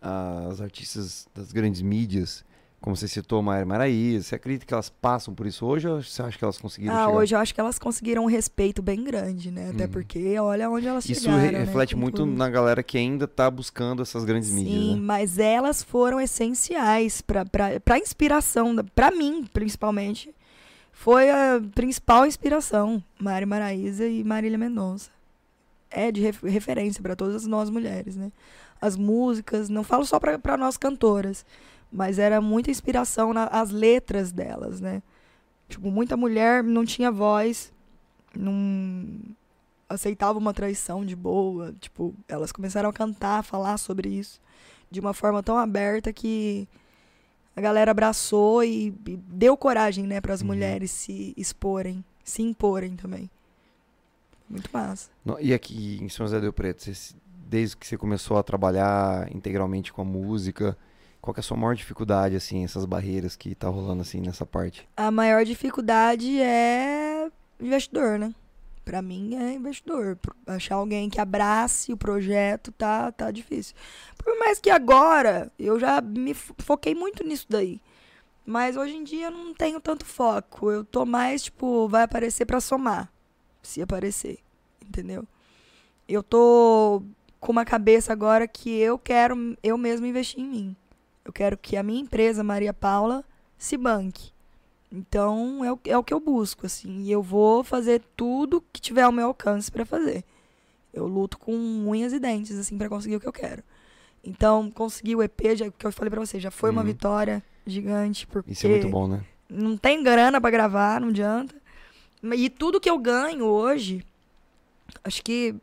as artistas das grandes mídias, como você citou, Maíra Maraíza, você acredita que elas passam por isso hoje ou você acha que elas conseguiram
Ah,
chegar?
hoje eu acho que elas conseguiram um respeito bem grande, né? Até
Uhum.
porque olha onde elas
isso
chegaram.
re-
né?
reflete
Com
muito
tudo.
na galera que ainda tá buscando essas grandes mídias,
Sim,
né?
mas elas foram essenciais para a inspiração, da- pra mim, principalmente. Foi a principal inspiração, Mari Maraíza e Marília Mendonça. É de ref- referência para todas nós mulheres, né? As músicas, não falo só para nós cantoras, mas era muita inspiração nas letras delas, né? Tipo, muita mulher não tinha voz, não aceitava uma traição de boa. Tipo, elas começaram a cantar, a falar sobre isso de uma forma tão aberta que a galera abraçou e, e deu coragem, né, para as
Uhum.
mulheres se exporem, se imporem também. Muito massa.
No- E aqui em São José do Preto, você se- desde que você começou a trabalhar integralmente com a música, qual que é a sua maior dificuldade, assim, essas barreiras que tá rolando, assim, nessa parte?
A maior dificuldade é investidor, né? Pra mim é investidor. Pro- Achar alguém que abrace o projeto tá, tá difícil. Por mais que agora eu já me fo- foquei muito nisso daí. Mas hoje em dia eu não tenho tanto foco. Eu tô mais, tipo, vai aparecer pra somar. Se aparecer. Entendeu? Eu tô com uma cabeça agora que eu quero eu mesmo investir em mim. Eu quero que a minha empresa, Maria Paula, se banque. Então é o, é o que eu busco, assim. E eu vou fazer tudo que tiver ao meu alcance pra fazer. Eu luto com unhas e dentes, assim, pra conseguir o que eu quero. Então, conseguir o EP, já, que eu falei pra você, já foi uma
Uhum.
vitória gigante, porque
Isso é muito bom, né?
não tem grana pra gravar, não adianta. E tudo que eu ganho hoje, acho que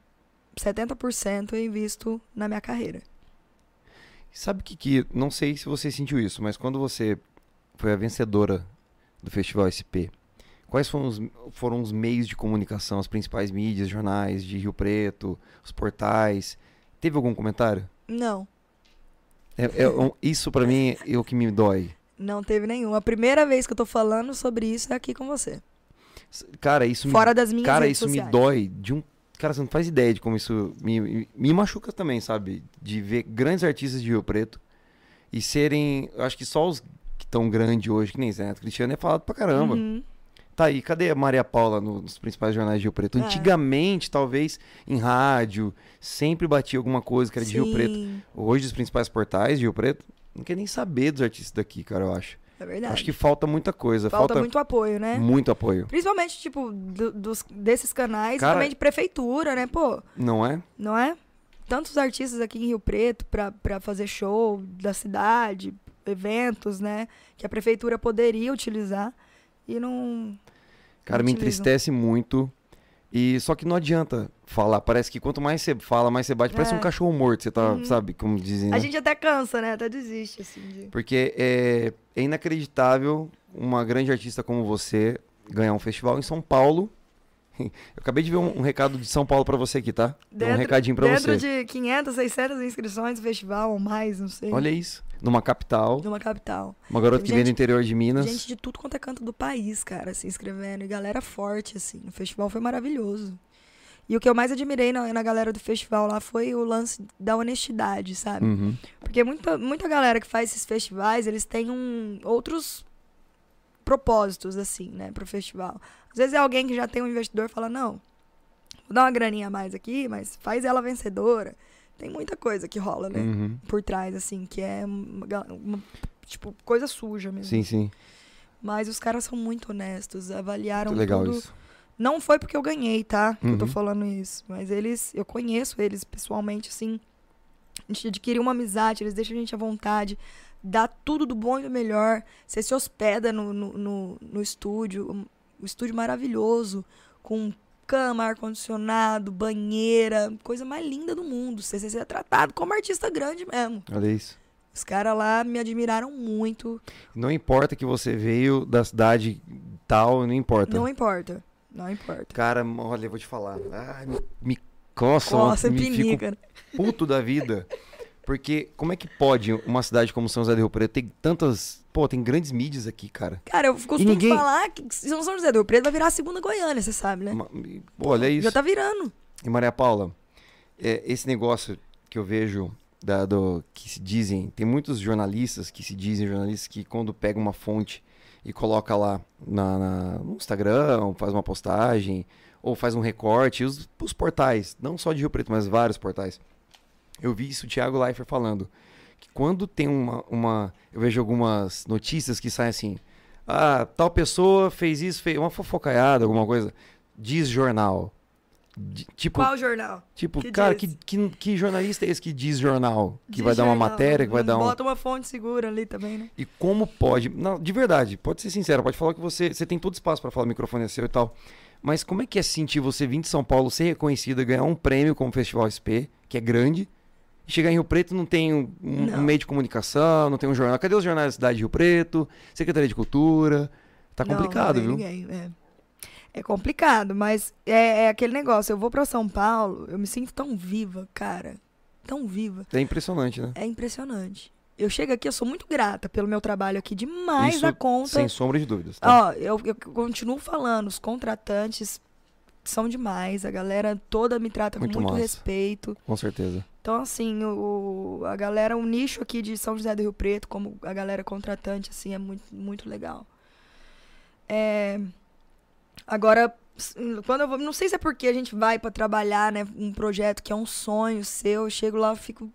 70% eu invisto na minha carreira.
Sabe o que, que. Não sei se você sentiu isso, mas quando você foi a vencedora do Festival SP, quais foram os, foram os meios de comunicação, as principais mídias, jornais de Rio Preto, os portais? Teve algum comentário?
Não,
É- é um- isso pra mim é o que me dói.
não teve nenhum. A primeira vez que eu tô falando sobre isso é aqui com você.
S- Cara, isso
Fora
me,
das minhas
Cara,
redes
isso me
sociais.
dói de um. Cara, você não faz ideia de como isso me, me- me machuca também, sabe? De ver grandes artistas de Rio Preto e serem. eu Acho que só os que estão grandes hoje, que nem Zé Neto Cristiano, é falado pra caramba.
Uhum.
Tá aí, cadê a Maria Paula no- nos principais jornais de Rio Preto?
É.
Antigamente, talvez, em rádio, sempre batia alguma coisa que era de Rio Preto.
Sim,
Hoje, os principais portais de Rio Preto, não quer nem saber dos artistas daqui, cara, eu acho.
É verdade.
Acho que falta muita coisa,
falta,
falta,
muito apoio, né?
muito apoio,
Principalmente, tipo, do- dos, desses canais
Cara-
e também de prefeitura, né? Pô,
não é?
não é? Tantos artistas aqui em Rio Preto pra, pra fazer show da cidade, eventos, né? Que a prefeitura poderia utilizar e não.
Cara, me
utilizam.
entristece muito. E só que não adianta falar. Parece que quanto mais você fala, mais você bate. Parece
É. Uhum.
um cachorro morto, você tá, sabe, como dizem, né?
A gente até cansa, né? Até desiste, assim. de-
Porque é, é inacreditável uma grande artista como você ganhar um festival em São Paulo Eu acabei de ver um, um recado de São Paulo pra você aqui, tá? Deu um
Dentro-
recadinho pra
Dentro
você.
de 500, 600 inscrições, festival ou mais, não sei.
Olha isso. Numa capital,
Numa capital.
uma garota que
Gente-
vem do interior de Minas.
Gente de tudo quanto é canto do país, cara, se inscrevendo. E galera forte, assim. O festival foi maravilhoso. E o que eu mais admirei na, na galera do festival lá foi o lance da honestidade, sabe?
Uhum.
Porque muita, muita galera que faz esses festivais, eles têm um, outros propósitos, assim, né, pro festival. Às vezes é alguém que já tem um investidor e fala, não, vou dar uma graninha a mais aqui, mas faz ela vencedora. Tem muita coisa que rola, né,
Uhum.
por trás, assim, que é uma, ga- uma, tipo, coisa suja mesmo.
Sim, sim.
Mas os caras são muito honestos, avaliaram
Muito legal
tudo.
isso.
Não foi porque eu ganhei, tá? Que eu tô
Uhum.
falando isso. Mas eles, eu conheço eles pessoalmente, assim. A gente adquiriu uma amizade, eles deixam a gente à vontade, dá tudo do bom e do melhor. Você se hospeda no, no, no, no estúdio, um, um estúdio maravilhoso, com cama, ar-condicionado, banheira, coisa mais linda do mundo. Você, você é tratado como artista grande mesmo.
Olha isso.
Os caras lá me admiraram muito.
Não importa que você veio da cidade tal, não importa.
Não importa, não importa.
Cara, olha, eu vou te falar. Ai, me, me coça,
Nossa,
me fico
pinica.
puto da vida. Porque como é que pode uma cidade como São José do Rio Preto tem tantas... Pô, tem grandes mídias aqui, cara.
Cara, eu costumo
ninguém-
falar que se não São José do Rio Preto vai virar a segunda Goiânia, você sabe, né?
Ma- É. e, pô, olha isso.
Já tá virando.
E Maria Paula, é, esse negócio que eu vejo da- do, que se dizem, tem muitos jornalistas que se dizem jornalistas que quando pega uma fonte e coloca lá na- na- no Instagram, ou faz uma postagem, ou faz um recorte, os, os portais, não só de Rio Preto, mas vários portais. Eu vi isso o Thiago Leifert falando, que quando tem uma, uma- eu vejo algumas notícias que saem assim, ah, tal pessoa fez isso, fez uma fofocaiada, alguma coisa, diz jornal. Di- tipo,
Qual jornal?
Tipo,
Que
cara, que,
diz?
que, que jornalista é esse que diz jornal? Que vai
Diz
dar uma
jornal.
matéria, que vai
Não
dar um.
Bota uma fonte segura ali também, né?
E como pode. Não, de verdade, pode ser sincero, pode falar que você. Você tem todo espaço pra falar, o microfone é seu e tal. Mas como é que é sentir você vir de São Paulo, ser reconhecida, ganhar um prêmio como o Festival SP, que é grande, e chegar em Rio Preto não tem um, um
Não.
meio de comunicação, não tem um jornal. Cadê os jornais da cidade de Rio Preto? Secretaria de Cultura. Tá
Não,
complicado, viu?
não vem Ninguém, é. é complicado, mas é, é aquele negócio. Eu vou pra São Paulo, eu me sinto tão viva, cara. Tão viva.
É impressionante, né?
É impressionante. Eu chego aqui, eu sou muito grata pelo meu trabalho aqui, demais
Isso
a conta.
Sem sombra de dúvidas. tá?
Então, Ó, eu, eu continuo falando, os contratantes são demais, a galera toda me trata
Muito
com muito
massa.
respeito.
Com certeza.
Então, assim, o, o- a galera, o nicho aqui de São José do Rio Preto, como a galera contratante, assim, é muito, muito legal. É, agora, s- quando eu vou, não sei se é porque a gente vai pra trabalhar, né, um projeto que é um sonho seu, eu chego lá, eu fico,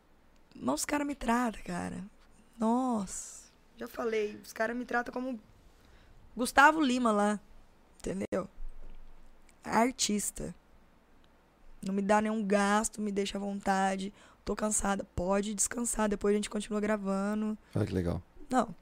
mas os caras me tratam, cara. Nossa, já falei, os caras me tratam como Gustavo Lima lá, entendeu? Artista. Não me dá nenhum gasto, me deixa à vontade. Tô cansada. Pode descansar, depois a gente continua gravando.
Olha que legal.
Não,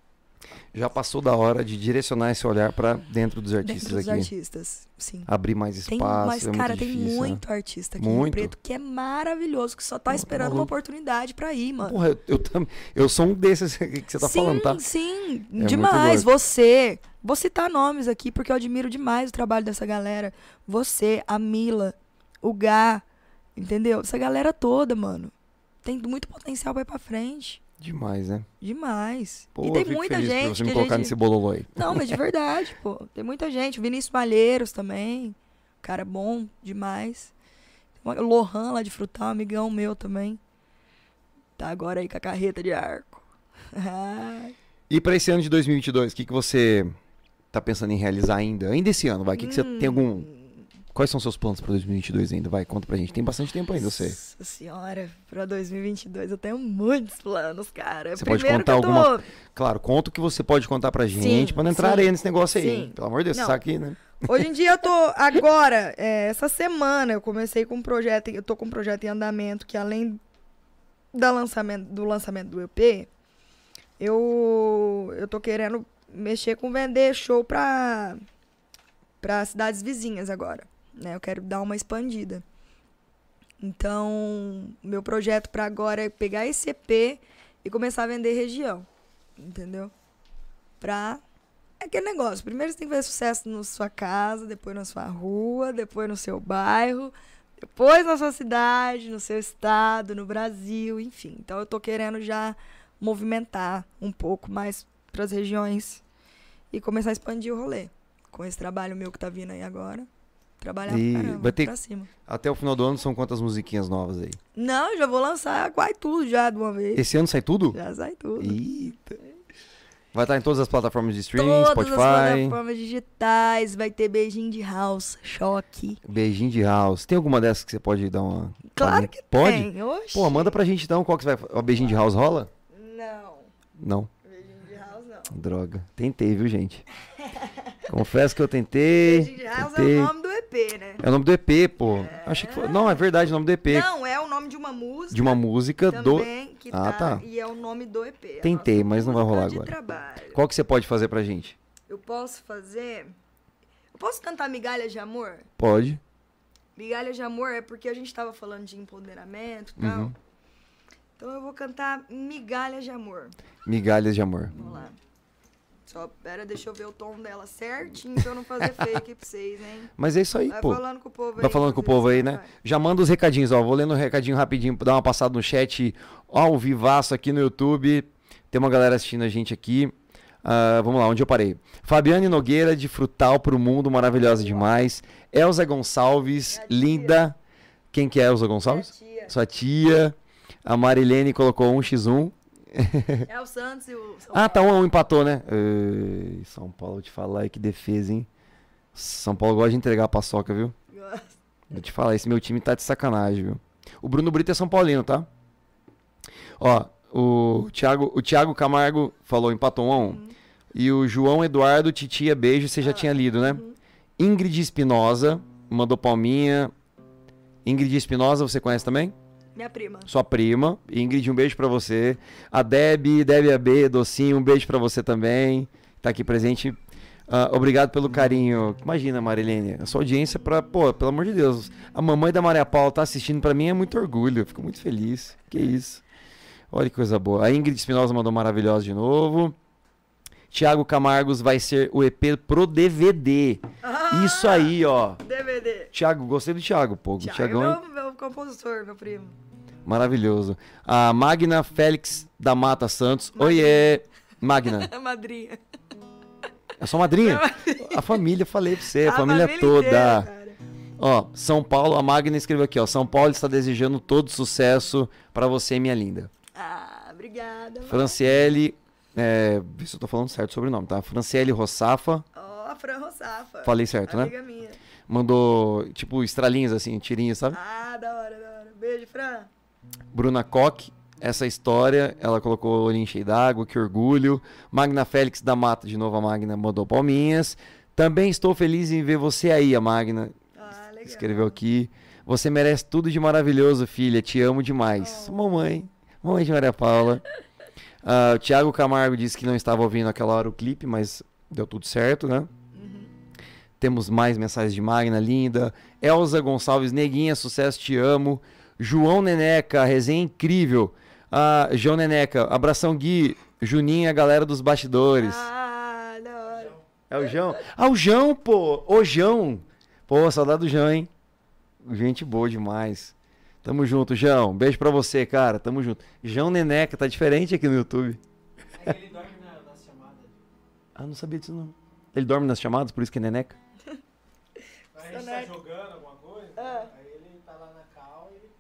Já passou da hora de direcionar esse olhar pra dentro dos artistas
dentro dos
aqui.
artistas, sim.
Abrir mais
Tem,
espaço.
mas,
é
cara,
muito
tem
difícil, né?
muito artista aqui em
Muito.
Rio Preto que é maravilhoso, que só tá
Não, tá
esperando uma
maluco.
oportunidade pra ir, mano.
Porra, eu, eu, tam- eu sou um desses que você tá
sim,
falando, tá?
sim,
muito
demais.
louco.
Você, vou citar nomes aqui porque eu admiro demais o trabalho dessa galera. Você, a Mila, o Gá, entendeu? Essa galera toda, mano. Tem muito potencial pra ir pra frente.
Demais, né?
Demais.
Pô,
e
eu
tem
fico
muita
feliz
gente
pra você
que
me
a
colocar
gente-
nesse bololô aí.
Não, mas de verdade, pô. Tem muita gente. Vinícius Malheiros também. Cara bom demais. Tem uma- Lohan lá de Frutal, amigão meu também. Tá agora aí com a carreta de arco. Ai.
E pra esse ano de 2022, o que, que você tá pensando em realizar ainda? Ainda esse ano, vai. O que, que você tem algum.
Hum.
Quais são seus planos pra 2022 ainda? Vai, conta pra gente. Tem bastante tempo ainda, eu sei.
Nossa senhora, pra 2022 eu tenho muitos planos, cara. É
Você pode
Primeiro
contar
que eu tô-
alguma Claro, conta o que você pode contar pra gente, pra não entrar
sim,
aí nesse negócio aí.
sim.
hein? Pelo amor de Deus,
Não.
você sabe que, né?
Hoje em dia eu tô. Agora, é, essa semana eu comecei com um projeto. Eu tô com um projeto em andamento que além da lançamento, do lançamento do EP, eu, eu tô querendo mexer com vender show pra, pra cidades vizinhas agora. Né? Eu quero dar uma expandida. Então, meu projeto pra agora é pegar esse EP e começar a vender região. Entendeu? Pra. É aquele negócio. Primeiro você tem que fazer sucesso na sua casa, depois na sua rua, depois no seu bairro, depois na sua cidade, no seu estado, no Brasil, enfim. Então eu tô querendo já movimentar um pouco mais pras regiões e começar a expandir o rolê. Com esse trabalho meu que tá vindo aí agora. Trabalhar
E
pra caramba,
vai ter-
pra cima.
Até o final do ano são quantas musiquinhas novas aí?
Não, eu já vou lançar quase tudo já de uma vez.
Esse ano sai tudo?
Já sai tudo.
Eita. Vai estar em todas as plataformas de streaming,
Todas as
Spotify,
plataformas digitais, vai ter beijinho de house, choque.
Beijinho de House. Tem alguma dessas que você pode dar uma...
Claro que
Pode?
tem. Oxi.
Pô, manda pra gente então qual que você vai... O Beijinho de House rola?
Não,
Não,
beijinho de house não.
droga. Tentei, viu, gente? Confesso que eu tentei.
Beijinho de house
tentei.
é o nome do EP, né?
É o nome do EP, pô. Achei que foi... Não, é verdade, o nome do EP.
Não, é o nome de uma música
De uma música do...
também que
Ah,
tá,
tá.
e é o nome do EP. é a
Tentei,
nossa
mas não vai
música
rolar
de
agora.
trabalho.
Qual que você pode fazer pra gente?
Eu posso fazer... Eu posso cantar Migalhas de Amor?
Pode.
Migalhas de Amor é porque a gente tava falando de empoderamento e tal.
Uhum.
Então eu vou cantar Migalhas de Amor.
Migalhas de Amor.
Vamos lá. Só, pera, deixa eu ver o tom dela certinho pra eu não fazer fake pra vocês, hein?
Mas é isso aí,
Vai
pô.
falando com o povo aí.
Tá falando com o
enquanto
povo aí,
isso,
né?
vai.
Já manda os recadinhos, ó. Vou lendo um recadinho rapidinho, dar uma passada no chat ao vivaço aqui no YouTube. Tem uma galera assistindo a gente aqui. Ah, vamos lá, onde eu parei? Fabiane Nogueira, de Frutal pro Mundo, maravilhosa demais. Elza Gonçalves,
Minha tia.
linda. Quem que é Elza Gonçalves?
Minha
Sua tia. A Marilene colocou um x1.
tia. É o Santos e o. São
Ah, tá,
Paulo.
um a um empatou, né? Ei, São Paulo, vou te falar, aí, que defesa, hein? São Paulo gosta de entregar a paçoca, viu? Vou te falar, esse meu time tá de sacanagem, viu? O Bruno Brito é São Paulino, tá? Ó, o Thiago, o Thiago Camargo falou, empatou um a um. E o João Eduardo Titia Beijo, você já tinha lido, né? Ingrid Espinosa, mandou palminha. Ingrid Espinosa, você conhece também?
Minha prima.
Sua prima. Ingrid, um beijo pra você. A Deb, Deb AB, Docinho, um beijo pra você também. Tá aqui presente. Ah, obrigado pelo carinho. Imagina, Marilene, a sua audiência pra. Pô, pelo amor de Deus. A mamãe da Maria Paula tá assistindo pra mim, é muito orgulho. Eu fico muito feliz. Que isso. Olha que coisa boa. A Ingrid Espinosa mandou maravilhosa de novo. Tiago Camargos vai ser o EP pro DVD.
Ah,
Isso aí, ó.
DVD.
Tiago, gostei do Tiago, pô. O é
Thiago, é
Tiagão, hein?
meu, meu compositor, meu primo.
Maravilhoso. A Magna Félix da Mata Santos. Oiê, Magna.
Madrinha.
É sua madrinha? A família, falei pra você, é a, família, toda.
inteira, cara.
Ó, São Paulo, a Magna escreveu aqui, ó. São Paulo está desejando todo sucesso pra você, minha linda.
Ah, obrigada. mano.
Franciele, é, vê se eu tô falando certo o sobrenome, tá? Franciele Rossafa,
Ó, a Fran Rossafa.
falei certo, né?
Amiga minha.
Mandou, tipo, estralinhas assim, tirinhas, sabe?
Ah, da hora, da hora. Beijo, Fran.
Bruna Koch, essa história, ela colocou o olhinho cheio d'água, que orgulho. Magna Félix da Mata, de novo a Magna, mandou palminhas. Também estou feliz em ver você aí, a Magna,
Ah, legal.
escreveu aqui. Você merece tudo de maravilhoso, filha, te amo demais.
Oh.
Mamãe, mamãe de Maria Paula. Ah, o Thiago Camargo disse que não estava ouvindo aquela hora o clipe, mas deu tudo certo, né?
Uhum.
Temos mais mensagens de Magna, linda. Elza Gonçalves, neguinha, sucesso, te amo. João Neneca, resenha é incrível. Ah, João Neneca, abração Gui, Juninho, a galera dos bastidores.
Ah, da hora.
É o João? Ah, o João, pô! Ô, João! Pô, saudade do João, hein? Gente boa demais. Tamo junto, João. Beijo pra você, cara. Tamo junto. João Neneca, tá diferente aqui no YouTube.
É que ele dorme na, nas chamadas.
Ah, não sabia disso, não. Ele dorme nas chamadas, por isso que é Neneca?
Aí a gente tá
Soneca.
jogando alguma coisa, aí ele tá lá na cal e ele.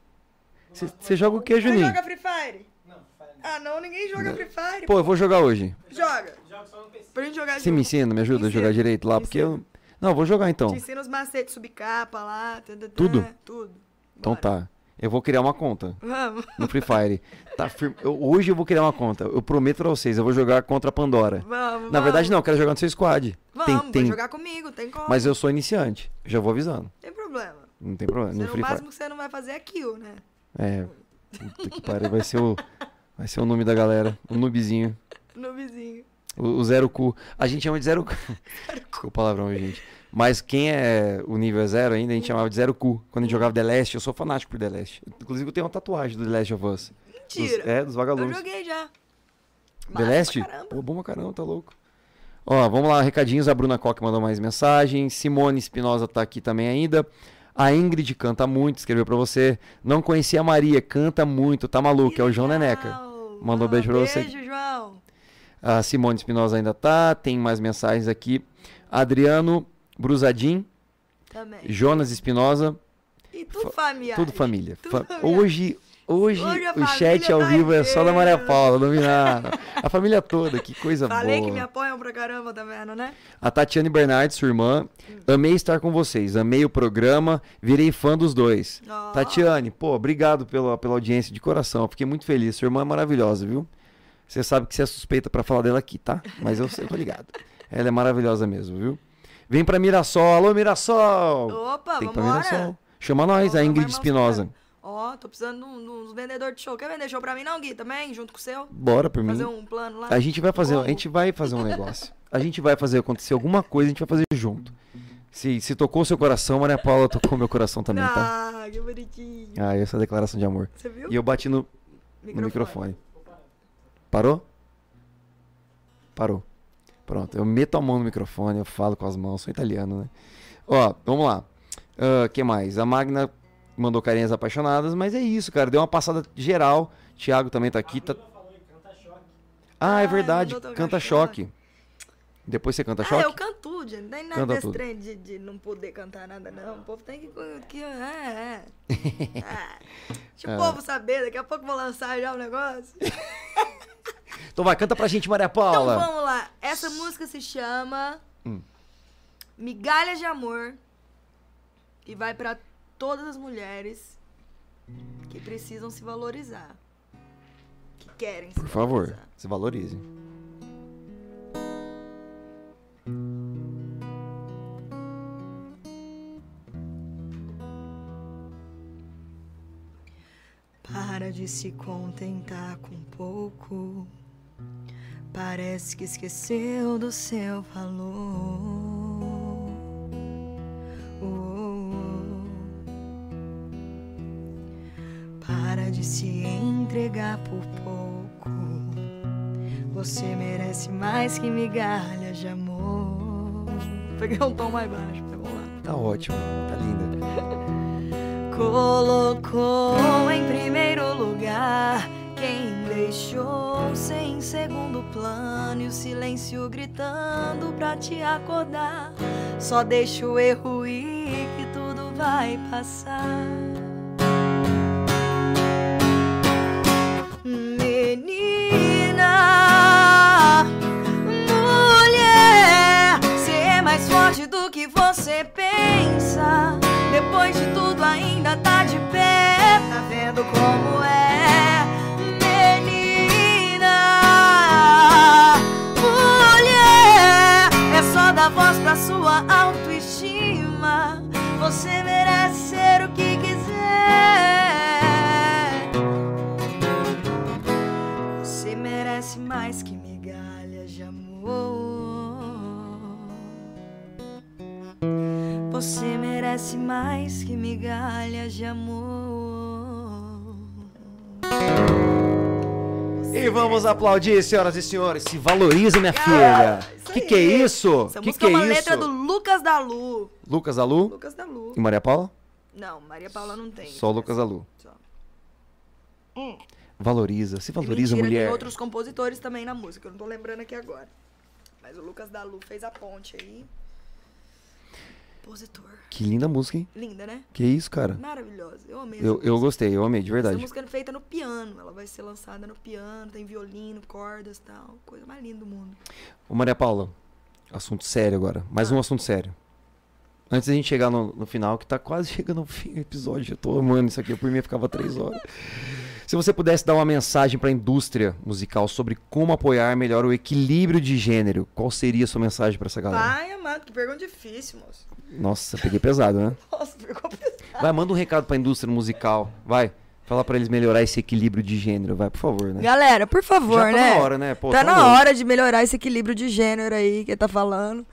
Você joga o quê,
Você
Juninho?
joga Free Fire?
Não, faz nada.
Ah, não, ninguém joga Free Fire.
Pô, eu vou jogar hoje.
Joga.
Joga só no PC.
Pra gente jogar
Você me ensina, me ajuda a jogar
Ensina,
direito lá, porque eu. Não, eu vou jogar então.
Te ensina os macetes, subir capa lá. tã, tã, tã,
Tudo?
Tudo.
Então
Bora.
tá. Eu vou criar uma conta
Vamos.
no Free Fire. Tá firme. Eu- hoje eu vou criar uma conta. Eu prometo pra vocês, eu vou jogar contra a Pandora.
Vamos.
Na verdade,
vamos.
não, eu quero jogar no seu squad.
Vamos,
tem,
vai
tem...
jogar comigo, tem como.
Mas eu sou iniciante. Já vou avisando.
Tem problema.
Não tem problema.
Você,
No
não- o
Free Fire.
máximo que você não vai fazer é kill, né?
É. Puta que pariu. Vai ser o. Vai ser o nome da galera. O noobzinho.
No vizinho.
O, o zero cu. A gente chama de zero cu. Desculpa o palavrão, gente. Mas quem é o nível é zero ainda, a gente chamava de zero cu. Quando a gente jogava The Last, eu sou fanático por The Last. Inclusive, eu tenho uma tatuagem do The Last of Us. Dos-
Mentira.
é, dos
eu
vagalumes.
joguei já.
The
Massa pra
Last?
caramba.
Pô, bom pra caramba, tá louco. Ó, vamos lá, recadinhos. A Bruna Koch mandou mais mensagem. Simone Espinosa tá aqui também ainda. A Ingrid canta muito, escreveu pra você. Não conhecia a Maria, canta muito, tá maluca. É o João Neneca.
Legal.
Mandou um beijo pra você.
Beijo, João.
A Simone Espinosa ainda tá. Tem mais mensagens aqui. Adriano Brusadin,
Também.
Jonas Espinosa.
É. E tudo família.
Tudo família.
Tudo
Fa-
familiar.
Hoje, hoje,
Hoje a
o chat
família
ao
tá
vivo é só da Maria
inteira.
Paula, não vi nada. A família toda, que coisa
Falei
boa.
que me apoiam pra caramba, tá vendo, né?
A Tatiane Bernardes, sua irmã. Amei estar com vocês, amei o programa, virei fã dos dois.
Ó.
Tatiane, pô, obrigado pela, pela audiência de coração, fiquei muito feliz. Sua irmã é maravilhosa, viu? Você sabe que você é suspeita pra falar dela aqui, tá? Mas eu, eu tô ligado. Ela é maravilhosa mesmo, viu? Vem pra Mirassol, alô Mirassol!
Opa,
Tem que ir pra
vambora.
Mirassol. Chama nós,
Vamos
a
arrumar
é Ingrid
mais
Espinosa.
Ó, tô precisando de um- de uns vendedores de show. Quer vender show pra mim não, Gui? Também? Junto com o seu?
Bora por mim. Tá
Fazer um plano lá?
A gente vai fazer, a
Como?
gente vai fazer um negócio. A gente vai fazer acontecer alguma coisa, a gente vai fazer junto. Se, se tocou o seu coração, Maria Paula tocou meu coração também, tá?
Ah, que bonitinho.
Ah, essa declaração de amor.
Você viu?
E eu bati no, no microfone. Parou? Parou. Pronto, eu meto a mão no microfone, eu falo com as mãos, sou italiano, né? Ó, vamos lá. O que mais? A Magna mandou carinhas apaixonadas, mas é isso, cara. Deu uma passada geral. Thiago também tá aqui. Tá... Ah,
Ah,
é
ele
verdade.
mandou tocar
Canta
choque.
choque. Depois você canta
Ah, eu
tá choque?
canto tudo, gente. Não tem nada
Canta
desse
tudo.
trem de, de não poder cantar nada, não. O povo tem que. que é, é. Ah, Deixa o povo saber, daqui a pouco vou lançar já o negócio.
Então vai, canta pra gente, Maria
Então
Paula. Hum.
vamos lá. Essa música se chama Migalhas de Amor e vai pra todas as mulheres que precisam se valorizar. Que querem se
Por favor,
valorizar.
se valorize.
Para de se contentar com pouco. Parece que esqueceu do seu valor. Oh, Uou. Para de se entregar por pouco. Você merece mais que migalhas de amor. Peguei um tom mais baixo, mas vamos lá
Tá ótimo, tá linda.
colocou em primeiro lugar quem deixou sem segundo plano e o silêncio gritando pra te acordar. Só deixa o erro ir que tudo vai passar. Menina, mulher, você é mais forte do que você pensa. Depois de tudo, ainda tá de pé, tá vendo como é. Menina, mulher, é só dar voz pra sua autoestima. Você merece ser o que quiser. Você merece mais que migalhas de amor. Você merece mais que migalhas de amor.
E vamos aplaudir, senhoras e senhores. Se valoriza, minha filha.
Ah, isso
Que
aí.
que é isso?
Essa
Que
música
que
é uma
é
letra do
isso?
Lucas da Lu.
Lucas Alu
Lucas da Lu.
e Maria Paula?
Não, Maria Paula não tem.
Só Lucas Alu.
Só.
Valoriza, se valoriza,
Mentira,
mulher.
Tem outros compositores também na música, eu não tô lembrando aqui agora. Mas o Lucas da Lu fez a ponte aí. Compositor.
Que linda música, hein?
Linda, né?
Que isso, cara?
Maravilhosa. Eu amei essa
Eu, eu gostei, eu amei, de
Essa
verdade.
música é feita no piano. Ela vai ser lançada no piano, tem violino, cordas e tal. Coisa mais linda do mundo.
Ô, Maria Paula, assunto sério agora. Mais um assunto sério. Antes da gente chegar no, no final, que tá quase chegando ao fim do episódio. Eu tô amando isso aqui, eu por mim ficava três horas. Se você pudesse dar uma mensagem pra indústria musical sobre como apoiar melhor o equilíbrio de gênero, qual seria a sua mensagem pra essa galera?
Pai amado, que pergunta difícil, moço.
Nossa, peguei pesado, né?
Nossa, pergunta pesada.
Vai, manda um recado pra indústria musical. Vai, fala pra eles melhorar esse equilíbrio de gênero, vai, por favor, né?
Galera, por favor,
Já tá
né?
na hora, né? Pô,
tá na
louco.
hora de melhorar esse equilíbrio de gênero aí que tá falando.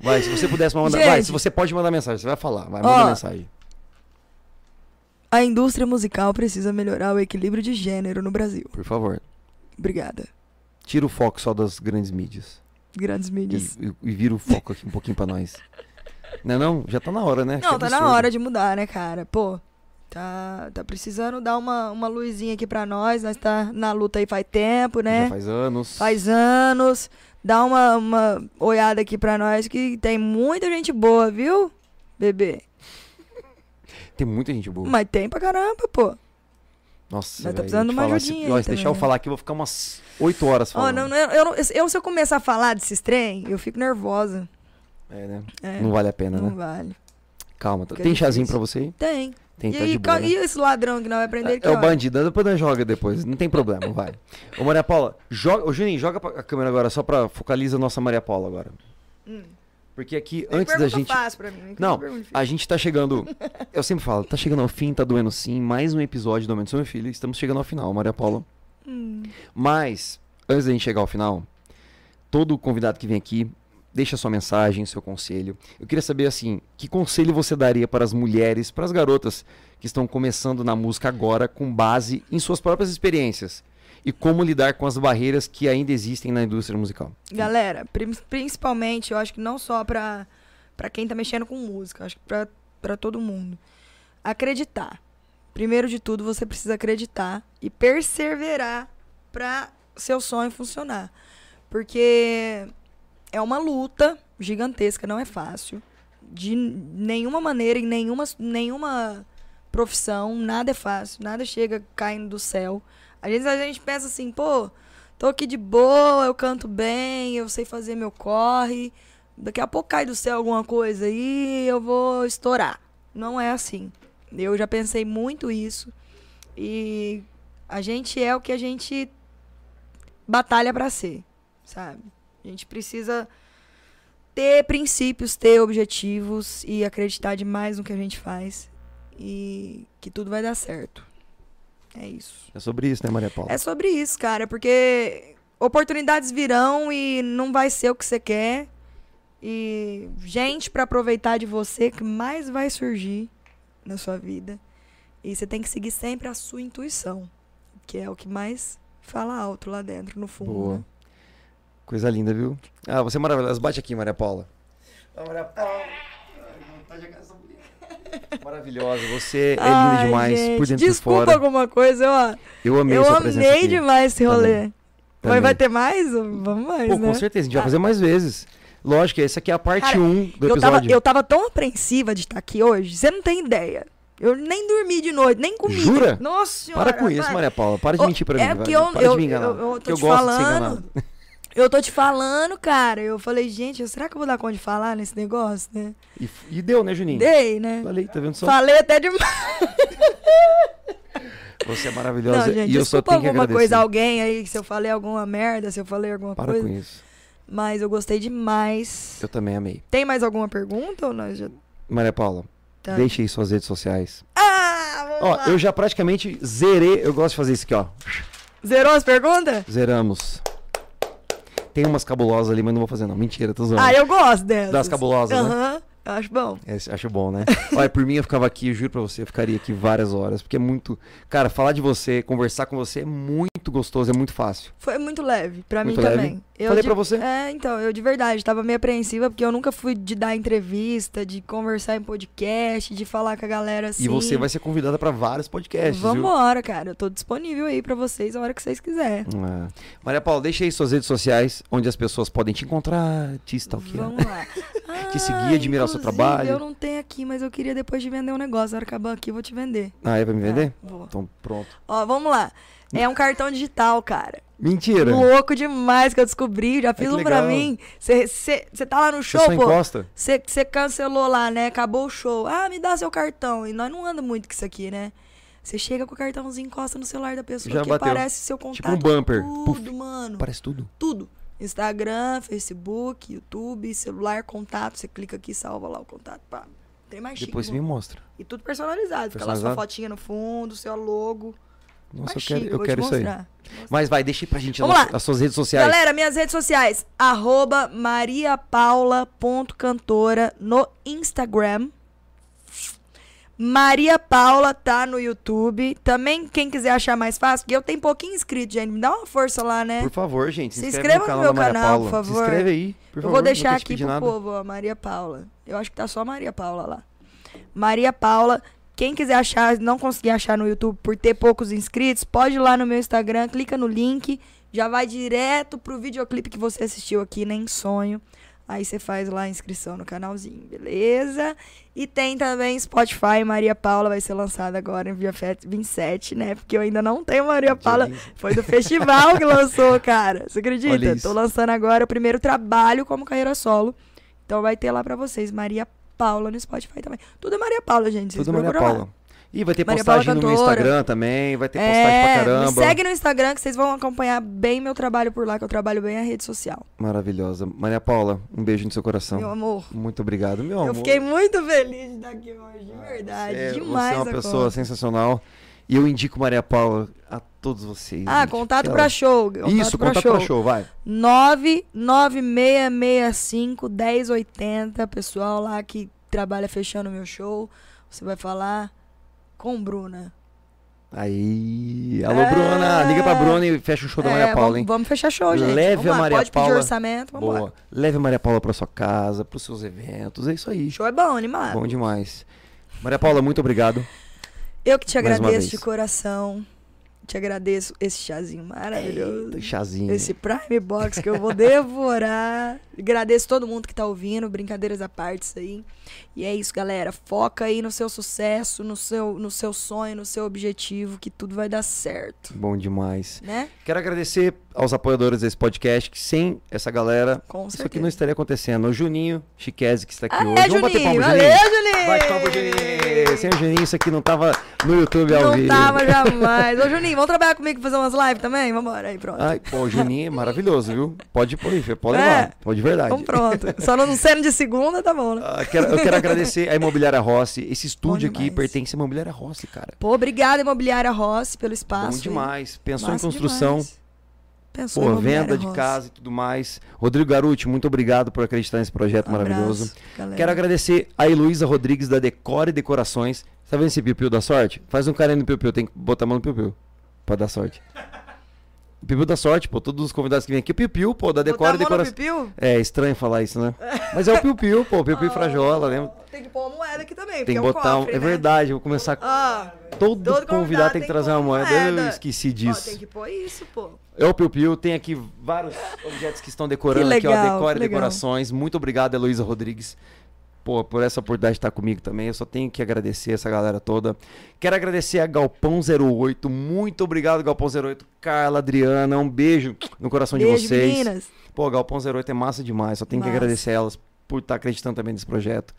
Vai, se você pudesse mandar.
Gente.
Vai, se você pode mandar mensagem, você vai falar. Vai, manda
Ó.
mensagem.
A indústria musical precisa melhorar o equilíbrio de gênero no Brasil.
Por favor.
Obrigada.
Tira o foco só das grandes mídias.
Grandes
E,
mídias.
e, e vira o foco aqui um pouquinho pra nós. Não é não? Já tá na hora, né?
Não,
Que
tá
absurdo.
na hora de mudar, né, cara? Pô, tá, tá precisando dar uma, uma luzinha aqui pra nós. Nós tá na luta aí faz tempo, né?
Já faz anos.
Faz anos. Dá uma, uma olhada aqui pra nós que tem muita gente boa, viu? Bebê.
Tem muita gente boa.
Mas tem pra caramba, pô.
Nossa,
Mas tá
velho,
precisando
te
de uma
falar, se-
ajudinha
ó,
aí
se deixar eu
também, né?
falar aqui, eu vou ficar umas 8 horas
Ó,
falando.
não, não- eu, não- eu, se eu começar a falar desses trem, eu fico nervosa.
É, né?
É,
Não vale a pena,
não
né?
vale.
Calma. tá-
Fica
Tem chazinho
difícil.
pra você aí?
Tem.
Tem,
e
tá
aí,
de boa,
qual-
né?
e esse ladrão que não vai prender que
É o
hora?
bandido, anda pra nós joga depois, não tem problema, vai. Ô Maria Paula, joga, ô Juninho, joga pra- a câmera agora, só pra focalizar a nossa Maria Paula agora.
Hum.
Porque aqui,
Nem
antes da
pergunta
gente...
fácil pra mim,
Não,
pergunta difícil.
a gente tá chegando. Eu sempre falo, tá chegando ao fim, tá doendo sim. Mais um episódio do Aumento do Seu Meu Filho. Estamos chegando ao final, Maria Paula.
Hum.
Mas, antes da gente chegar ao final, todo convidado que vem aqui, deixa sua mensagem, seu conselho. Eu queria saber, assim, que conselho você daria para as mulheres, para as garotas que estão começando na música agora, com base em suas próprias experiências? E como lidar com as barreiras que ainda existem na indústria musical?
Galera, prim- principalmente, eu acho que não só pra, pra quem tá mexendo com música, eu acho que pra, pra todo mundo. Acreditar. Primeiro de tudo, você precisa acreditar e perseverar pra seu sonho funcionar. Porque é uma luta gigantesca, não é fácil. De nenhuma maneira, em nenhuma, nenhuma profissão, nada é fácil, nada chega caindo do céu. Às vezes a gente pensa assim, pô, tô aqui de boa, eu canto bem, eu sei fazer meu corre, daqui a pouco cai do céu alguma coisa e eu vou estourar. Não é assim. Eu já pensei muito isso e a gente é o que a gente batalha pra ser, sabe? A gente precisa ter princípios, ter objetivos e acreditar demais no que a gente faz e que tudo vai dar certo. É isso.
É sobre isso, né, Maria Paula?
É sobre isso, cara, porque oportunidades virão e não vai ser o que você quer. E gente pra aproveitar de você que mais vai surgir na sua vida. E você tem que seguir sempre a sua intuição, que é o que mais fala alto lá dentro, no fundo.
Boa.
né?
Coisa linda, viu? Ah, você é maravilhosa. Bate aqui, Maria Paula.
Maria Paula.
Maravilhosa, você é linda
Ai,
demais, por
gente,
dentro e por
Desculpa
fora.
alguma coisa, ó.
Eu amei
Eu
sua presença
amei
aqui.
demais esse rolê. Vai,
também.
vai ter mais? Vamos mais,
Pô,
né?
com certeza, a gente vai fazer mais vezes. Lógico, essa aqui é a parte
Cara,
1 um do
eu, tava,
episódio.
eu tava tão apreensiva de estar aqui hoje, você não tem ideia. Eu nem dormi de noite, nem comi.
Jura?
Nossa senhora.
Para com isso, Maria Paula. Para de
Ô,
mentir pra mim.
é
vai.
porque eu-
para de
eu-
me enganar.
eu- eu tô
porque eu
te
gosto de ser
falando.
enganado.
Eu tô te falando, cara. Eu falei, gente, será que eu vou dar conta de falar nesse negócio, né?
E, f- e deu, né, Juninho?
Dei, né?
Falei, tá vendo só?
Falei até demais.
Você é
Não,
maravilhosa
gente,
e eu só
desculpa
tenho que
alguma
agradecer.
coisa a alguém aí, se eu falei alguma merda, se eu falei alguma
Para
coisa.
com isso.
Mas eu gostei demais.
Eu também amei.
Tem mais alguma pergunta ou nós já
Maria Paula,
tá?
deixa aí suas redes sociais.
Ah, vamos
Ó,
lá.
eu já praticamente zerei. Eu gosto de fazer isso aqui, ó.
Zerou as perguntas?
Zeramos. Tem umas cabulosas ali, mas não vou fazer, não. Mentira, tô zoando.
Ah, eu gosto dessas.
Das cabulosas, né?
Aham, eu acho bom.
Esse- acho bom, né? Olha, por mim eu ficava aqui, eu juro pra você, eu ficaria aqui várias horas, porque é muito. Cara, falar de você, conversar com você é muito gostoso, é muito fácil.
Foi muito leve, pra
Muito
mim
leve.
também. Eu
Falei
de-
pra você.
É, então, eu de verdade tava meio apreensiva, porque eu nunca fui de dar entrevista, de conversar em podcast, de falar com a galera assim.
E você vai ser convidada pra vários podcasts, viu?
Vambora, cara. Eu tô disponível aí pra vocês a hora que vocês quiserem.
Ah. Maria Paula, deixa aí suas redes sociais, onde as pessoas podem te encontrar, te stalkear.
Vamos lá.
Te
Ah,
é. seguir, admirar o seu
inclusive,
trabalho.
Eu não tenho aqui, mas eu queria depois de vender um negócio. A hora que acabar aqui, eu vou te vender.
Ah, é pra me vender?
Tá, vou.
Então, pronto.
Ó, vamos lá. É um cartão digital, cara.
Mentira!
Louco demais que eu descobri. Já fiz
É que
um pra
legal.
mim. Você tá lá no
Você
show,
só
pô.
encosta?
Você cancelou lá, né? Acabou o show. Ah, me dá seu cartão. E nós não andamos muito com isso aqui, né? Você chega com o cartãozinho, encosta no celular da pessoa,
Já
que
bateu.
aparece seu contato.
Tipo um bumper.
Tudo,
Puf.
mano.
Parece tudo.
Tudo. Instagram, Facebook, YouTube, celular, contato. Você clica aqui, salva lá o contato. Pá. Tem mais chique.
Depois você me
mano.
mostra.
E tudo personalizado. Fica lá sua
Personalizado?
fotinha no fundo, seu logo.
Nossa,
mais
eu quero,
chique,
eu
Ah, vou
quero
te
isso aí.
mostrar.
Mas vai, deixa aí pra gente
Vamos
as,
lá.
as suas redes sociais.
Galera, minhas redes sociais, arroba mariapaula.cantora no Instagram. Maria Paula tá no YouTube. Também, quem quiser achar mais fácil, porque eu tenho pouquinho inscrito, gente. Me dá uma força lá, né?
Por favor, gente, se,
Se
inscreve,
inscreva
no canal
no meu
da Maria
canal,
Paula.
por
Se
favor.
inscreve aí, por
eu
favor.
vou
nunca
deixar
te
aqui
pedi
pro
nada.
povo, ó, Maria Paula. Eu acho que tá só Maria Paula lá. Maria Paula. Quem quiser achar, não conseguir achar no YouTube por ter poucos inscritos, pode ir lá no meu Instagram, clica no link, já vai direto pro videoclipe que você assistiu aqui, nem sonho. Aí você faz lá a inscrição no canalzinho, beleza? E tem também Spotify, Maria Paula vai ser lançada agora em Via Fet 27, né? Porque eu ainda não tenho Maria Paula. Foi do festival que lançou, cara. Você
Olha
acredita?
isso.
Tô lançando agora o primeiro trabalho como carreira solo. Então vai ter lá pra vocês, Maria Paula no Spotify também. Tudo é Maria Paula, gente. Vocês
Tudo Maria
procuram lá.
Paula. E vai ter
Maria Paula é
postagem no meu
cantora.
Instagram também, vai ter postagem
É,
pra caramba.
me segue no Instagram que vocês vão acompanhar bem meu trabalho por lá, que eu trabalho bem a rede social.
Maravilhosa. Maria Paula, um beijo no seu coração.
Meu amor.
Muito obrigado, meu amor.
Eu fiquei muito feliz de estar aqui hoje, de verdade.
Você é-
Demais
Você é uma
a
pessoa
conta.
sensacional. E eu indico Maria Paula a todos vocês.
Ah,
gente,
contato
porque
pra
ela-
show. Contato
Isso,
pra
contato
show.
pra show, vai.
99665 1080, pessoal lá que trabalha fechando meu show. Você vai falar com Bruna.
Aí. Alô,
É.
Bruna. Liga pra Bruna e fecha o show da
É,
Maria Paula,
vamos,
hein?
vamos fechar show, gente.
Leve
Vamos
a
lá,
Maria
Pode
Paula.
pedir orçamento, vamos
Boa. Leve a Maria Paula pra sua casa, pros seus eventos. É isso aí.
Show é bom, animado.
Bom demais. Maria Paula, muito obrigado.
Eu que te
Mais uma
agradeço de
vez.
coração. Te agradeço esse chazinho maravilhoso.
Eita, chazinho.
É Esse Prime Box que eu vou devorar. Agradeço todo mundo que tá ouvindo, brincadeiras à parte isso aí. E é isso, galera. Foca aí no seu sucesso, no seu, no seu sonho, no seu objetivo, que tudo vai dar certo,
Bom demais.
né?
Quero agradecer aos apoiadores desse podcast, que sem essa galera,
Com
isso aqui
certeza.
não estaria acontecendo. O Juninho Chiquese, que está aqui
Alê,
hoje.
Juninho!
Vamos bater palma,
Alê,
Juninho.
Juninho!
Bate palma, Juninho. Sem o Juninho, isso aqui não tava no YouTube ao
Não
vivo.
tava jamais. Ô, Juninho, vamos trabalhar comigo fazer umas lives também? Vambora, aí, pronto.
Ai, pô, o Juninho é maravilhoso, viu? Pode pôr, aí, Fê, pode
É.
levar. Pode de verdade.
Então pronto. Só não sendo de segunda, tá bom, né?
Ah, quero- eu quero agradecer a Imobiliária Rossi. Esse estúdio
Bom
aqui
demais.
pertence à Imobiliária Rossi, cara.
Pô, obrigada, Imobiliária Rossi, pelo espaço.
Bom
aí.
demais. Pensou em
Massa
construção,
demais. Pensou em
pô,
Imobiliária
venda de
Rossi.
casa e tudo mais. Rodrigo Garuti, muito obrigado por acreditar nesse projeto
Um
maravilhoso.
abraço, galera.
Quero agradecer a Heloísa Rodrigues da Decore e Decorações. Tá vendo esse piu-piu da sorte? Faz um carinho no piu-piu, tem que botar a mão no piu-piu pra dar sorte. Piu-piu da sorte, pô, todos os convidados que vêm aqui, o piu-piu, pô, da Decore e
Botar a mão no
Decorações.
pipiu?
É estranho falar isso, né? Mas é o piu-piu, pô, o piu-piu
Ah.
frajola, lembra?
Tem que pôr uma moeda aqui também,
Tem
porque
que
é um
botar um...
cofre,
É
né?
verdade, eu vou começar...
Ah,
Todo,
todo
convidado tem que trazer uma
pôr
moeda. Eu
moeda.
esqueci
ó,
disso.
tem que pôr isso, pô.
É o Piu Piu, tem aqui vários objetos que estão decorando
Que
aqui, ó,
legal,
decore
que legal.
decorações. Muito obrigado, Heloísa Rodrigues, pô, por essa oportunidade de estar comigo também. Eu só tenho que agradecer essa galera toda. Quero agradecer a Galpão 08. Muito obrigado, Galpão 08. Carla, Adriana, um beijo no coração de
Beijo,
vocês.
meninas.
Pô, Galpão 08 é massa demais. Só tenho que
Massa.
agradecer elas por estar acreditando também nesse projeto.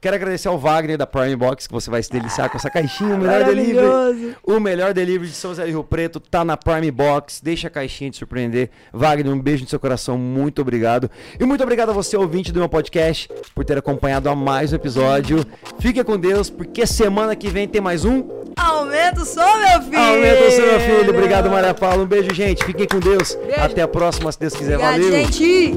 Quero agradecer ao Wagner da Prime Box, que você vai se deliciar com essa caixinha, o melhor delivery.
Maravilhoso.
O melhor delivery de São José do Rio Preto tá na Prime Box. Deixa a caixinha te surpreender. Wagner, um beijo no seu coração. Muito obrigado. E muito obrigado a você, ouvinte do meu podcast, por ter acompanhado a mais um episódio. Fica com Deus, porque semana que vem tem mais um.
Aumenta o som, meu filho.
Aumenta o seu meu filho. Obrigado, Maria Paula. Um beijo, gente. Fiquem com Deus. Até a próxima, se Deus quiser.
Obrigada,
Valeu.
gente.